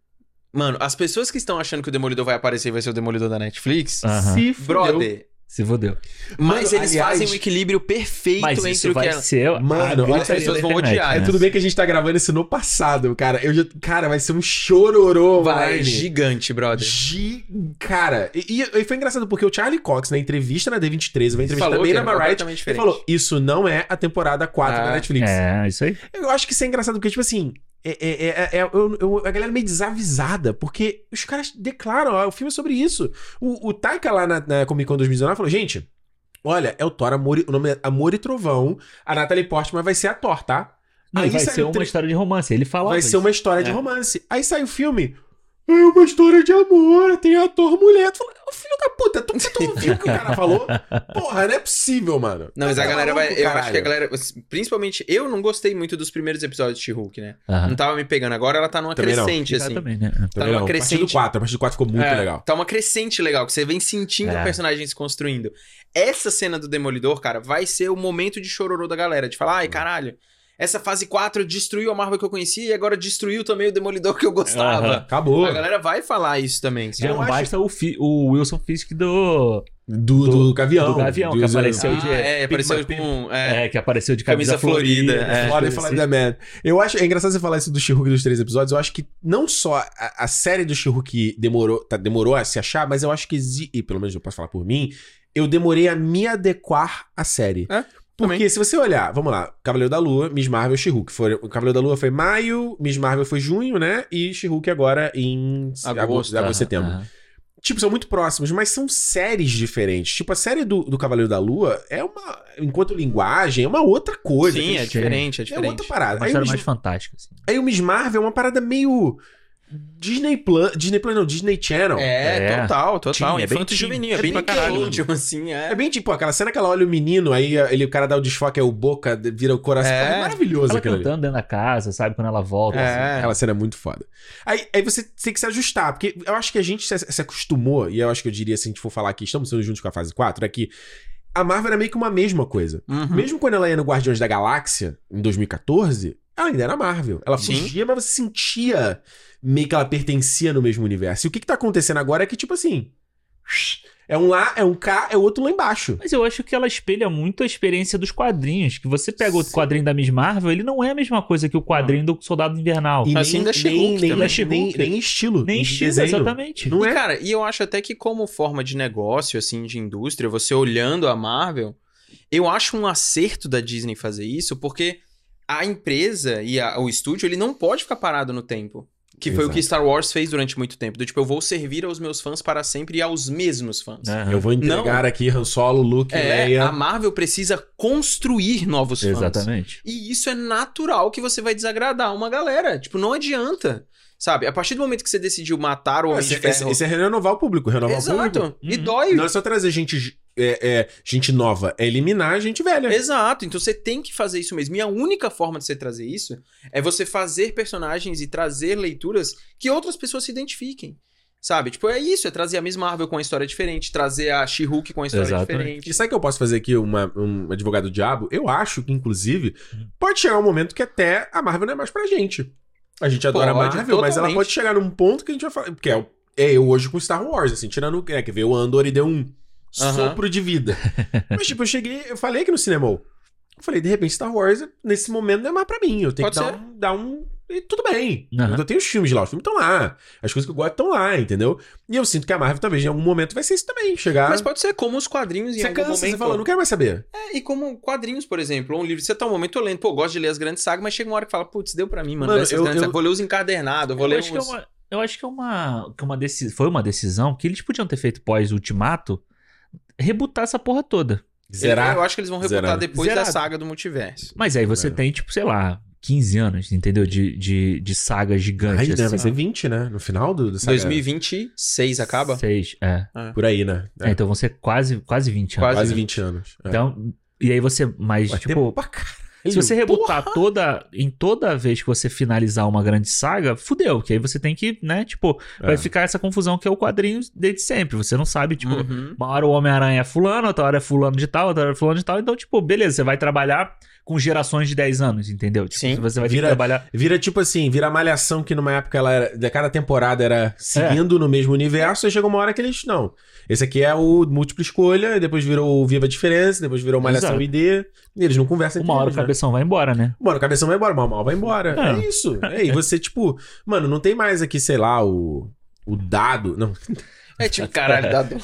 Mano, as pessoas que estão achando que o Demolidor vai aparecer e vai ser o Demolidor da Netflix...
Aham.
Se
Brother,
Se fodeu.
mas
Mano,
eles
aliás-
fazem um equilíbrio perfeito
Mas
entre
isso
o que
vai
ela...
ser.
Mano,
Ah,
a grande
olha, as
série
pessoas
da
vão
internet,
odiar,
né?
É, tudo bem que a gente tá gravando isso no passado, cara. Eu já, cara, vai ser um chororô,
Vai, é
online.
gigante, brother.
Gi- Cara, e, e- e foi engraçado porque o Charlie Cox, na entrevista na D23, vai entrevistar
Falou
também
que
na
era
Mariah,
completamente
ele
diferente.
falou, isso não é a temporada 4
Ah,
da Netflix.
É, isso aí.
Eu acho que isso é engraçado porque, tipo assim, é, é- é- é- é- eu- eu- a galera é meio desavisada, porque os caras declaram, ó, o filme é sobre isso. O, o Taika lá na, na Comic Con 2019 falou, gente, olha, é o Thor, Amor, e- o nome é Amor e Trovão, a Natalie Portman vai ser a Thor, tá?
Não,
Aí
vai
saiu
ser
um
uma
tre-
história de romance. Ele fala.
Vai ser uma história de
É.
romance. Aí sai o filme. É uma história de amor, tem ator mulher. Tu fala, "Ô, filho da puta, tu, você não viu o que o cara falou? Porra, não é possível, mano.
Não, mas a
Tá
galera vai...
maluco,
Eu acho
caralho.
que a galera... assim, Principalmente, eu não gostei muito dos primeiros episódios de She-Hulk, né? Não
Aham.
tava me pegando. Agora ela tá numa
Ah. Também não.
crescente, assim.
Exatamente, né?
Também
numa
não, A partir do
crescente.
4, a partir do 4 ficou muito
É,
legal.
Tá uma crescente legal, que você vem sentindo
É.
o personagem se construindo. Essa cena do Demolidor, cara, vai ser o momento de chororô da galera, de falar, ai caralho, essa fase 4 destruiu a Marvel que eu conhecia e agora destruiu também o Demolidor que eu gostava.
Aham.
Acabou.
A galera vai falar isso também.
Já é um
sabe?
Eu
não
acho-
basta o, fi- o Wilson Fisk do
Do, do, Gavião.
do Gavião, que
Zeus-
apareceu
Ah,
de-
é, pareceu
Pigma-
com. É,
É, que apareceu de
Camisa
camisa, florida.
florida, é.
essas
Olha,
coisas
falar
assim.
da Man. Eu acho, é engraçado você falar isso do She-Hulk dos três episódios. Eu acho que não só a, a série do She-Hulk demorou, tá, demorou a se achar, mas eu acho que, exi- e pelo menos eu posso falar por mim, eu demorei a me adequar à série.
É,
Porque
também.
se você olhar, vamos lá, Cavaleiro da Lua, Miss Marvel, She-Hulk. foram- O Cavaleiro da Lua foi maio, Miss Marvel foi junho, né? E She-Hulk agora em s-
Agosto, é,
agosto, agosto
Aham,
setembro.
aham.
Tipo, são muito próximos, mas são séries diferentes. Tipo, a série do, do Cavaleiro da Lua é uma. Enquanto linguagem, é uma outra coisa.
sim, é
Eles-
diferente,
é
é
outra
diferente.
parada.
Mas
Aí o
era
Miss-
mais fantástico, assim.
Aí o Miss Marvel é uma parada meio. Disney Plus. Disney Plus não, Disney Channel. É.
É,
É.
total, total.
Teen, é bem
Infanto
teen.
juvenil, é
É
bem
bem
Nickelodeon, assim, é.
bem tipo aquela cena que ela olha o menino, aí ele, o cara dá o desfoque, é o boca, vira o coração.
É.
É, maravilhoso
Ela
aquilo ali.
cantando dentro da casa, sabe? Quando ela volta. assim.
É.
Aquela cena é muito foda. Aí, aí você tem que se ajustar, porque eu acho que a gente se, se acostumou, e eu acho que eu diria, se a gente for falar que estamos sendo juntos com a fase 4, é que a Marvel era meio que uma mesma coisa.
Uhum.
Mesmo quando ela ia no Guardiões da Galáxia, em 2014, ela ainda era Marvel. Ela
Sim.
fugia, mas você sentia meio que ela pertencia no mesmo universo. E o que, que tá acontecendo agora é que, tipo assim. É um lá, é um cá, é outro lá embaixo.
Mas eu acho que ela espelha muito a experiência dos quadrinhos. Que você pega
Sim.
o quadrinho da Miss Marvel, ele não é a mesma coisa que o quadrinho do Soldado Invernal.
E
Assim,
nem,
da She-Hulk
nem, nem,
também.
nem, nem, nem estilo. de
Nem estilo,
desenho.
exatamente.
Não
e,
é.
cara, e eu acho até que como forma de negócio, assim, de indústria, você olhando a Marvel, eu acho um acerto da Disney fazer isso, porque a empresa e a- o estúdio, ele não pode ficar parado no tempo. Que foi o que Star Wars fez durante muito tempo. Do tipo, eu vou servir aos meus fãs para sempre e aos mesmos fãs.
Aham.
Eu vou entregar aqui Han Solo, Luke,
É,
Leia.
a Marvel precisa construir novos fãs.
Exatamente.
E isso é natural que você vai desagradar uma galera. Tipo, não adianta. Sabe? A partir do momento que você decidiu matar o Homem
Esse,
de Ferro...
esse- esse é renovar o público, renovar o público.
Exato. E
Uhum.
dói.
Não é só trazer gente, é, é, gente nova, é eliminar gente velha.
Exato. Então você tem que fazer isso mesmo. E a única forma de você trazer isso é você fazer personagens e trazer leituras que outras pessoas se identifiquem. Sabe? Tipo, é isso. É trazer a Miss Marvel com uma história diferente, trazer a She-Hulk com uma história
Exatamente.
E
diferente.
sabe que eu posso fazer aqui uma, um advogado do diabo? Eu acho que, inclusive,
Uhum.
pode chegar um momento que até a Marvel não é mais pra gente. A gente adora a
Pode,
Marvel, mas ela
totalmente.
pode chegar num ponto que a gente vai falar. Porque é, o- é eu hoje com Star Wars, assim, tirando o né, que veio o Andor e deu um sopro de vida. mas, tipo, eu cheguei, eu falei aqui no cinema. Eu falei, de repente, Star Wars, nesse momento, não é mais pra mim. Eu tenho
Pode
que dar
ser.
um, dar um. E tudo bem.
Aham.
Eu tenho os filmes lá, os filmes estão lá. As coisas que eu gosto estão lá, entendeu? E eu sinto que a Marvel, talvez, em algum momento, vai ser isso também. Chegar.
Mas pode ser como os quadrinhos em
Você
algum
cansa,
momento.
você fala, não quero mais saber.
É, e como quadrinhos, por exemplo, ou um livro, você tá um momento lendo, pô, gosto de ler as grandes sagas, mas chega uma hora que fala, putz, deu pra mim, mano,
Mano,
ler essas
eu-
grandes
eu-
sagas. vou ler os encadernados, eu vou
eu
ler
acho que é
uns...
uma, eu acho que é uma, que é uma decisão, foi uma decisão que eles podiam ter feito pós Ultimato, rebutar essa porra toda.
Eu acho que eles vão reputar
Zerar.
depois da
Zerado.
saga do multiverso.
Mas aí você
É.
tem tipo, sei lá, 15 anos, entendeu? De, de, de saga gigante
Aí, né?
assim.
Vai ser 20, né? No final do, do saga-
2026 acaba?
Seis, é.
Por aí, né? É,
É, então vão ser quase quase 20 anos.
quase,
quase
20, anos. É.
Então, e aí você, mas
Vai ter
tipo,
pra caralho.
se você rebutar toda em toda vez que você finalizar uma grande saga, fudeu, que aí você tem que, né, tipo, vai
É.
ficar essa confusão que é o quadrinho desde sempre. Você não sabe, tipo,
Uhum.
Uma hora o Homem-Aranha é fulano, outra hora é fulano de tal, outra hora é fulano de tal. Então, tipo, beleza, você vai trabalhar com gerações de 10 anos, entendeu? Tipo,
Sim.
você vai ter
Vira-
que trabalhar.
Vira tipo assim, vira a malhação que numa época ela era. De cada temporada
É.
era seguindo no mesmo universo, e chega uma hora que eles. Não. Esse aqui é o múltipla escolha, e depois virou o Viva a Diferença, depois virou Malhação
Exato.
ID. E eles não conversam
Uma hora o
eles, né?
cabeção vai embora, né?
Mano, o cabeção vai embora, o mal mal vai embora.
Ah.
É isso. É, e você, tipo, mano, não tem mais aqui, sei lá, o. O dado. Não,
É tipo, caralho, dá dó.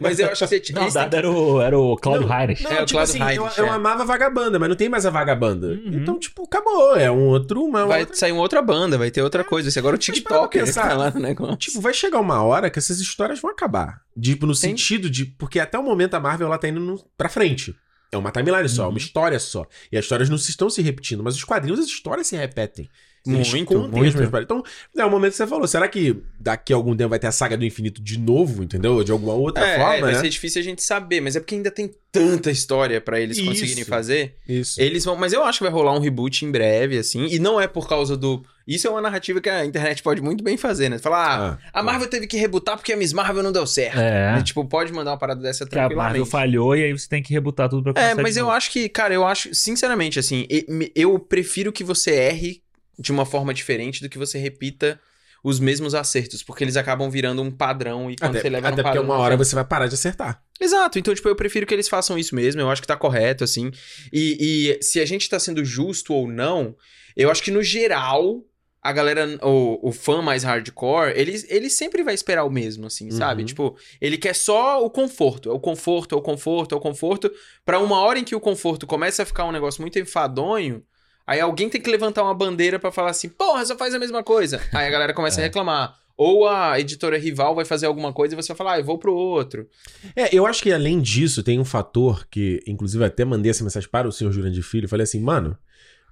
Mas eu acho que você tinha.
Não, dado era o, era o Claudio
Não,
Raires.
Não,
É, o
tipo
Cláudio
assim,
Heinrich,
eu, eu
é.
amava a vagabanda, mas não tem mais a vagabanda.
Uhum.
Então, tipo, acabou. É um outro, uma
Vai
outra.
sair uma outra banda, vai ter outra coisa. Esse agora é o TikTok
para pra pensar.
tá lá no negócio.
Tipo, vai chegar uma hora que essas histórias vão acabar. Tipo, no
Sim.
sentido de. Porque até o momento a Marvel ela tá indo no, pra frente. É uma timeline só, é
Uhum.
uma história só. E as histórias não se estão se repetindo, mas os quadrinhos, as histórias se repetem.
Muito,
contam as
muito.
mesmas histórias. Então, é o momento que você falou. Será que daqui a algum tempo vai ter a saga do infinito de novo, entendeu? De alguma outra
é, é,
forma,
vai
né?
ser difícil a gente saber, mas é porque ainda tem tanta história pra eles
Isso.
conseguirem fazer.
Isso.
Eles vão, mas eu acho que vai rolar um reboot em breve, assim. E não é por causa do. Isso é uma narrativa que a internet pode muito bem fazer, né? Falar, ah,
É.
a Marvel teve que rebootar porque a Miss Marvel não deu certo.
É.
E, tipo, pode mandar uma parada dessa
Que a Marvel
tranquilamente.
falhou e aí você tem que rebutar tudo pra começar
É, mas
de
eu
novo.
acho que, cara, eu acho, sinceramente, assim, e- me- eu prefiro que você erre de uma forma diferente do que você repita os mesmos acertos, porque eles acabam virando um padrão e quando
Até,
você leva
até
um
porque
padrão,
uma hora você vai parar de acertar.
Exato, então, tipo, eu prefiro que eles façam isso mesmo, eu acho que tá correto, assim. E, e se a gente tá sendo justo ou não, eu acho que no geral, a galera, o, o fã mais hardcore, ele, ele sempre vai esperar o mesmo, assim,
Uhum.
sabe? Tipo, ele quer só o conforto, é o conforto, é o conforto, é o conforto. Pra uma hora em que o conforto começa a ficar um negócio muito enfadonho, aí alguém tem que levantar uma bandeira pra falar assim, porra, só faz a mesma coisa. Aí a galera começa a reclamar. Ou a editora rival vai fazer alguma coisa e você vai falar, ah, eu vou pro outro.
É, eu acho que além disso, tem um fator que, inclusive, até mandei essa mensagem para o senhor Jurandir Filho. Falei assim, mano,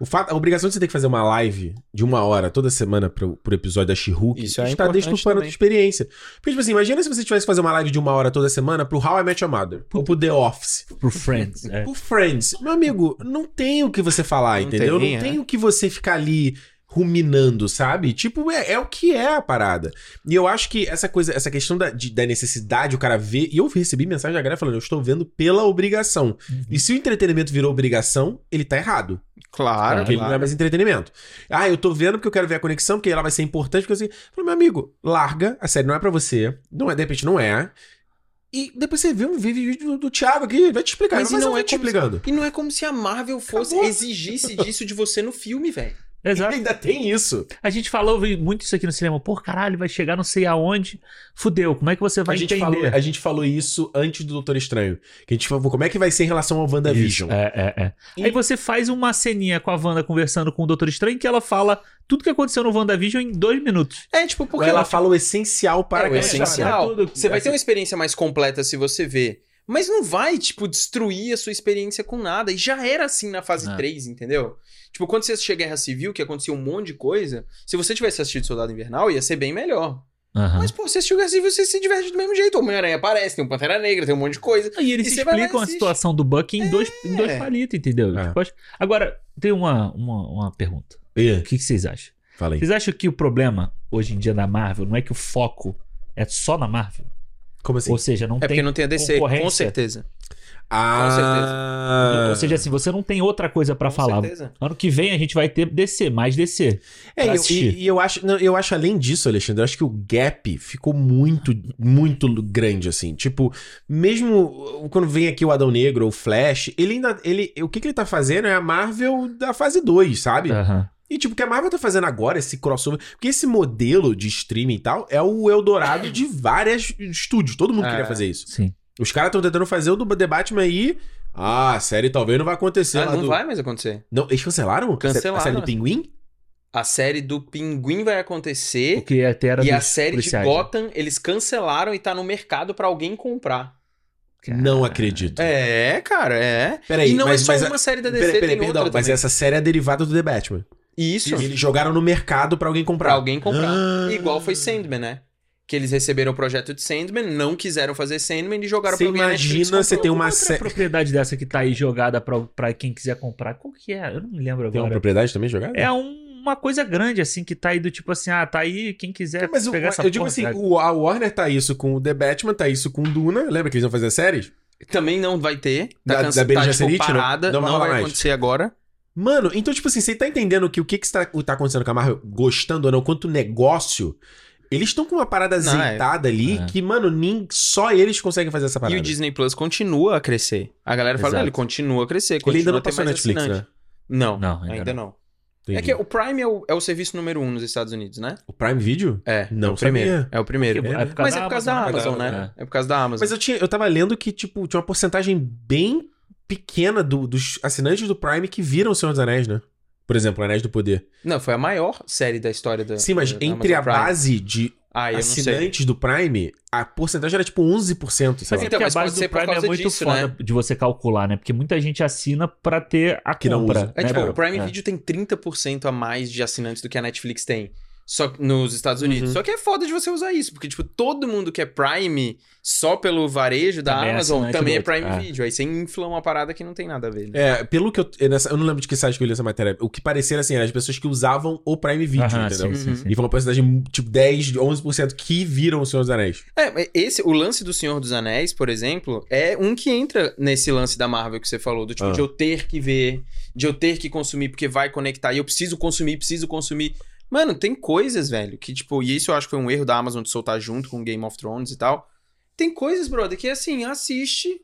o fato, a obrigação de você ter que fazer uma live de uma hora toda semana pro, pro episódio da She-Hulk
Isso é
está
importante
destruindo a tua
também.
experiência. Porque, tipo assim, imagina se você tivesse que fazer uma live de uma hora toda semana pro How I Met Your Mother ou pro The Office.
Pro Friends. É.
O Friends, meu amigo, não tem o que você falar,
Não
entendeu?
tem,
não
é.
tem o que você ficar ali ruminando, sabe? Tipo, é, é o que é a parada. E eu acho que essa coisa, essa questão da, de- da necessidade, o cara vê. E eu recebi mensagem da galera falando, eu estou vendo pela obrigação.
Uhum.
E se o entretenimento virou obrigação, ele tá errado.
Claro,
porque ele não é mais entretenimento. Ah, eu tô vendo porque eu quero ver a conexão, porque ela vai ser importante, porque assim. Eu falei, meu amigo, larga, a série não é pra você. Não é, de repente não é. E depois você vê um vídeo do, do Thiago aqui, ele vai te explicar.
Mas
ele
e
não
não
vai
é
te
como-
tá explicando.
E não é como se a Marvel fosse
Acabou.
exigisse disso de você no filme, velho.
Exato.
Ainda tem isso.
A gente falou vi muito isso aqui no cinema. Pô, caralho, vai chegar não sei aonde. Fudeu, como é que você vai
a, gente
entender?
falou, a gente falou isso antes do Doutor Estranho. Que a gente falou, como é que vai ser em relação ao WandaVision?
É, é, é.
E-
Aí você faz uma ceninha com a Wanda conversando com o Doutor Estranho que ela fala tudo que aconteceu no WandaVision em dois minutos.
É, tipo, porque
ela fala o essencial para
é o
que
essencial.
É tudo-
Você vai ter uma experiência mais completa se você ver. Mas não vai, tipo, destruir a sua experiência com nada. E já era assim na fase
É.
3, entendeu? Tipo, quando você assistia Guerra Civil, que acontecia um monte de coisa, se você tivesse assistido Soldado Invernal, ia ser bem melhor.
Aham.
Mas, pô, você assistiu Guerra Civil, você se diverte do mesmo jeito. O Homem-Aranha aparece, tem um Pantera Negra, tem um monte de coisa.
E eles
E você vai lá e
explicam a
assiste.
situação do Buck em, dois, em dois
É.
palitos, entendeu?
É.
Tipo, acho- Agora, tem uma, uma, uma pergunta. O
né? Ih,
que, que vocês acham?
fala aí.
Vocês acham que o problema hoje em dia da Marvel não é que o foco é só na Marvel?
Como assim?
Ou seja, não
É
tem.
porque não tem a DC, com
concorrência.
certeza.
Ah,
Ou seja, assim, você não tem outra coisa pra
com
falar.
certeza.
Ano que vem a gente vai ter DC, mais DC.
É,
pra
eu-
assistir.
e, e eu acho, não, eu acho além disso, Alexandre, eu acho que o gap ficou muito, muito grande, assim. Tipo, mesmo uh, quando vem aqui o Adão Negro ou o Flash, ele ainda, ele, o que, que ele tá fazendo é a Marvel da fase 2, sabe?
Aham.
E, tipo, o que a Marvel tá fazendo agora, esse crossover. Porque esse modelo de streaming e tal é o Eldorado de vários estúdios. Todo mundo
É.
queria fazer isso.
Sim.
Os caras estão tentando fazer o do The Batman aí. Ah, a série talvez não vai acontecer.
Ah,
lá
não
do-
vai mais acontecer.
Não, eles cancelaram?
Cancelaram.
A série do Pinguim?
A série do Pinguim vai acontecer.
O que até era
E a
dos
série
policiais,
de
né?
Gotham, eles cancelaram e tá no mercado pra alguém comprar.
Cara.
Não acredito.
né? É, cara, é.
Peraí,
e não
mas,
é só
mas a-
uma série da DC,
Peraí, peraí,
tem
perdão,
outra
mas
também.
essa série é derivada do The Batman.
Isso,
E eles jogaram no mercado pra alguém comprar.
pra alguém comprar.
Ah.
Igual foi Sandman, né? Que eles receberam o projeto de Sandman, não quiseram fazer Sandman e jogaram
Você
pra alguém na
imagina,
Netflix comprar.
você tem uma
Outra
série.
propriedade dessa que tá aí jogada pra, pra quem quiser comprar. Qual que é? Eu não me lembro
Tem uma
agora.
propriedade também jogada?
É um- uma coisa grande, assim, que tá aí do tipo assim, ah, tá aí, quem quiser
Mas o-
pegar essa
eu digo
porra,
assim,
né?
cara.
o, a Warner tá isso com o The Batman, tá isso com o Duna. Lembra que eles iam fazer séries?
Também não vai ter. Tá,
Da-
cansa-
da Bene
tá, tipo,
Gesserit, não?
parada,
Não
não,
vai rolar
vai
mais.
acontecer agora.
Mano, então, tipo assim, você tá entendendo que o que, que está, o tá acontecendo com a Marvel, gostando ou não, quanto negócio, eles estão com uma parada
Não, é.
azeitada ali
É.
que, mano, nem, só eles conseguem fazer essa
E
parada.
o Disney Plus continua a crescer. A galera fala,
Exato.
não, ele continua a crescer.
Ele
Continua
ainda não
a ter
passou na
mais
Netflix,
assinante.
né?
Não,
Não,
ainda,
ainda
não. É
Entendi.
que o Prime é o, é o serviço número um nos Estados Unidos, né?
O Prime Video?
É,
Não
é o primeiro.
sabia.
É o primeiro.
É,
por
Mas é por causa da Amazon,
por causa da
né? É por causa da Amazon.
Mas eu, tinha, eu tava lendo que, tipo, tinha uma porcentagem bem pequena do- dos assinantes do Prime que viram o Senhor dos Anéis, né? Por exemplo, Anéis do Poder.
Não, foi a maior série da história da.
Sim, mas
da
entre a
É, Amazon Prime.
base de
Ah, eu não sei.
assinantes do Prime, a porcentagem era tipo 11%, sei
Mas
lá.
é
Então,
porque
mas
a
pode
base
ser
do
por
Prime é
causa
muito
disso,
foda
né?
de você calcular, né? Porque muita gente assina pra ter a
Que não
compra.
usa.
É
né,
tipo,
bro?
o Prime
É.
Video tem 30% a mais de assinantes do que a Netflix tem. Só que- nos Estados Unidos.
Uhum.
Só que é foda de você usar isso, porque, tipo, todo mundo que é Prime, só pelo varejo da
Também é
Amazon,
assinante
também
do
é
outro.
Prime
Ah.
Video. Aí você infla uma parada que não tem nada a ver. né?
É, pelo que eu. eu nessa- eu não lembro de que site que eu li essa matéria. O que parecia assim, eram as pessoas que usavam o Prime Video,
Aham,
entendeu?
sim, sim, sim.
E foi uma porcentagem, tipo, 10, 11% que viram o Senhor dos Anéis.
É, mas esse, o lance do Senhor dos Anéis, por exemplo, é um que entra nesse lance da Marvel que você falou, do tipo,
Ah.
de eu ter que ver, de eu ter que consumir, porque vai conectar, e eu preciso consumir, preciso consumir. Mano, tem coisas, velho, que, tipo, e isso eu acho que foi um erro da Amazon de soltar junto com Game of Thrones e tal. Tem coisas, brother, que assim, assiste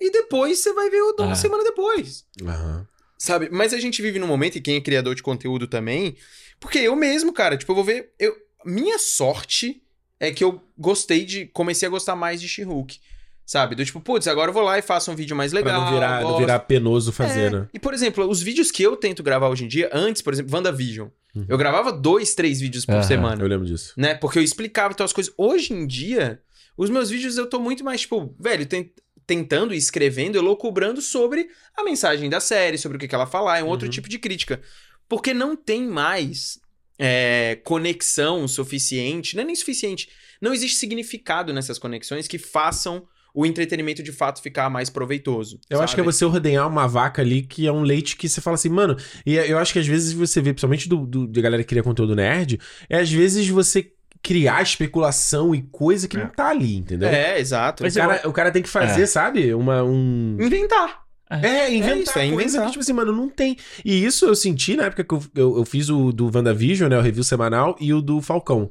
e depois você vai ver o- uma
Ah.
semana depois.
Aham.
Sabe? Mas a gente vive num momento, e quem é criador de conteúdo também, porque eu mesmo, cara, tipo, eu vou ver. Eu, minha sorte é que eu gostei de. Comecei a gostar mais de She-Hulk. Sabe? Do tipo, putz, agora eu vou lá e faço um vídeo mais legal.
Pra não virar, não
gosto.
virar penoso
É,
fazer, né?
E, por exemplo, os vídeos que eu tento gravar hoje em dia, antes, por exemplo, WandaVision.
Uhum.
Eu gravava dois, três vídeos por
Aham.
semana
Eu lembro disso.
né? Porque eu explicava então as coisas. Hoje em dia, os meus vídeos eu tô muito mais, tipo, velho, ten- tentando e escrevendo, elocubrando sobre a mensagem da série, sobre o que, que ela falar, é um outro
Uhum.
tipo de crítica. Porque não tem mais é, conexão suficiente, não é nem suficiente, não existe significado nessas conexões que façam o entretenimento de fato ficar mais proveitoso.
Eu acho que é
sabe?
você ordenhar uma vaca ali que é um leite que você fala assim, mano. E eu acho que às vezes você vê, principalmente do, do- da galera que cria conteúdo nerd, é às vezes você criar especulação e coisa que
É.
não tá ali, entendeu?
É, exato.
O, cara, o cara tem que fazer,
É.
sabe? Uma, um.
Inventar.
É, inventar
isso, é
coisa
inventar.
que, tipo assim, mano, não tem. E isso eu senti na época que eu, eu, eu fiz o do WandaVision, né? O review semanal e o do Falcão.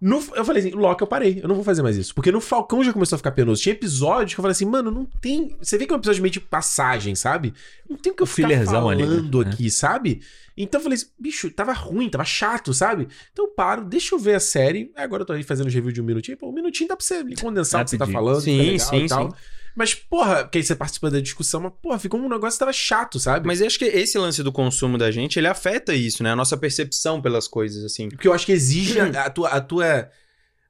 No, eu falei assim, Loki, eu parei, eu não vou fazer mais isso. Porque no Falcão já começou a ficar penoso. Tinha episódios que eu falei assim, mano, não tem. Você vê que é um episódio meio de passagem, sabe? Não tem o que eu
Um
ficar
fillerzão ali, né?
falando
É.
aqui, sabe? Então eu falei assim, bicho, tava ruim, tava chato, sabe? Então eu paro, deixa eu ver a série. Agora eu tô aí fazendo review de um minutinho. Pô, um minutinho dá pra você condensar o que você tá
Rapidinho.
falando,
Sim,
que tá legal
sim,
e tal.
sim.
Mas, porra, porque aí você participa da discussão, mas, porra, ficou um negócio que tava chato, sabe?
Mas eu acho que esse lance do consumo da gente, ele afeta isso, né? A nossa percepção pelas coisas, assim.
Porque eu acho que exige a, a tua, a tua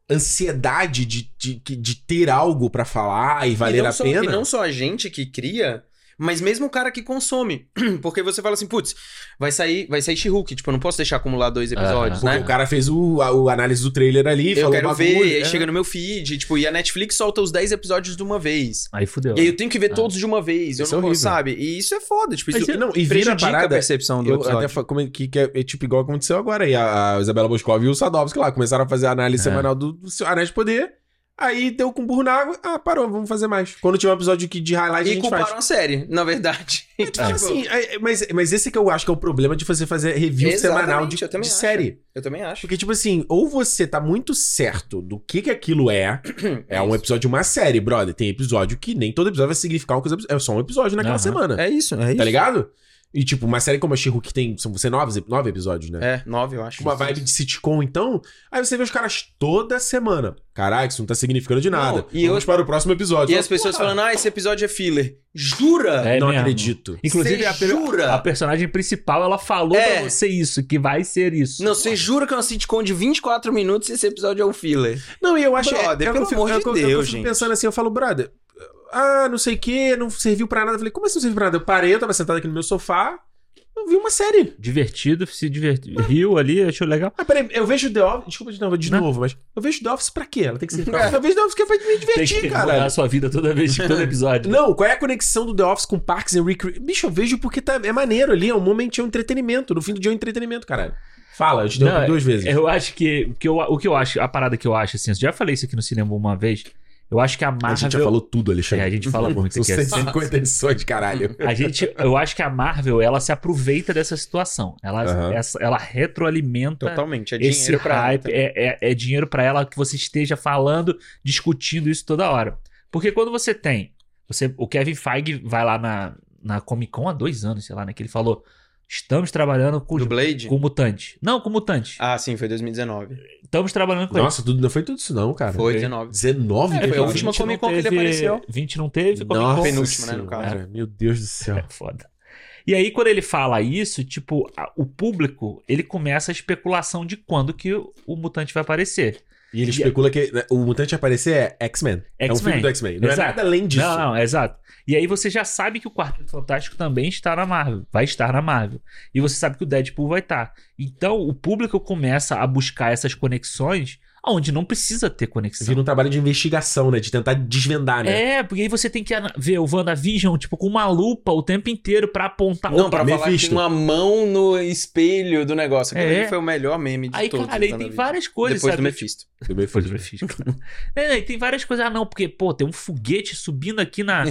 ansiedade de, de, que- de ter algo pra falar e
E
valer
não
a
só-
pena.
E não só a gente que cria, mas mesmo o cara que consome. Porque você fala assim, putz, vai sair, vai sair She-Hulk, tipo, eu não posso deixar acumular dois episódios,
Porque
né?
o cara fez o, a- o análise do trailer ali,
Eu
falou
quero
bagulho,
ver, aí
é.
chega no meu feed, tipo, e a Netflix solta os 10 episódios de uma vez.
Aí fudeu.
E aí eu tenho que ver
Ah.
todos de uma vez, eu
Isso é
não posso,
horrível.
sabe? E isso é foda, tipo,
Mas
isso
você- não, e vira a
prejudica a
parada.
percepção do
Eu
episódio.
até fa- como é que, que é, é tipo igual aconteceu agora aí. A, a Isabela Boscov e o Sadovski lá começaram a fazer a análise
É.
semanal do, do seu Anéis de Poder. Aí deu com burro na água. Ah, parou, vamos fazer mais. Quando tiver um episódio que- de highlight, a
E
gente faz.
culparam a série, na verdade. Tipo,
Então, assim, é- é- mas, mas esse que eu acho que é o problema de você fazer review
Exatamente,
semanal de,
eu também
de
acho.
série.
eu também acho.
Porque, tipo assim, ou você tá muito certo do que que aquilo é, é um
isso.
episódio de uma série, brother. Tem episódio que nem todo episódio vai significar uma coisa, é só um episódio naquela
Aham.
semana,
É isso, é isso.
tá ligado? E, tipo, uma série como a She-Hulk que tem, são, são nove, nove episódios, né?
É, nove, eu acho.
Uma vibe de sitcom, então, aí você vê os caras toda semana. Caraca, isso não tá significando de nada.
Não, e
Vamos
eu-
para o próximo episódio.
E as pessoas
Porra,
falando, ah, esse episódio é filler. Jura?
É
não
mesmo.
acredito.
Inclusive,
Cê
a, per-
jura?
a personagem principal, ela falou
É.
pra você isso, que vai ser isso.
Não, você jura que é uma sitcom de 24 minutos e esse episódio é um filler.
Não, e eu acho.
Brother,
eu,
pelo
fico-
amor de
eu- eu- eu
Deus,
fico
gente.
pensando assim, eu falo, brother, ah, não sei o que, não serviu pra nada. Eu falei, como assim não serviu pra nada? Eu parei, eu tava sentado aqui no meu sofá, eu vi uma série.
Divertido, se divertiu. Riu ali, achou legal.
Ah, peraí, eu vejo The Office, desculpa de novo, de
Não.
novo, mas eu vejo The Office pra quê? Ela tem que ser. Eu vejo The Office que é pra me divertir,
mudar a
cara.
sua vida toda vez, todo episódio.
Não, qual é a conexão do The Office com Parks and Recre... Bicho, eu vejo porque tá, é maneiro ali, é um momento de entretenimento. No fim do dia é um entretenimento, caralho. Fala, eu te dei
Não, é,
duas vezes.
Eu acho que, que eu- o que eu acho, a parada que eu acho, assim, eu já falei isso aqui no cinema uma vez, eu acho que a Marvel...
A gente já falou tudo, Alexandre.
É, a gente fala muito
São
aqui, assim.
150 edições, caralho.
A gente, eu acho que a Marvel, ela se aproveita dessa situação. Ela,
Aham.
essa- ela retroalimenta
Totalmente, é
esse
dinheiro pra
hype. É, é- é dinheiro pra ela que você esteja falando, discutindo isso toda hora. Porque quando você tem. Você, o Kevin Feige vai lá na, na Comic Con há dois anos, sei lá, né? Que ele falou: estamos trabalhando com,
Do
os-
Blade?
com mutante. Não, com mutante.
Ah, sim, foi 2019.
Estamos trabalhando com
Nossa, tudo, não foi tudo isso, não, cara.
Foi
ok.
19.
19
É,
que
foi
ele
a última
fez?
Comic Con que ele
teve-
apareceu.
20 não teve, Comic Con.
Nossa
penúltima, né, no
senhora,
caso.
Meu Deus do céu.
É foda. E aí, quando ele fala isso, tipo, a- o público, ele começa a especulação de quando que o, o mutante vai aparecer.
E ele
E-
especula que né, o mutante aparecer é X-Men. É um filme
X-Men.
do X-Men. Não
Exato.
é nada além disso.
Não, não, exato. E aí você já sabe que o Quarteto Fantástico também está na Marvel, vai estar na Marvel. E você sabe que o Deadpool vai estar. Então o público começa a buscar essas conexões onde não precisa ter conexão.
Vira um trabalho de investigação, né? De tentar desvendar, né?
É, porque aí você tem que ana- ver o WandaVision, tipo, com uma lupa o tempo inteiro pra apontar.
Não,
Opa,
pra falar que
Mephisto.
tem uma mão no espelho do negócio. Aquele
É.
ali foi o melhor meme de
Aí,
todos.
cara, aí
do
tem
WandaVision.
várias coisas,
Depois do
sabe?
Mephisto.
Eu
Depois do Mephisto, claro. É, não, e tem várias coisas. Ah, não, porque, pô, tem um foguete subindo aqui na,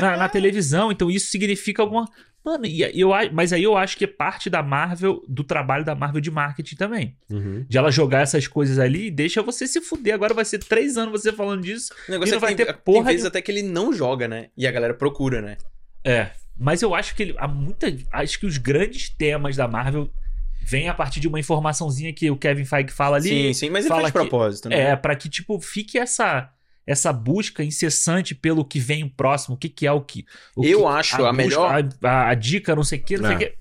na, na televisão, então isso significa alguma. Mano, e eu, a- mas aí eu acho que é parte da Marvel, do trabalho da Marvel de marketing também.
Uhum.
De ela jogar essas coisas ali e deixa você se fuder. Agora vai ser três anos você falando disso.
O
E
negócio é
não
que
vai
tem,
ter
tem
porra
vezes
de-
até que ele não joga, né? E a galera procura, né?
É. Mas eu acho que ele, há muita. Acho que os grandes temas da Marvel vêm a partir de uma informaçãozinha que o Kevin Feige fala ali.
sim, sim, mas ele
fala
faz de
que-
propósito, né?
É, pra que, tipo, fique essa essa busca incessante pelo que vem o próximo, o que, que é o que. o
Eu
que-
acho a melhor-
A, a- a dica, não sei o que, não sei o
É.
que.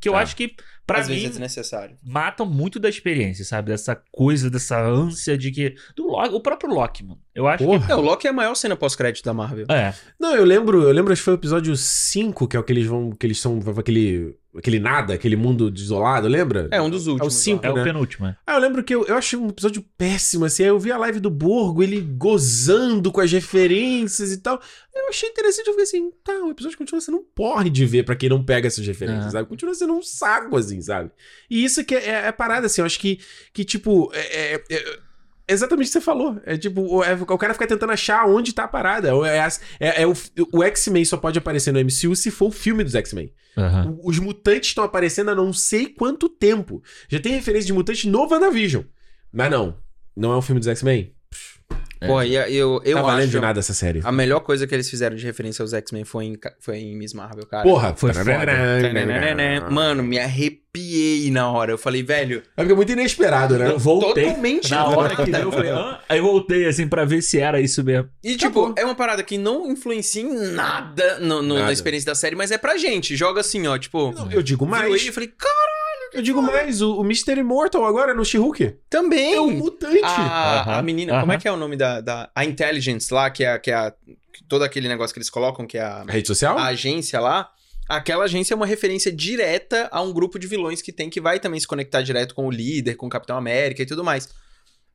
Que eu
É.
acho que, pra
Às
mim,
vezes é desnecessário.
matam muito da experiência, sabe? Dessa coisa, dessa ânsia de que. Do Loki, o próprio Loki, mano. Eu acho
Porra.
É, o Loki é a maior cena pós-crédito da Marvel.
que. É.
Não, eu lembro, eu lembro, acho que foi o episódio 5, que é o que eles vão, que eles são, vai pra aquele, aquele nada, aquele mundo desolado, lembra?
É um dos últimos. lá.
cinco.
É o
Né?
penúltimo, é.
Ah, eu lembro que eu, eu achei um episódio péssimo, assim, aí eu vi a live do Borgo, ele gozando com as referências e tal, eu achei interessante, eu fiquei assim, tá, o episódio continua sendo um porre de ver pra quem não pega essas referências,
Ah.
sabe? Continua sendo um saco, assim, sabe? E isso que é, é, é parada, assim, eu acho que, que tipo, é... é- é- é Exatamente o que você falou. É tipo, o, é- o cara fica tentando achar onde tá a parada. Ou É, as- é- é o, o X-Men só pode aparecer no MCU se for o filme dos X-Men.
Aham.
O- Os mutantes estão aparecendo há não sei quanto tempo. Já tem referência de mutante no WandaVision. Mas não. Não é um filme dos X-Men.
Pô, e a- eu, eu
Tá valendo de
acho é
nada essa série.
a melhor coisa que eles fizeram de referência aos X-Men foi em, ca- foi em Miss Marvel, cara.
Porra, né,
Foi
Tananana.
Mano, me arrepiei na hora. Eu falei, velho,
É porque é muito inesperado, né?
Eu voltei.
totalmente
Na hora que
nada.
deu, eu falei, "Hã?" Aí eu voltei, assim, pra ver se era isso mesmo.
E, tipo, é uma parada que não influencia em nada, no- no- na
Nada.
experiência da série, mas é pra gente. Joga assim, ó, tipo.
Não, eu digo
viu ele
mais.
e falei, cara,
Eu digo mais. O, o Mr. Immortal agora no She-Hulk
também.
é um mutante.
A,
Aham.
a menina, como é que é o nome da, da. A Intelligence lá, que é, a- que é a, que todo aquele negócio que eles colocam, que é a,
A rede social?
a agência lá. Aquela agência é uma referência direta a um grupo de vilões que tem, que vai também se conectar direto com o líder, com o Capitão América e tudo mais.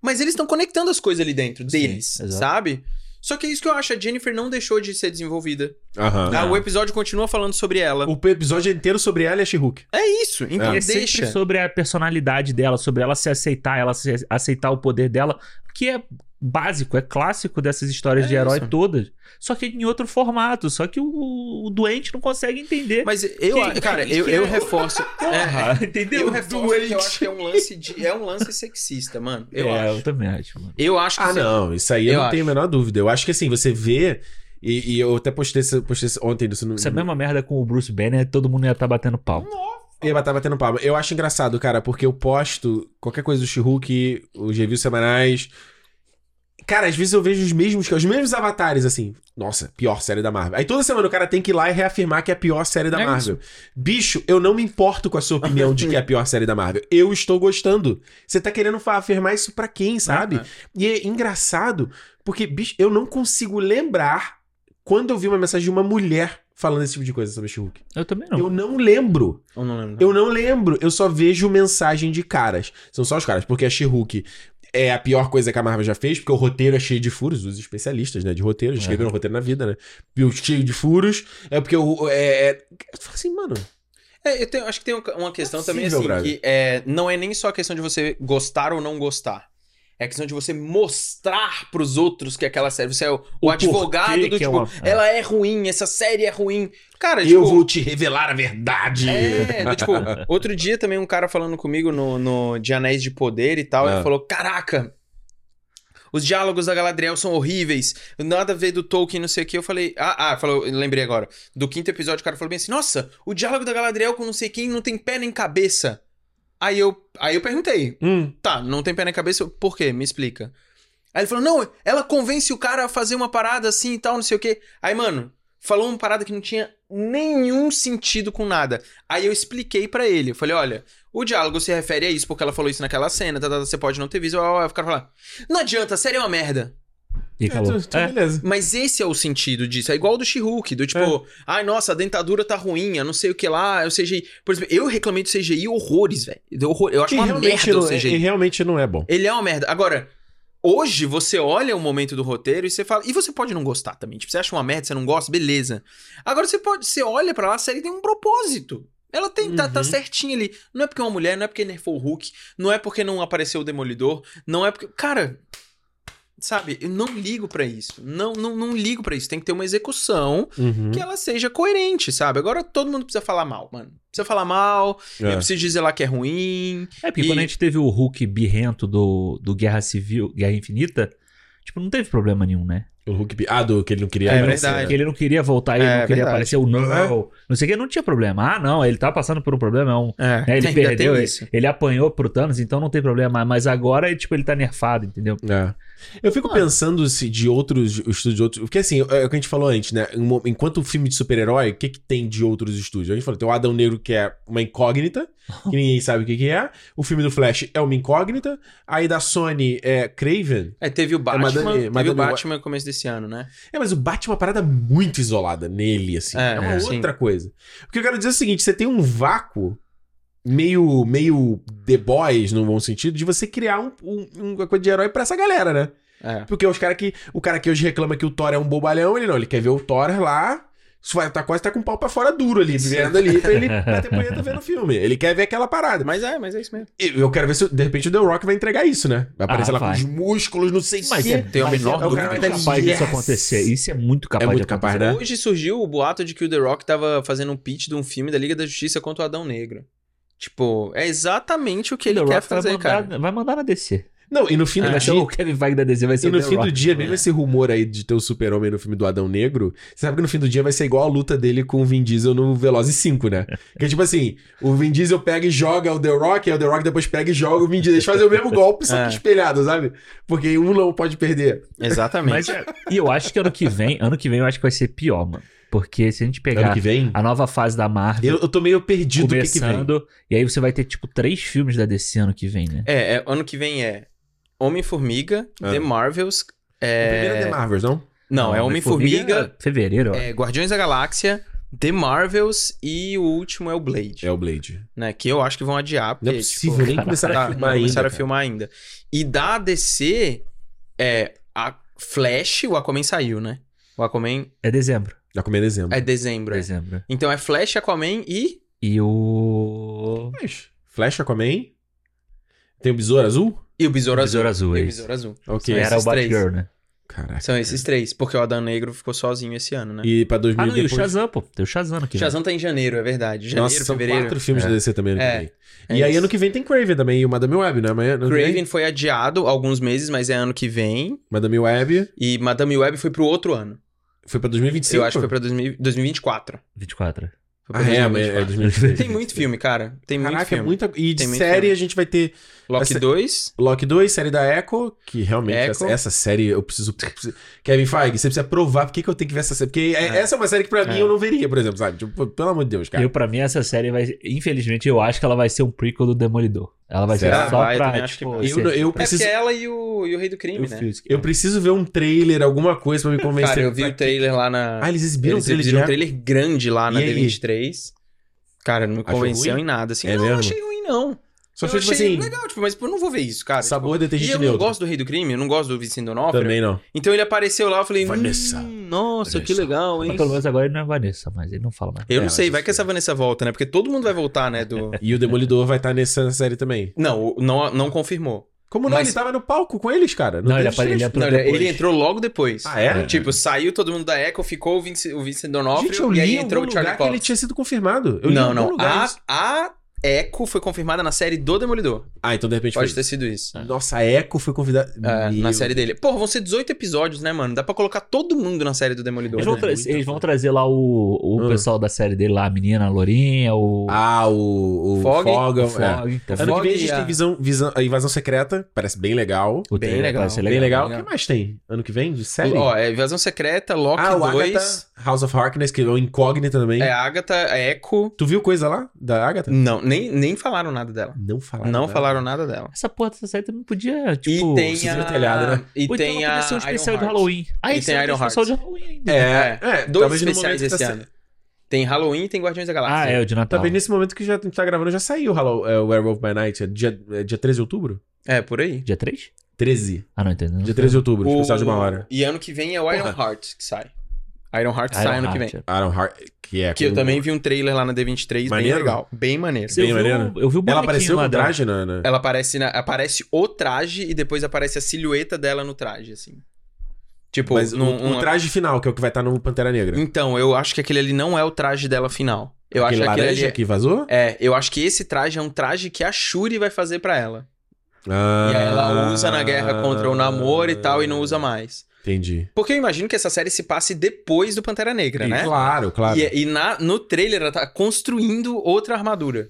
Mas eles estão conectando as coisas ali dentro deles,
exato.
sabe? Só que é isso que eu acho, a Jennifer não deixou de ser desenvolvida.
Aham.
Ah, o episódio continua falando sobre ela.
O episódio inteiro sobre ela e a She-Hulk.
É isso, então
E é sempre
deixa.
sobre a personalidade dela, sobre ela se aceitar, ela se aceitar o poder dela, que é básico, é clássico dessas histórias
É
de herói
isso.
todas. Só que em outro formato, só que o, o doente não consegue entender.
Mas eu,
Que-
cara,
que-
eu,
que-
eu reforço. É,
Porra, entendeu?
eu reforço que eu acho que é um lance de, é um lance sexista, mano. Eu
é,
acho.
eu também acho, mano.
Eu acho que
Ah,
sim.
não, isso aí eu,
Eu
não tenho a
acho.
menor dúvida. Eu acho que assim, você vê. E, e eu até postei, esse- postei esse ontem isso no,
Essa é mesma merda com o Bruce Banner, todo mundo ia estar batendo pau.
Ia bater tá batendo palma. Eu acho engraçado, cara, porque eu posto qualquer coisa do She-Hulk, os reviews semanais. Cara, às vezes eu vejo os mesmos, os mesmos avatares, assim. Nossa, pior série da Marvel. Aí toda semana o cara tem que ir lá e reafirmar que é a pior série da
É
Marvel. Bicho, eu não me importo com a sua opinião de que é a pior série da Marvel. Eu estou gostando. Você tá querendo fa- afirmar isso pra quem, sabe?
É, é.
E é engraçado, porque, bicho, eu não consigo lembrar quando eu vi uma mensagem de uma mulher falando esse tipo de coisa sobre She-Hulk.
Eu também não.
Eu não lembro.
Eu não lembro.
Eu não lembro, eu só vejo mensagem de caras. São só os caras, porque a She-Hulk é a pior coisa que a Marvel já fez, porque o roteiro é cheio de furos, os especialistas, né, de roteiro,
É.
já escreveram roteiro na vida, né? E o Cheio de furos, é porque o... É, é... Eu falo assim, mano...
É, eu tenho- acho que tem uma- uma questão também
possível,
assim,
brother.
que é, não é nem só a questão de você gostar ou não gostar. É a questão de você mostrar pros outros que aquela série. Você é o, o
O
advogado
porquê
do
que é
tipo,
uma- é.
ela é ruim, essa série é ruim. Cara,
eu
tipo,
vou te revelar a verdade!
É, do tipo, outro dia também um cara falando comigo no, no de Anéis de Poder e tal,
Ah.
ele falou: Caraca, os diálogos da Galadriel são horríveis, nada a ver do Tolkien, não sei o que. Eu falei, ah, ah, falou, lembrei agora. Do quinto episódio, o cara falou bem assim: Nossa, o diálogo da Galadriel com não sei quem não tem pé nem cabeça. Aí eu, aí eu perguntei,
Hum,
tá, não tem pé nem cabeça, por quê? Me explica. Aí ele falou, não, ela convence o cara a fazer uma parada assim e tal, não sei o quê. Aí, mano, falou uma parada que não tinha nenhum sentido com nada. Aí eu expliquei pra ele, eu falei, olha, o diálogo se refere a isso, porque ela falou isso naquela cena, tá, tá, tá, você pode não ter visto, aí o cara fala, não adianta, a série é uma merda.
E
é,
acabou.
tu- tu-
É.
beleza.
Mas esse é o sentido disso. É igual do She-Hulk, do tipo,
É.
ai, nossa, a dentadura tá ruim, eu não sei o que lá, eu CGI. Por exemplo, eu reclamei do CGI horrores, velho. Do horror- Eu acho
E
uma
realmente,
merda o
não, é,
CGI.
e realmente não é bom.
Ele é uma merda. Agora, hoje você olha o momento do roteiro e você fala. E você pode não gostar também. Tipo, você acha uma merda, você não gosta, beleza. Agora você pode. Você olha pra lá, a série tem um propósito. Ela tem, tá, tá
Uhum.
certinha ali. Não é porque é uma mulher, não é porque nerfou o Hulk, não é porque não apareceu o Demolidor, não é porque. Cara. sabe, eu não ligo pra isso. Não, não, não ligo pra isso. Tem que ter uma execução
Uhum.
que é ela seja coerente, sabe? Agora todo mundo precisa falar mal, mano. Precisa falar mal,
É.
eu preciso dizer lá que é ruim.
É, porque
E-
quando a gente teve o Hulk birrento do, do Guerra Civil, Guerra Infinita, tipo, não teve problema nenhum, né?
O Hulk... bi- Ah, do que ele não queria
É
aparecer,
verdade.
Que ele não queria voltar, ele
É,
não queria
verdade.
aparecer, o
É.
não, não sei o que, não tinha problema. Ah, não, ele tá passando por um problema, é um... né, ele perdeu, ele,
isso.
ele apanhou pro Thanos, então não tem problema. Mas agora, tipo, ele tá nerfado, entendeu?
É. Eu fico
Ah.
pensando se de outros estúdios, de outros, porque assim, é o que a gente falou antes, né? Em mo- Enquanto o filme de super-herói, o que, que tem de outros estúdios? A gente falou, tem o Adão Negro que é uma incógnita, que ninguém sabe o que, que é. O filme do Flash é uma incógnita. Aí da Sony é Craven.
É, teve o Batman,
Madame-
teve
Madame
o Batman no começo desse ano, né?
É, mas o Batman é uma parada muito isolada nele, assim. É,
É,
uma
é, sim.
outra coisa. O que eu quero dizer é o seguinte: você tem um vácuo meio, meio The Boys, no bom sentido, de você criar um- um- uma coisa de herói pra essa galera, né?
É.
Porque os cara que, o cara que hoje reclama que o Thor é um bobalhão, ele não, ele quer ver o Thor lá. Isso vai tá quase tá com o pau pra fora duro ali, vendo ali, pra ele bater punheta vendo o filme. Ele quer ver aquela parada.
Mas é, mas é isso mesmo.
E Eu quero ver se, de repente, o The Rock vai entregar isso, né? Vai aparecer
Ah,
lá
vai.
com os músculos, não sei
Mas
se.
é,
Tem a
mas
menor
é, o cara
dúvida
é
que-
capaz disso
Yes!
acontecer. Isso é muito capaz
É muito
de acontecer.
capaz, né?
Hoje surgiu o boato de que o The Rock tava fazendo um pitch de um filme da Liga da Justiça contra o Adão Negro. Tipo, é exatamente o que ele
The
quer
Rock
tá
vai
fazer,
mandar-
cara.
Vai mandar na DC.
Não, e no fim
Ele
do
vai ser
dia.
o Kevin Feige da DC, vai ser
É. E no
é The
fim
Rock.
do dia, mesmo esse rumor aí de ter o super-homem no filme do Adão Negro, você sabe que no fim do dia vai ser igual a luta dele com o Vin Diesel no Velozes 5, né? Que é tipo assim, o Vin Diesel pega e joga o The Rock, aí o The Rock depois pega e joga o Vin Diesel. Eles fazem o mesmo golpe, só que
É.
espelhado, sabe? Porque um não pode perder.
Exatamente.
Mas, é- e eu acho que ano que vem, ano que vem eu acho que vai ser pior, mano. Porque se a gente pegar
vem?
a nova fase da Marvel
Eu, eu tô meio perdido do que que vem.
começando, e aí você vai ter, tipo, três filmes da DC ano que vem, né?
É, é, ano que vem é Homem-Formiga,
Ah.
The Marvels.
O
É...
primeiro é The Marvels, não?
Não, é Homem-Formiga,
Fevereiro, ó.
é Guardiões da Galáxia, The Marvels e o último é o Blade,
É o Blade.
né? Que eu acho que vão adiar.
Não é
porque,
possível,
tipo,
nem começaram a
tá,
filmar
não começaram
ainda.
a filmar ainda. E da DC, é a Flash, o Aquaman saiu, né? O Aquaman
É dezembro.
Já comeu dezembro.
é dezembro. é.
Dezembro.
Então é Flash, Aquaman e.
E o.
Mas, Flash Aquaman. Tem o Besouro Azul?
E o Besouro Azul.
Besouro Azul,
E
é
o
isso.
Besouro Azul.
Ok.
São
Era o
esses três.
Batgirl, né?
Caraca.
São esses três, porque o Adão Negro ficou sozinho esse ano, né?
E pra 2000
Ah, não, e o
depois-
Shazam, pô. Tem o Shazam aqui.
Shazam tá em janeiro, é verdade. Janeiro,
Nossa, são
fevereiro.
quatro filmes
É.
da DC também ano
É.
que
É
vem. e aí
isso.
ano que vem tem Craven também e o Madame Web, né? Amanhã, ano que vem?
Craven foi adiado alguns meses, mas é ano que vem.
Madame Web
E Madame Web foi pro outro ano.
foi pra 2025.
Eu acho que foi pra 2000 2024.
24.
Foi pra
Ah, é, mas
2024.
é 2025.
Tem muito filme, cara. Tem muito
Caraca, é
filme.
muita... E de
Tem muito
série
filme.
a gente vai ter
Loki
Essa-
2.
Loki 2, série da Echo, que realmente
Echo.
Essa, essa série eu preciso... eu preciso- Kevin Feige, você precisa provar por que que eu tenho que ver essa série. Porque é-
É.
essa é uma série que pra mim
É.
eu não veria, por exemplo, sabe? Tipo, pô, pelo amor de Deus, cara.
Eu, pra mim, essa série vai. Infelizmente, eu acho que ela vai ser um prequel do Demolidor. Ela vai
Será?
ser só
Vai, eu também
pra.
acho que
Tipo,
vai.
Eu, eu,
ser-
preciso...
É porque ela e o, e o Rei do Crime,
eu
né?
fiz-
Eu preciso ver um trailer, alguma coisa pra me convencer.
Cara, eu vi o trailer lá na.
Ah, eles exibiram
eles
o trailer
exibiram um
de Echo?
trailer grande lá na
E aí?
D23. Cara, não me
Achou
convenceu
ruim?
em nada, assim.
É
não,
mesmo?
não achei ruim, não.
Só
eu
achei, tipo assim,
legal, tipo, mas tipo, eu não vou ver isso, cara.
sabor
tipo, e
detergente
eu não
neutro.
gosto do Rei do Crime, eu não gosto do Vicente Donofrio.
Também não.
Então ele apareceu lá, eu falei,
Vanessa.
"Hum, nossa,
Vanessa.
que legal, hein?
Mas pelo menos agora ele não é Vanessa, mas ele não fala mais.
Eu
É,
não sei,
mas
vai
isso
que essa
é.
Vanessa volta, né? Porque todo mundo vai voltar, né? Do...
E o Demolidor vai estar nessa série também.
não, o- não, não confirmou.
Como não?
Mas-
Ele tava no palco com eles, cara.
Não, ele
teve
apare- ele
três-
apare-
Não,
Entrou
ele,
depois.
ele entrou logo depois.
Ah, é?
Tipo, saiu todo mundo da Echo, ficou o Vince, o Vincent Donofrio
Gente, eu
e aí
li em
entrou
algum
o Charlie
lugar que
Cox.
ele tinha sido confirmado. Eu li em
não,
algum
não. Ah,
lugar
A,
isso.
a Echo foi confirmada na série do Demolidor.
Ah, então de repente
Pode
foi.
ter sido isso.
Nossa, a Echo foi convidada.
É,
Meu-
na série dele. Porra, vão ser 18 episódios, né, mano? Dá pra colocar todo mundo na série do Demolidor.
Eles vão,
né?
tra-
muita
eles vão
coisa.
trazer lá o, o
Ah.
pessoal da série dele lá, a menina, a Lourinha, o.
Ah, o, o
Fog.
Fogão.
o Fog.
é.
Então,
Ano que vem a gente
Fog,
tem
é.
visão, visão, a Invasão Secreta. Parece bem legal.
o
Bem
trailer
legal,
parece
Bem legal. O
legal.
que mais tem? Ano que vem? De série?
Ó, é Invasão Secreta, Loki
ah, o
2.
Agatha, House of Harkness, que é um incógnita também.
É Agatha, a Echo.
Tu viu coisa lá da Agatha?
Não, nem, nem falaram nada dela.
Não Tá. falaram.
não
né?
falaram nada dela.
Essa porra dessa série também podia, tipo.
e tem
precisa
a...
ver o telhado, né?
E
Ou então
tem
ela podia
a
ser um especial de
Ironheart.
Halloween. Ah,
E
esse
tem
é um
Ironheart.
especial de Halloween ainda.
É, é,
Dois
talvez no
especiais
momento que
esse
tá-
ano. Tem Halloween e tem Guardiões da
Ah,
Galáxia.
é, o de Natal.
Talvez nesse momento que já, a gente tá gravando já saiu o Hallow- é, o Werewolf by Night. É dia, é dia 13 de outubro?
é. por aí.
Dia 3?
13.
Ah, não, entendeu?
Dia 13 de outubro,
O-
especial de uma hora.
E ano que vem é o
Porra.
Iron Heart que sai. Ironheart
Ah, é,
sai ano que vem.
Aaron Hart, que é.
Que eu
com-
também vi um trailer lá na D23,
Maneiro?
bem legal. Bem maneiro.
Bem
eu, vi
maneiro.
o, eu vi o
Ela
bonequinho
apareceu
lá
com
da-
traje, né, na, na-
Ela aparece, na- aparece o traje e depois aparece a silhueta dela no traje, assim. Tipo,
Mas
num-
o, o
um-
traje final, que é o que vai estar no Pantera Negra.
Então, eu acho que aquele ali não é o traje dela final. Eu
Aquele
acho que aquele
laranja
ali é...
que vazou?
É, eu acho que esse traje é um traje que a Shuri vai fazer pra ela.
Ah,
E aí ela usa na guerra contra o Namor e tal e não usa mais.
Entendi.
Porque eu imagino que essa série se passe depois do Pantera Negra,
E
né?
Claro, claro.
E, e na, no trailer ela tá construindo outra armadura.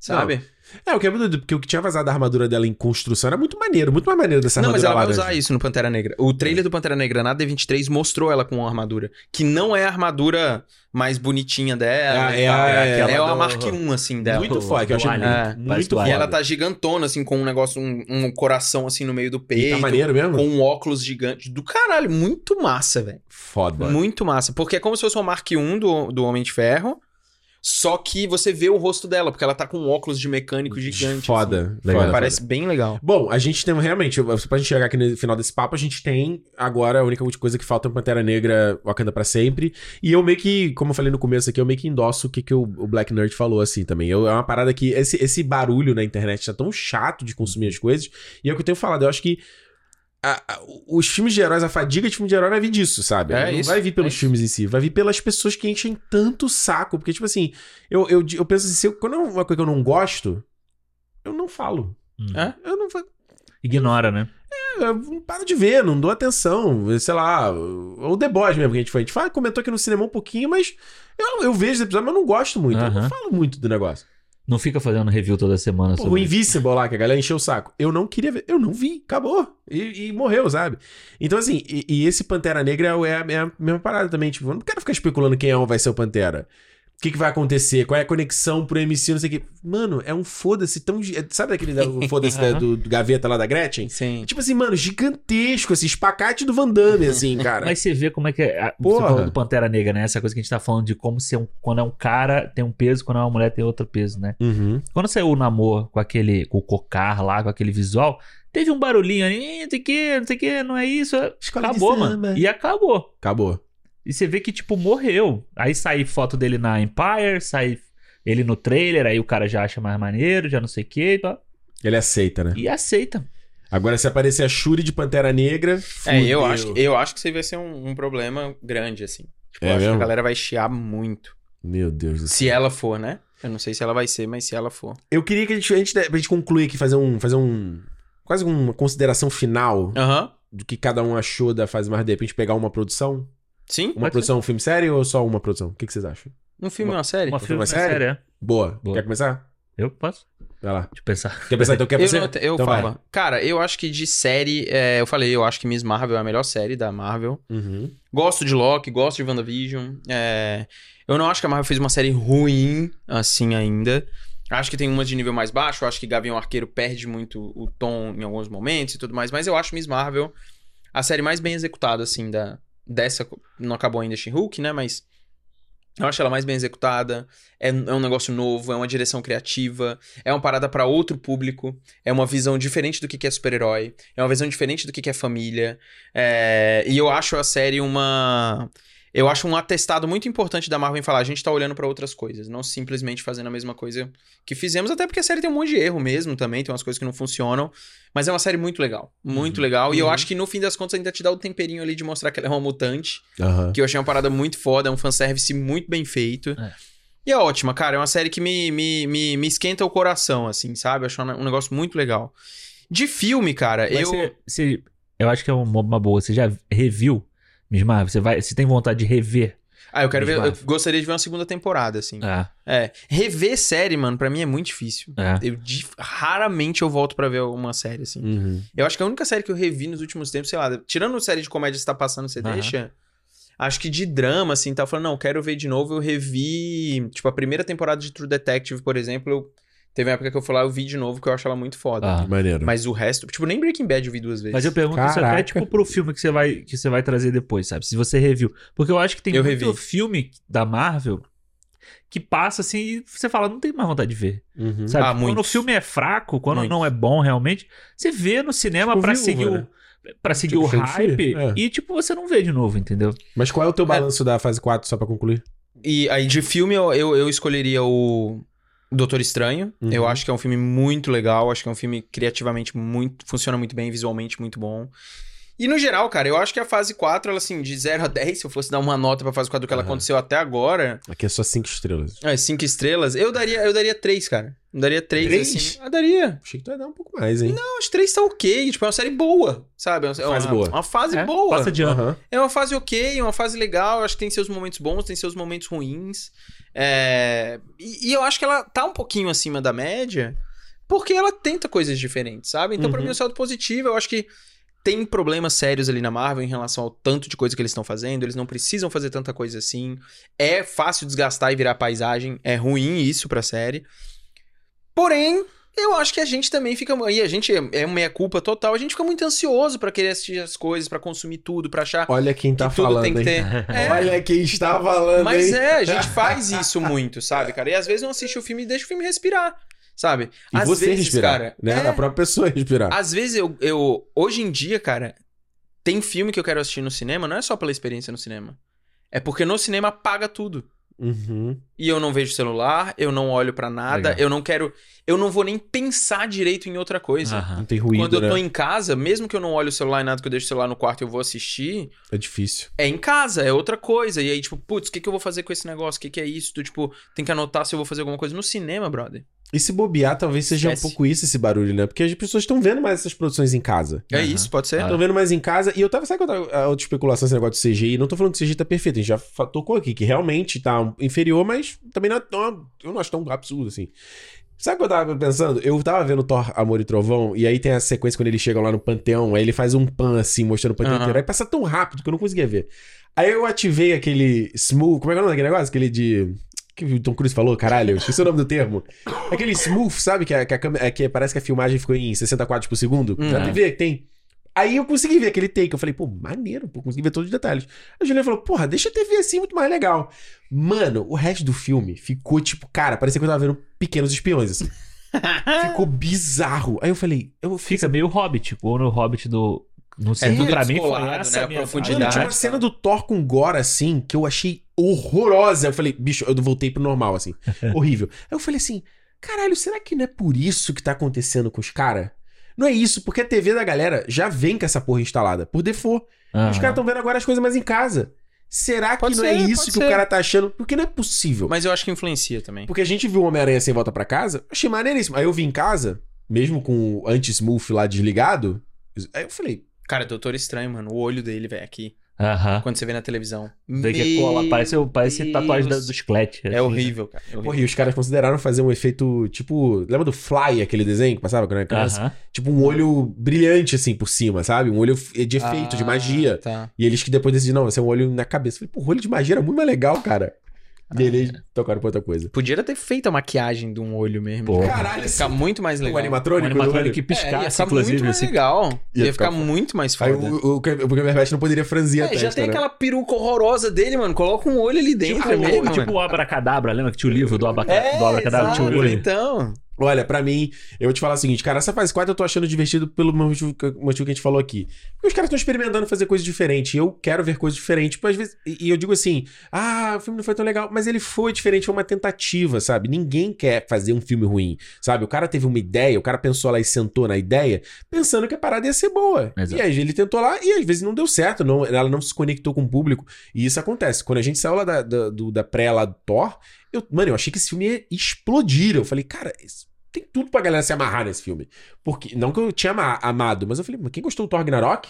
Sabe?
É, o que é muito doido, porque o que tinha vazado da armadura dela em construção era muito maneiro, muito mais maneiro dessa
Não,
armadura
mas ela vai
laranja.
usar isso no Pantera Negra. O trailer do Pantera Negra na D23 mostrou ela com uma armadura. Que não é a armadura mais bonitinha dela.
Ah,
e
é
tal.
a- é
aquela- é
aquela
uma
do-
Mark 1, assim, dela.
Muito foda, que eu achei
Do
muito,
alien. É,
muito
parece do
foda.
E ela tá gigantona, assim, com um negócio, um, um coração, assim, no meio do
E
peito.
tá maneiro mesmo?
com um óculos gigante. Do caralho, muito massa, velho.
Foda.
Muito massa. Porque é como se fosse uma Mark 1 do, do Homem de Ferro. Só que você vê o rosto dela, porque ela tá com um óculos de mecânico gigante. assim.
Foda.
Pô,
legal,
Parece
foda.
bem legal.
Bom, a gente tem realmente, pra gente chegar aqui no final desse papo, a gente tem agora a única coisa que falta é o Pantera Negra Wakanda pra sempre. E eu meio que, como eu falei no começo aqui, eu meio que endosso o que, que o, o Black Nerd falou assim também. Eu, é uma parada que esse, esse barulho na internet tá tão chato de consumir as coisas. E é o que eu tenho falado, eu acho que a- a- os filmes de heróis, a fadiga de filme de herói vai vir disso, sabe?
É
não
isso,
vai vir pelos
é isso.
filmes em si, vai vir pelas pessoas que enchem tanto o saco. Porque, tipo assim, eu, eu, eu penso assim, se eu, quando é uma coisa que eu não gosto, eu não falo.
Hum.
É?
Eu não falo.
Ignora, né?
Eu É, não paro de ver, não dou atenção. Sei lá, o The Boys mesmo que a gente foi. A gente fala, comentou aqui no cinema um pouquinho, mas eu, eu vejo esse episódio, mas eu não gosto muito. Eu não
Aham.
falo muito do negócio.
Não fica fazendo review toda semana
Pô, o
sobre.
Invisible lá, que a galera encheu o saco. Eu não queria ver. Eu não vi. Acabou. E, e morreu, sabe? Então, assim, e, e esse Pantera Negra é a, é a mesma parada também. Tipo, eu não quero ficar especulando quem é ou vai ser o Pantera. O que, que vai acontecer? Qual é a conexão pro MC, não sei o quê. Mano, é um foda-se tão... gi- é- Sabe daquele da- o foda-se da- do, do gaveta lá da Gretchen?
Sim.
Tipo assim, mano, gigantesco, assim, espacate do Van Damme, assim, cara.
Mas você vê como é que é. a- Você
Porra.
falou do Pantera Negra, né? Essa coisa que a gente tá falando de como ser um, quando é um cara tem um peso, quando é uma mulher tem outro peso, né?
Uhum.
Quando saiu o namoro com aquele. com o cocar lá, com aquele visual, teve um barulhinho ali, "Ih, não sei o que, não sei o que, não é isso.
Escola de
acabou,
samba.
mano. E acabou.
Acabou.
E você vê que, tipo, morreu. Aí sai foto dele na Empire, sai ele no trailer, aí o cara já acha mais maneiro, já não sei o que.
Ele aceita, né?
E aceita.
Agora, se aparecer a Shuri de Pantera Negra...
É, eu
fudeu.
acho, eu acho que isso aí vai ser um, um problema grande, assim. Tipo,
É
eu acho que
mesmo?
a galera vai chiar muito.
Meu Deus do céu.
Se ela for, né? Eu não sei se ela vai ser, mas se ela for.
Eu queria que a gente, a gente, pra gente concluir aqui, fazer um. Fazer um quase uma consideração final
Aham.
do que cada um achou da fase mais de repente pegar uma produção.
Sim?
Uma
Pode
produção, um filme sério ou só uma produção? O que, que vocês acham?
Um filme e uma série?
Uma filme,
uma
uma
série?
série? é.
Boa.
Boa.
Quer começar?
Eu posso?
Vai lá.
Deixa eu pensar.
Quer pensar então? Quer
eu
você?
não te- eu
Então vai.
falo. Cara, eu acho que de série. é, eu falei, eu acho que Miss Marvel é a melhor série da Marvel.
Uhum.
Gosto de Loki, gosto de WandaVision. É, eu não acho que a Marvel fez uma série ruim assim ainda. Acho que tem umas de nível mais baixo. Acho que Gavião Arqueiro perde muito o tom em alguns momentos e tudo mais. Mas eu acho Miss Marvel a série mais bem executada, assim, da, dessa. Não acabou ainda She-Hulk, né? Mas eu acho ela mais bem executada. É, é um negócio novo, é uma direção criativa. É uma parada pra outro público. É uma visão diferente do que que é super-herói. É uma visão diferente do que que é família. É, e eu acho a série uma. Eu acho um atestado muito importante da Marvel em falar, a gente tá olhando pra outras coisas, não simplesmente fazendo a mesma coisa que fizemos, até porque a série tem um monte de erro mesmo também, tem umas coisas que não funcionam, mas é uma série muito legal, muito legal, e eu acho que no fim das contas ainda te dá o temperinho ali de mostrar que ela é uma mutante,
Aham.
que eu achei uma parada muito foda, é um fanservice muito bem feito.
É.
E é ótima, cara. É uma série que me, me, me, me esquenta o coração, assim, sabe? Eu acho um negócio muito legal. De filme, cara,
Mas
eu.
você- você- eu acho que é uma, uma boa. Você já reviu Miss Marvel? Você, vai, você tem vontade de rever?
Ah, eu quero ver. Eu
Marvel.
gostaria de ver uma segunda temporada, assim.
Ah,
É. Rever série, mano, pra mim é muito difícil.
é.
Eu dif- raramente eu volto pra ver uma série, assim.
Uhum.
Eu acho que a única série que eu revi nos últimos tempos, sei lá, tirando série de comédia que você tá passando, você
Aham.
deixa. Acho que de drama, assim, tá falando, não, quero ver de novo, eu revi. Tipo, a primeira temporada de True Detective, por exemplo, eu- teve uma época que eu fui lá, eu vi de novo, que eu acho ela muito foda.
Ah.
Maneiro.
Mas o resto, tipo, nem Breaking Bad eu vi duas vezes.
Mas eu pergunto isso até
Caraca.
tipo pro filme que você vai que você vai trazer depois, sabe? Se você reviu, porque eu acho que tem
Eu
muito
revi.
filme da Marvel que passa assim e você fala não tem mais vontade de ver,
Uhum.
sabe? tipo,
Ah,
quando o
muitos.
filme é fraco, quando
Muitos.
não é bom realmente, você vê no cinema
Tipo
pra
Viúva,
seguir o
né?
pra seguir
Tipo,
o
Shang-Chi?
hype
É.
e, tipo, você não vê de novo, entendeu?
Mas qual é o teu balanço da fase 4, só pra concluir?
E aí, de filme, eu, eu, eu escolheria o Doutor Estranho.
Uhum.
Eu acho que é um filme muito legal. Acho que é um filme criativamente muito. Funciona muito bem, visualmente muito bom. E no geral, cara, eu acho que a fase 4, ela assim, de 0 a 10, se eu fosse dar uma nota pra fase 4 do que ela
Aham.
aconteceu até agora,
Aqui é só 5 estrelas.
é 5 estrelas, eu daria, eu daria 3, cara. Eu daria 3,
Três?
assim. Eu daria.
Achei que tu ia dar um pouco mais, hein? Não,
Não, As 3 tá ok, tipo, é uma série boa, sabe? É uma,
Fase
é uma,
boa.
Uma fase
É,
boa.
Passa de ano.
É uma fase ok, uma fase legal. eu Acho que tem seus momentos bons, tem seus momentos ruins. É, E, e eu acho que ela tá um pouquinho acima da média, porque ela tenta coisas diferentes, sabe? Então, pra
Uhum.
mim, o saldo positivo, eu acho que tem problemas sérios ali na Marvel em relação ao tanto de coisa que eles estão fazendo. Eles não precisam fazer tanta coisa assim. É fácil desgastar e virar paisagem. É ruim isso pra série. Porém, eu acho que a gente também fica. E a gente é- é uma meia-culpa total. A gente fica muito ansioso pra querer assistir as coisas, pra consumir tudo, pra achar
Olha quem tá
que tudo
falando,
tem que
hein?
ter. É,
Olha quem está falando,
mas
hein?
é, a gente faz isso muito, sabe, cara? E às vezes não assiste o filme e deixa o filme respirar, sabe?
E
às
você
vezes,
respirar,
cara.
né?
é,
A própria pessoa respirar.
Às vezes eu, eu. Hoje em dia, cara, tem filme que eu quero assistir no cinema, não é só pela experiência no cinema. É porque no cinema paga tudo.
Uhum.
E eu não vejo celular, eu não olho pra nada,
Legal.
eu não quero. Eu não vou nem pensar direito em outra coisa.
Não
Aham.
tem ruído,
Quando eu tô
né?
em casa, mesmo que eu não olhe o celular e nada, que eu deixo o celular no quarto e eu vou assistir,
É difícil.
é em casa, é outra coisa. E aí, tipo, putz, o que, que eu vou fazer com esse negócio? O que, que é isso? Tu, tipo, tem que anotar se eu vou fazer alguma coisa no cinema, brother.
E se bobear, talvez seja um
Esquece.
pouco isso esse barulho, né? Porque as pessoas estão vendo mais essas produções em casa.
É
Aham.
isso, pode ser?
Ah.
Estão vendo mais em casa. E eu tava, sabe qual tá a outra especulação esse negócio do CGI? Não tô falando que o CGI tá perfeito, a gente já fa- tocou aqui, que realmente tá um- inferior, mas também não é tão, eu não acho tão absurdo assim. Sabe o que eu tava pensando? Eu tava vendo Thor, Amor e Trovão, e aí tem a sequência quando eles chegam lá no Panteão, aí ele faz um pan assim, mostrando o Panteão
Aham.
inteiro. Aí passa tão rápido que eu não conseguia ver. Aí eu ativei aquele smooth, como é que é o nome daquele negócio? Aquele de... Que o Tom Cruise falou, caralho, eu esqueci o nome do termo. Aquele smooth, sabe? Que, a, que, a câmera- é que parece que a filmagem ficou em 60 quadros por segundo.
Hum.
Na TV que tem. Aí eu consegui ver aquele take. Eu falei, pô, maneiro, pô, consegui ver todos os detalhes. A Juliana falou, porra, deixa a TV assim muito mais legal. Mano, o resto do filme ficou tipo, cara, parecia que eu tava vendo pequenos espiões, assim. ficou bizarro. Aí eu falei, eu fiz.
Fica meio Hobbit, ou no Hobbit do... Não sei,
É tudo
pra mim foi
descolado, né?
essa
A
minha-
Mano,
profundidade.
tinha uma cena do Thor com gore, assim, que eu achei horrorosa. Eu falei, bicho, eu voltei pro normal, assim. Horrível. Aí eu falei assim, caralho, será que não é por isso que tá acontecendo com os caras? Não é isso, porque a TV da galera já vem com essa porra instalada, por default.
Aham.
Os caras estão vendo agora as coisas mais em casa. Será que
Pode
não
ser,
é
pode
isso que
ser.
o cara tá achando? Porque não é possível.
Mas eu acho que influencia também.
Porque a gente viu o Homem-Aranha sem volta pra casa, achei maneiríssimo. Aí eu vim em casa, mesmo com o anti-smooth lá desligado, aí eu falei,
Cara, Doutor Estranho, mano, o olho dele, velho, aqui.
Aham.
Quando você vê na televisão.
Ah. Vê que é cola,
Meu
parece, parece
Deus.
tatuagem da- assim, do esqueleto.
É horrível, cara. É
porra, e
horrível.
os caras consideraram fazer um efeito, tipo, lembra do Fly, aquele desenho que passava quando
né?
era criança?
Aham.
Tipo um olho brilhante assim por cima, sabe? Um olho de efeito, de
Ah,
magia.
Tá.
E eles que depois decidiram, não, vai ser um olho na cabeça. Eu falei, porra, olho de magia era muito mais legal, cara.
Ah,
E eles
é.
tocaram pra outra coisa.
Podia ter feito a maquiagem de um olho mesmo.
Pô.
Cara,
Caralho,
Fica muito mais
o
legal.
Um
animatrônico, né, do
animatrônico
olho.
que
É, ia
piscasse,
ficar muito
inclusive.
mais
Assim.
legal.
Ia
Ia,
ficar
ficar,
foda.
muito mais
Aí
foda.
o, o, o Cumberbatch não poderia franzir a
É,
testa,
já tem
né?
aquela peruca horrorosa dele, mano. Coloca um olho ali dentro
Tipo,
mesmo,
tipo
mano.
o Abracadabra, lembra que tinha o livro do, abaca...
É,
do Abracadabra? Tinha o
exato,
olho.
então.
Olha, pra mim, eu vou te falar o seguinte, cara, essa fase 4 eu tô achando divertido pelo motivo, que- motivo que a gente falou aqui. Porque os caras estão experimentando fazer coisas diferentes. E eu quero ver coisas diferentes. Tipo, às vezes, e e eu digo assim, ah, o filme não foi tão legal, mas ele foi diferente, foi uma tentativa, sabe? Ninguém quer fazer um filme ruim, sabe? O cara teve uma ideia, o cara pensou lá e sentou na ideia, pensando que a parada ia ser boa.
Exato.
E aí ele tentou lá e às vezes não deu certo, não, ela não se conectou com o público. E isso acontece. Quando a gente saiu lá da, da, do- da pré lá do Thor, eu, mano, eu achei que esse filme ia explodir. Eu falei, cara, isso- tem tudo pra galera se amarrar nesse filme. Porque, não que eu tinha ama- amado, mas eu falei, mas quem gostou do Thor Ragnarok?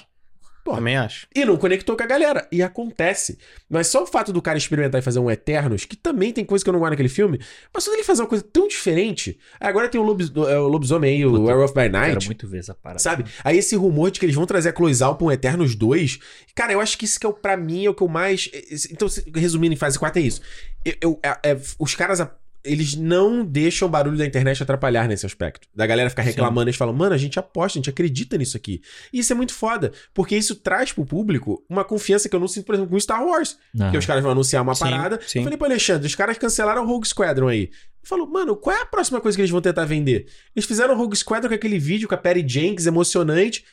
Pô,
Também acho.
E não conectou com a galera. E acontece. Mas só o fato do cara experimentar e fazer um Eternos, que também tem coisa que eu não gosto naquele filme, mas só dele fazer uma coisa tão diferente. Aí Agora tem o, lobis, é, o Lobisomem aí, o
Puta,
Werewolf by Night.
Quero muito ver essa parada.
Sabe? Aí esse rumor de que eles vão trazer a Cloizal pra um Eternos 2. Cara, eu acho que isso que é o, pra mim, é o que eu mais. esse- Então, se- resumindo em fase 4, é isso. Eu, eu- é- é- os caras. a- Eles não deixam o barulho da internet atrapalhar nesse aspecto. Da galera ficar reclamando, eles falam, mano, a gente aposta, a gente acredita nisso aqui. E isso é muito foda, porque isso traz pro público uma confiança que eu não sinto, por exemplo, com Star Wars.
Aham.
Que os caras vão anunciar uma
Sim,
parada.
sim.
Eu falei pro Alexandre, os caras cancelaram o Rogue Squadron aí. Ele falou, mano, qual é a próxima coisa que eles vão tentar vender? Eles fizeram o Rogue Squadron com aquele vídeo com a Perry Jenkins, emocionante.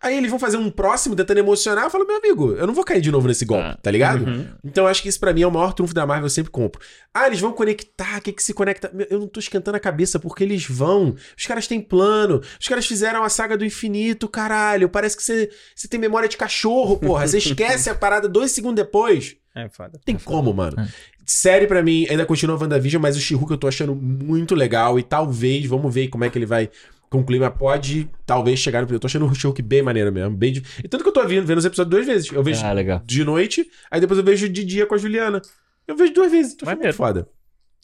Aí eles vão fazer um próximo tentando emocionar. Eu falo, meu amigo, eu não vou cair de novo nesse golpe,
Ah.
tá ligado?
Uhum.
Então eu acho que isso pra mim é o maior trunfo da Marvel, eu sempre compro. Ah, eles vão conectar, o que que se conecta? Meu, Eu não tô esquentando a cabeça porque eles vão. Os caras têm plano, os caras fizeram a saga do infinito, caralho. Parece que você, você tem memória de cachorro, porra. Você esquece a parada dois segundos depois.
É foda.
Tem como, mano.
É.
Série pra mim, ainda continua WandaVision, mas o She-Hulk eu tô achando muito legal e talvez, vamos ver como é que ele vai concluir, mas pode talvez chegar no... Eu tô achando o She-Hulk bem maneiro mesmo, bem... de- E tanto que eu tô vendo, vendo os episódios duas vezes. Eu vejo
Ah, legal.
de noite, aí depois eu vejo de dia com a Juliana. Eu vejo duas vezes, tô achando muito
Maneiro.
foda.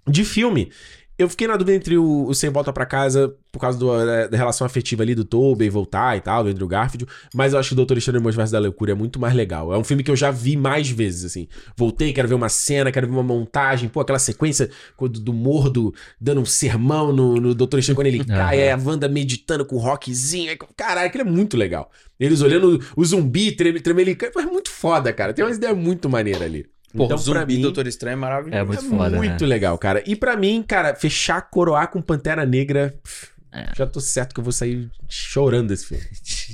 De filme, eu fiquei na dúvida entre o, o Sem Volta Pra Casa, por causa do- é, da, da relação afetiva ali do Tobey voltar e tal, do Andrew Garfield, mas eu acho que o Doutor Estranho no Multiverso da Loucura é muito mais legal. É um filme que eu já vi mais vezes, assim. Voltei, quero ver uma cena, quero ver uma montagem, pô, aquela sequência do, do Mordo dando um sermão no, no Doutor Estranho quando ele cai, aí a Wanda meditando com o rockzinho. aí, Caralho, aquilo é muito legal. Eles olhando o zumbi, treme, tremelicando. pô, É muito foda, cara. Tem umas ideias muito maneiras ali.
Pô, o
Então, pra
zumbi
mim,
Doutor Estranho é maravilhoso.
Então, É
é
muito foda.
muito
né?
legal, cara. E pra mim, cara, fechar, coroar com Pantera Negra. pff, Já tô certo que eu vou sair chorando desse filme.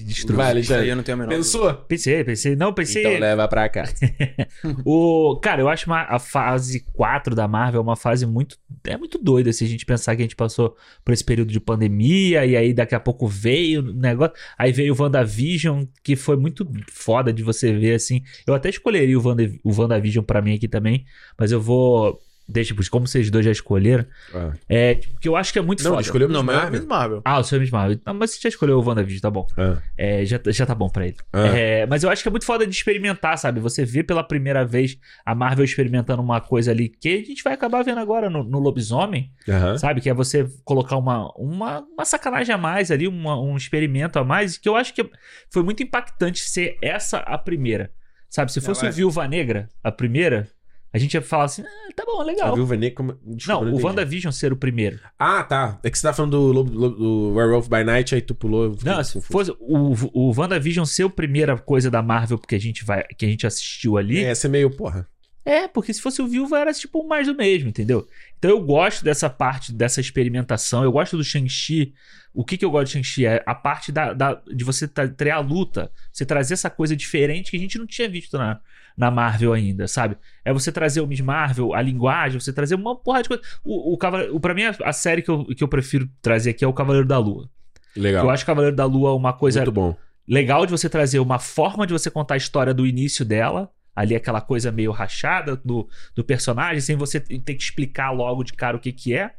Destruir.
Vai,
Isso aí
Alexandre.
eu não tenho a menor
Pensou?
Pensei, pensei. Não, pensei.
Então leva pra cá.
é O, cara, eu acho uma- a fase 4 da Marvel uma fase muito. É muito doida se a gente pensar que a gente passou por esse período de pandemia e aí daqui a pouco veio o negócio. Aí veio o WandaVision, que foi muito foda de você ver assim. Eu até escolheria o, Wanda, o WandaVision pra mim aqui também, mas eu vou. Deixa, pois como vocês dois já escolheram.
Ah.
É, tipo, que eu acho que é muito
Não,
foda.
escolheu
Não,
o
mas é
Marvel.
mesmo Marvel.
Ah, o seu mesmo. Marvel. Não, mas você já escolheu o WandaVision, tá bom.
Ah.
É, já, já tá bom pra ele.
Ah.
É, mas eu acho que é muito foda de experimentar, sabe? Você vê pela primeira vez a Marvel experimentando uma coisa ali que a gente vai acabar vendo agora no, no Lobisomem,
Aham.
sabe? Que é você colocar uma, uma, uma sacanagem a mais ali, uma- um experimento a mais, que eu acho que foi muito impactante ser essa a primeira. Sabe? Se fosse
Não, é.
o Viúva Negra, a primeira, a gente ia falar assim: ah, tá bom,
A
legal.
Viúva Negra como... Desculpa,
Não, o
entendi.
WandaVision ser o primeiro.
Ah, tá. É que você tá falando do, Lobo, Lobo- do Werewolf by Night, aí tu pulou. eu fiquei
Não, se
confuso.
fosse o, o WandaVision ser a primeira coisa da Marvel porque a gente vai que a gente assistiu ali.
É, você é meio, porra.
É, porque se fosse o Viúva era tipo mais do mesmo, entendeu? Então eu gosto dessa parte, dessa experimentação. Eu gosto do Shang-Chi. O que, que eu gosto do Shang-Chi? É a parte da, da- de você tra- criar a luta. Você trazer essa coisa diferente que a gente não tinha visto na, na Marvel ainda, sabe? É você trazer o Miss Marvel, a linguagem, você trazer uma porra de coisa. O, o, Cavaleiro- o, pra mim, a, a série que eu, que eu prefiro trazer aqui é o Cavaleiro da Lua.
Legal.
Eu acho o Cavaleiro da Lua é uma coisa
Muito bom.
legal de você trazer uma forma de você contar a história do início dela, ali aquela coisa meio rachada do, do personagem, sem você ter que explicar logo de cara o que que é.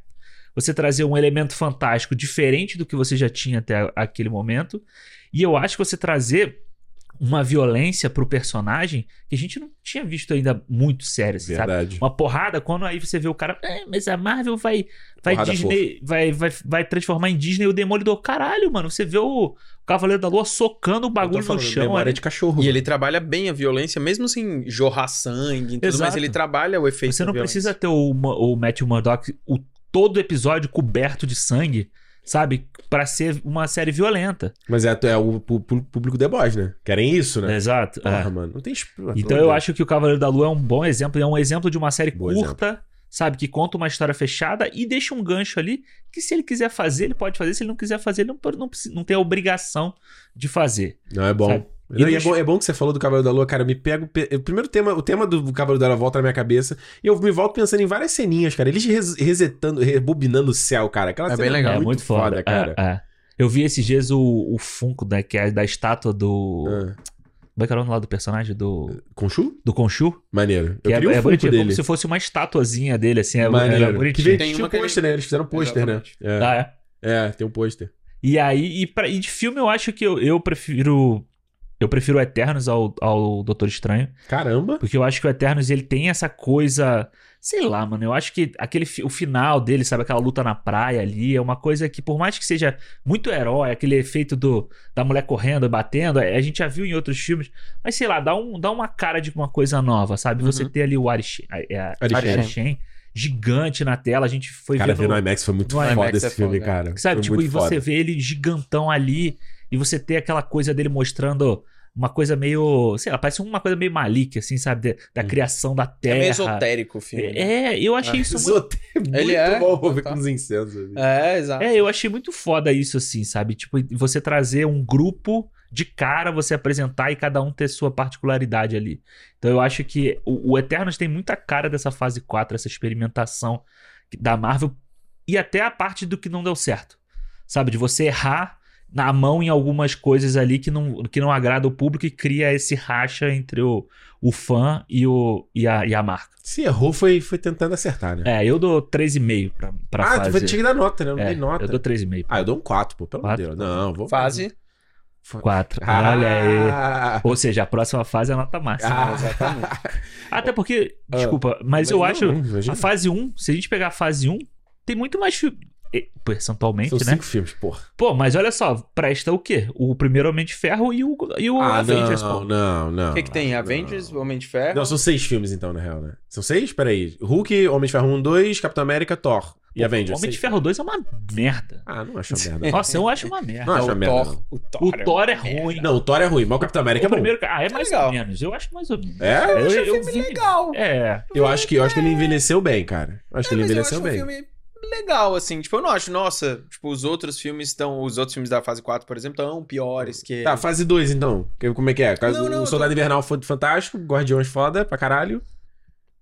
Você trazer um elemento fantástico diferente do que você já tinha até aquele momento. E eu acho que você trazer uma violência pro personagem que a gente não tinha visto ainda muito séria, assim, sabe?
Verdade.
Uma porrada, quando aí você vê o cara, "É, mas a Marvel vai vai
Porrada
Disney, vai, vai, vai transformar em Disney o Demolidor. Caralho, mano, você vê o Cavaleiro da Lua socando o
Eu
bagulho
tô falando,
no chão. é.
Memória
ali.
de cachorro.
E ele trabalha bem a violência, mesmo sem jorrar sangue e tudo,
Exato.
mas ele trabalha o efeito
Você
da
não
violência.
precisa ter o, Ma- o Matthew Murdock o todo episódio coberto de sangue, sabe? Pra ser uma série violenta.
Mas é, é o pu- pu- público deboche, né? Querem isso, né?
Exato. é.
Porra, mano. Não tem... exp-
Então eu acho que o Cavaleiro da Lua é um bom exemplo, e é um exemplo de uma série
Bom
curta, sabe, que conta uma história fechada e deixa um gancho ali que se ele quiser fazer, ele pode fazer, se ele não quiser fazer, ele não, pode- não, precisa- não tem a obrigação de fazer.
Não, é bom.
Sabe?
E não, e é,
deixa-
bom, é bom que você falou do Cavaleiro da Lua, cara. Eu me pego. pe- O primeiro tema, o tema do Cavaleiro da Lua volta na minha cabeça. E eu me volto pensando em várias ceninhas, cara. Eles res- resetando, rebobinando o céu, cara. Aquela
É
cena
bem legal.
é muito, foda, é,
cara.
é. Eu vi esses dias o, o Funko, né, que é da estátua do...
Ah.
Como é que era o nome lá do personagem? Do,
Conchu?
do Conchu?
Maneiro.
Que
Eu queria
é, é
um Funko
bonitinho,
dele.
como se fosse uma estatuazinha dele, assim, é,
Maneiro.
é
que
bonitinho.
veio,
Tem
tinha
uma
um
que ele-
pôster, né? Eles fizeram um pôster, né?
Exatamente.
É.
Ah, é.
É, tem um pôster.
E aí, e, pra, e de filme eu acho que eu, eu prefiro. Eu prefiro o Eternos ao, ao Doutor Estranho.
Caramba.
Porque eu acho que o Eternos ele tem essa coisa. Sei lá, mano. Eu acho que aquele, fi- o final dele, sabe? Aquela luta na praia ali. É uma coisa que, por mais que seja muito herói, aquele efeito do, da mulher correndo, batendo. é, A gente já viu em outros filmes. Mas sei lá, dá, um, dá uma cara de uma coisa nova, sabe? Você
Uhum.
ter ali o Arishem, é, é,
Arishem.
Arishem gigante na tela. A gente foi
Cara,
vendo
ver no IMAX foi muito
No
foda
IMAX
esse
é
filme,
foda.
cara.
Sabe,
Foi
tipo,
muito
e você
foda.
vê ele gigantão ali, e você tem aquela coisa dele mostrando uma coisa meio. Sei lá, parece uma coisa meio malique, assim, sabe? De- da
Hum.
criação da
É meio
terra.
esotérico o filme. né?
É, eu achei
Ah,
isso muito.
Zote- muito
Ele é?
bom ver
Tá.
com os incensos. ali.
É, exato.
É, eu achei muito foda isso, assim, sabe? Tipo, você trazer um grupo de cara você apresentar e cada um ter sua particularidade ali. Então eu acho que o, o Eternos tem muita cara dessa fase 4, essa experimentação da Marvel e até a parte do que não deu certo. Sabe, de você errar na mão em algumas coisas ali que não, que não agrada o público e cria esse racha entre o, o fã e, o, e, a, e a marca.
Se errou, foi, foi tentando acertar, né?
É, eu dou 3,5 pra, pra
ah, tu
fase.
vai- tinha que dar nota, né? Eu não
É,
dei nota.
Eu dou 3,5.
Ah, eu dou um 4, pô, pelo amor de
Quatro?
Deus. Não, vou.
Fase.
4.
Ah,
Olha aí. Ou seja, a próxima fase é a nota máxima.
Ah,
exatamente.
Até porque,
Ah,
desculpa, mas eu
não,
acho
imagina. um.
a fase 1, se a gente pegar a fase 1, tem muito mais filme. E, Percentualmente,
São
né?
cinco filmes, porra.
Pô, mas olha só, presta o quê? O primeiro Homem de Ferro e o, e o
Ah,
Avengers,
não,
pô.
não, não.
O que, que tem? Avengers, Homem de Ferro?
Não, são seis filmes então, na real, né? São seis? Peraí. Hulk, Homem de Ferro 1, 2, Capitão América, Thor e Avengers.
Homem de
Seis.
Ferro 2 é uma merda.
Ah, não acho uma merda.
Nossa, eu acho uma merda.
Não acho
É o
uma merda.
Thor.
não.
O Thor,
O Thor é
uma merda.
ruim.
Não, o Thor é ruim, mas o Capitão América
o
é bom.
primeiro. Ah, é mais ou
legal.
menos. Eu acho mais ou menos.
É?
Eu, achei
Eu-
o
eu vi-
filme legal.
É.
Eu acho que, eu acho que ele envelheceu bem, cara. Eu acho que
É,
ele
mas eu
envelheceu
acho
bem.
um filme legal, assim. Tipo, eu não acho, nossa, tipo, os outros filmes estão. Os outros filmes da fase 4, por exemplo, estão piores que.
Tá, fase 2 então. Que- Como é que é?
Não, não,
o
eu
Soldado Invernal foi fantástico, Guardiões foda pra caralho.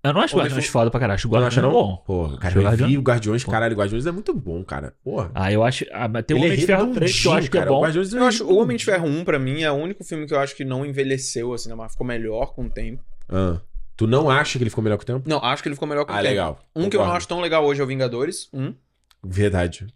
Eu não acho o
Homem
Guardiões
de-
foda pra caralho. Acho o
Não
Guardiões
acha não?
bom.
Porra,
Acho o
cara, eu vi
Guardiões-
o Guardiões,
Pô.
caralho, o Guardiões é muito bom, cara. Porra.
Ah, eu acho. Ah, mas tem
é
o Homem de Ferro 3 que eu acho que é
cara. O
bom.
Guardiões é
Eu acho, o Homem de
redondinho.
Ferro 1, pra mim, é o único filme que eu acho que não envelheceu, assim, né? mas ficou melhor com o tempo.
Ah, tu não acha que ele ficou melhor que o tempo?
Não, acho que ele ficou melhor com o
Ah,
tempo.
legal.
Um que eu não
Concordo.
acho tão legal hoje é o Vingadores. Um.
Verdade.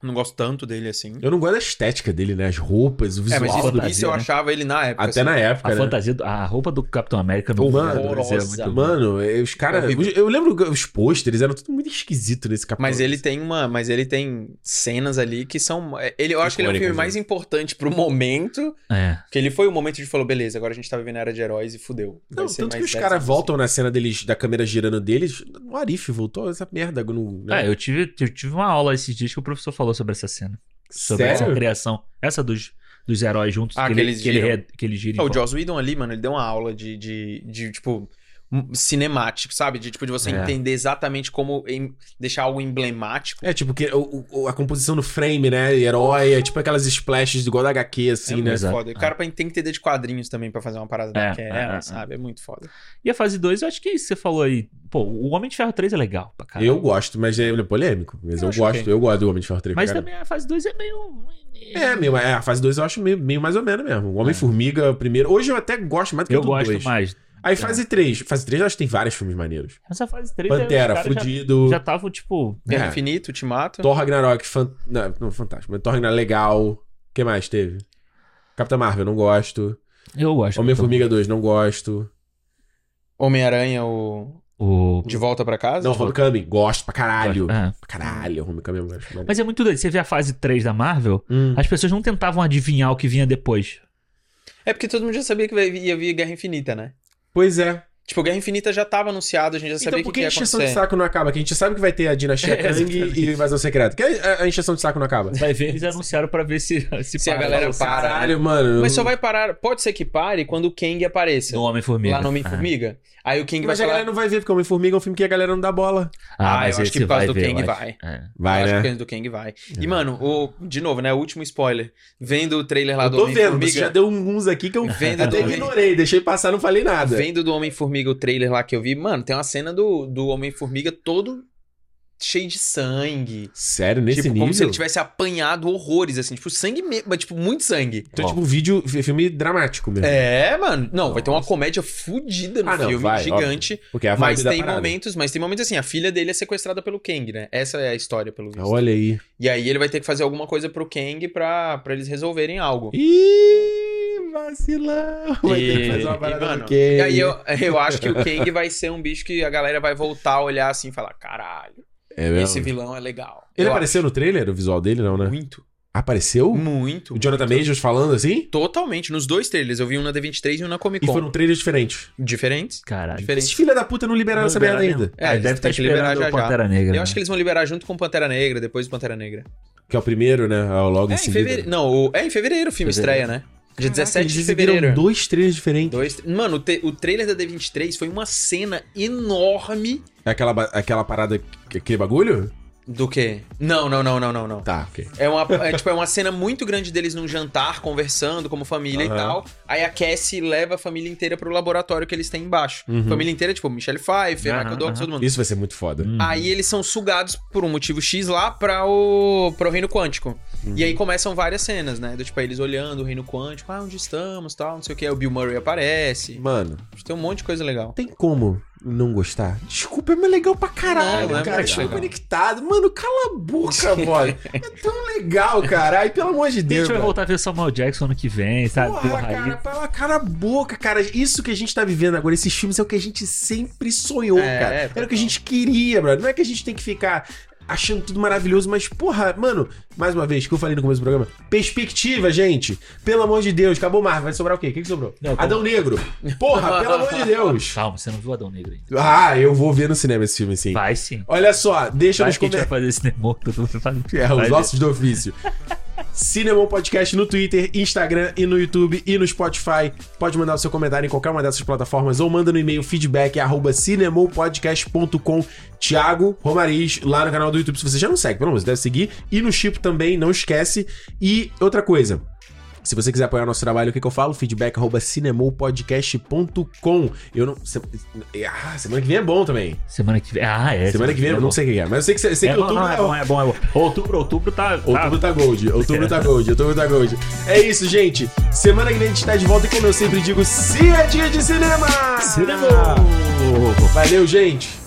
Não gosto tanto dele, assim.
Eu não gosto da estética dele, né? As roupas, o
É,
visual.
mas isso,
fantasia,
isso eu
né?
achava ele na época.
Até
assim.
na época,
A
né?
fantasia, do- a roupa do Capitão América
Pô,
no
mano,
Vingadores é
horrorosa.
muito bom.
Mano, eh, os
É
caras.
horrível.
eu lembro que os pôsteres eram tudo muito esquisito nesse capítulo.
Mas ele tem uma. Mas ele tem cenas ali que são. Ele, eu acho que ele é o
Icônicas,
filme
né?
mais importante pro momento.
É.
Porque ele foi o momento de falou, beleza, agora a gente tá vivendo a era de heróis e fudeu. Vai
Não,
ser
tanto que
mais
os
dessa
caras
assim.
voltam na cena deles, da câmera girando deles. O Arif voltou essa merda. No, né?
É, eu tive, eu tive uma aula esses dias que o professor falou sobre essa cena. Sobre essa
Sério?
criação. Essa dos, dos heróis juntos
Ah,
que,
que
ele,
eles
que, ele,
giram.
re- que ele gira em
É, o
volta.
Joss Whedon ali, mano, ele deu uma aula de, de, de, tipo, um- cinemático, sabe? De, tipo, de você
É.
entender exatamente como em- deixar algo emblemático.
É, tipo, que, o- o- a composição do frame, né? e Herói, é tipo aquelas splashes igual da HQ,
É
assim,
muito
né?
Exato.
foda. E O cara pra- tem que entender de quadrinhos também pra fazer uma parada
É,
daquela,
é, é.
sabe? É muito foda.
E a fase 2, eu acho que é isso que você falou aí. Pô, o Homem de Ferro 3 é legal pra caralho.
Eu gosto, mas é polêmico. Mas
Eu
eu,
acho
gosto,
ok.
eu gosto do Homem de Ferro 3.
Mas
cara.
também a fase 2 é meio.
É, meu, é, a fase 2 eu acho meio, meio mais ou menos mesmo. O Homem-Formiga, o primeiro. Hoje eu até gosto mais do que
É. Eu
o do
gosto
dois.
mais. é.
Aí fase 3. Fase 3 eu acho que tem vários filmes maneiros.
Essa fase 3
Pantera,
já,
Fudido.
já tava, tipo.
Guerra
É.
Infinita, Ultimato.
Thor Ragnarok, fan... não, não, fantástico. Mas Thor Ragnarok legal. O que mais teve? Capitã Marvel, não gosto.
Eu gosto.
Homem-Formiga 2, não gosto.
Homem-Aranha, o...
O.
De Volta pra Casa. Tipo,
Não, Homecoming, gosto pra caralho.
É.
Pra caralho, Homecoming eu gosto. maneiro.
Mas é muito doido. Você vê a fase 3 da Marvel,
Hum.
as pessoas não tentavam adivinhar o que vinha depois.
É porque todo mundo já sabia que vai- ia vir Guerra Infinita, né?
Pois é.
Tipo, Guerra Infinita já tava anunciado, a gente já sabia
Então por que
que, que
a
ia
encheção de
acontecer.
saco não acaba? Que a gente sabe que vai ter a dinastia
É,
Kang
exatamente.
e invasão secreta. Que a, a encheção de saco não acaba?
Vai ver, eles anunciaram pra ver se. Se,
Se a
para.
galera
Falou,
para.
Caralho, mano.
Mas só vai parar... Pode ser que pare quando o Kang apareça.
No Homem-Formiga.
Lá no
É.
Homem-Formiga. Aí o Kang
Mas a
vai falar...
galera não vai ver, porque Homem-Formiga é um filme que a galera não dá bola.
Ah,
Ah,
mas
eu acho
esse
que por causa
vai
do
ver, eu
Kang
acho.
vai.
É.
Vai,
eu acho que
né?
o do Kang vai. E, mano, o, de novo, né? O último spoiler. Vendo o trailer lá
Eu
do
tô vendo, você
é Homem-Formiga.
já deu uns aqui que eu né?
Vendo
até
do homem-
ignorei, deixei passar, não falei nada.
Vendo do Homem-Formiga o trailer lá que eu vi, mano, tem uma cena do, do Homem-Formiga todo cheio de sangue.
Sério, nesse
tipo,
nível?
como se ele tivesse apanhado horrores, assim. Tipo, sangue mesmo, mas tipo, muito sangue.
Então, tipo, vídeo, fi- filme dramático mesmo.
É, mano. Não, vai ter uma
Nossa.
comédia fudida no
Ah, não,
filme,
vai,
gigante.
Porque é a
Mas
vibe da
tem
parada.
momentos, mas tem momentos assim, a filha dele é sequestrada pelo Kang, né? Essa é a história, pelo visto.
Olha aí.
E aí ele vai ter que fazer alguma coisa pro Kang pra, pra eles resolverem algo.
Ih, vacilão. Vai ter que fazer uma
E,
parada
mano,
do Kang.
E aí eu, eu acho que o Kang vai ser um bicho que a galera vai voltar a olhar assim e falar: caralho,
É mesmo?
esse vilão é legal.
Ele
Eu
apareceu no trailer, o visual dele, não,
acho
né?
muito,
Apareceu?
muito.
O Jonathan Majors falando assim?
Totalmente. Nos dois trailers, eu vi um na D23 e um na Comic
E
Con.
foram Ah, trailers diferentes.
Diferentes?
Caralho.
Esses
Diferentes.
filha da puta não liberaram
Não
essa merda
liberaram
ainda.
É,
Ah,
eles
deve estar
têm que liberar
esperando o
já, já.
Pantera Negra. né?
né?
Eu acho que eles vão liberar junto com Pantera Negra, depois do Pantera Negra.
Que é o primeiro, né? Logo em
É em
seguida.
fevereiro. Não, o- é em fevereiro o filme
Fevereiro.
estreia, né?
Caraca,
Dia 17
eles
de
exibiram
fevereiro.
dois trailers diferentes.
Dois- Mano, o, te- o trailer da D23 foi uma cena enorme.
É aquela, ba- aquela parada, aquele bagulho?
Do quê? Não, não, não, não, não, não.
Tá, ok.
É uma, é, tipo, é uma cena muito grande deles num jantar, conversando como família
Aham.
e tal. Aí a Cassie leva a família inteira pro laboratório que eles têm embaixo.
Uhum.
Família inteira, tipo, Michelle Pfeiffer,
Aham,
Michael Douglas,
aham.
todo mundo.
Isso vai ser muito foda.
Aí eles são sugados por um motivo X lá pra o, pra o Reino Quântico. E aí começam várias cenas, né? Do, tipo, eles olhando o Reino Quântico, ah, onde estamos, tal, não sei o que. Aí o Bill Murray aparece.
Mano,
Tem um monte de coisa legal.
tem como não gostar? Desculpa, é mais legal pra caralho,
Não, é
cara.
muito
Estou
legal.
conectado. Mano, cala a boca, mano. É tão legal, cara. Ai, pelo amor de
A gente
Deus,
vai
mano.
voltar a ver Samuel Jackson ano que vem, sabe?
Porra,
Porra,
cara,
aí.
pela cara a boca, cara. Isso que a gente tá vivendo agora, esses filmes, é o que a gente sempre sonhou,
É,
cara.
é,
Era o que
total.
a gente queria, brother. Não é que a gente tem que ficar achando tudo maravilhoso, mas, porra, mano, mais uma vez, que eu falei no começo do programa, perspectiva, gente. Pelo amor de Deus, acabou Marvel, vai sobrar o quê? O que, que sobrou?
Não, tá
Adão Negro. Porra, pelo amor de Deus.
Calma, você não viu Adão Negro ainda.
Ah, eu vou ver no cinema esse filme, sim.
Vai sim.
Olha só, deixa
Vai
nos
que a gente vai
comentários.
fazer esse demônio que eu tô fazendo.
É, os ossos do ofício. Cinemon Podcast no Twitter, Instagram e no YouTube e no Spotify. Pode mandar o seu comentário em qualquer uma dessas plataformas ou manda no e-mail feedback arroba cinemopodcast.com. Tiago Romariz, lá no canal do YouTube. Se você já não segue, pelo menos deve seguir. E no Chip também, não esquece. E outra coisa. Se você quiser apoiar o nosso trabalho, o que, que eu falo? Feedback arroba cinemopodcast.com. Eu não. se- ah, semana que vem é bom também.
Semana que vem. Ah, é.
semana que vem, eu não sei o que é, mas eu sei que, sei
É
que
bom,
outubro
não,
é
é
né?
bom, é bom, é bom. Outubro, outubro tá.
Outubro tá gold, outubro tá gold, outubro tá gold. É isso, gente. Semana que vem a gente tá de
tá.
volta e como eu sempre digo, se é dia de cinema!
tá... Cinema!
Valeu, gente!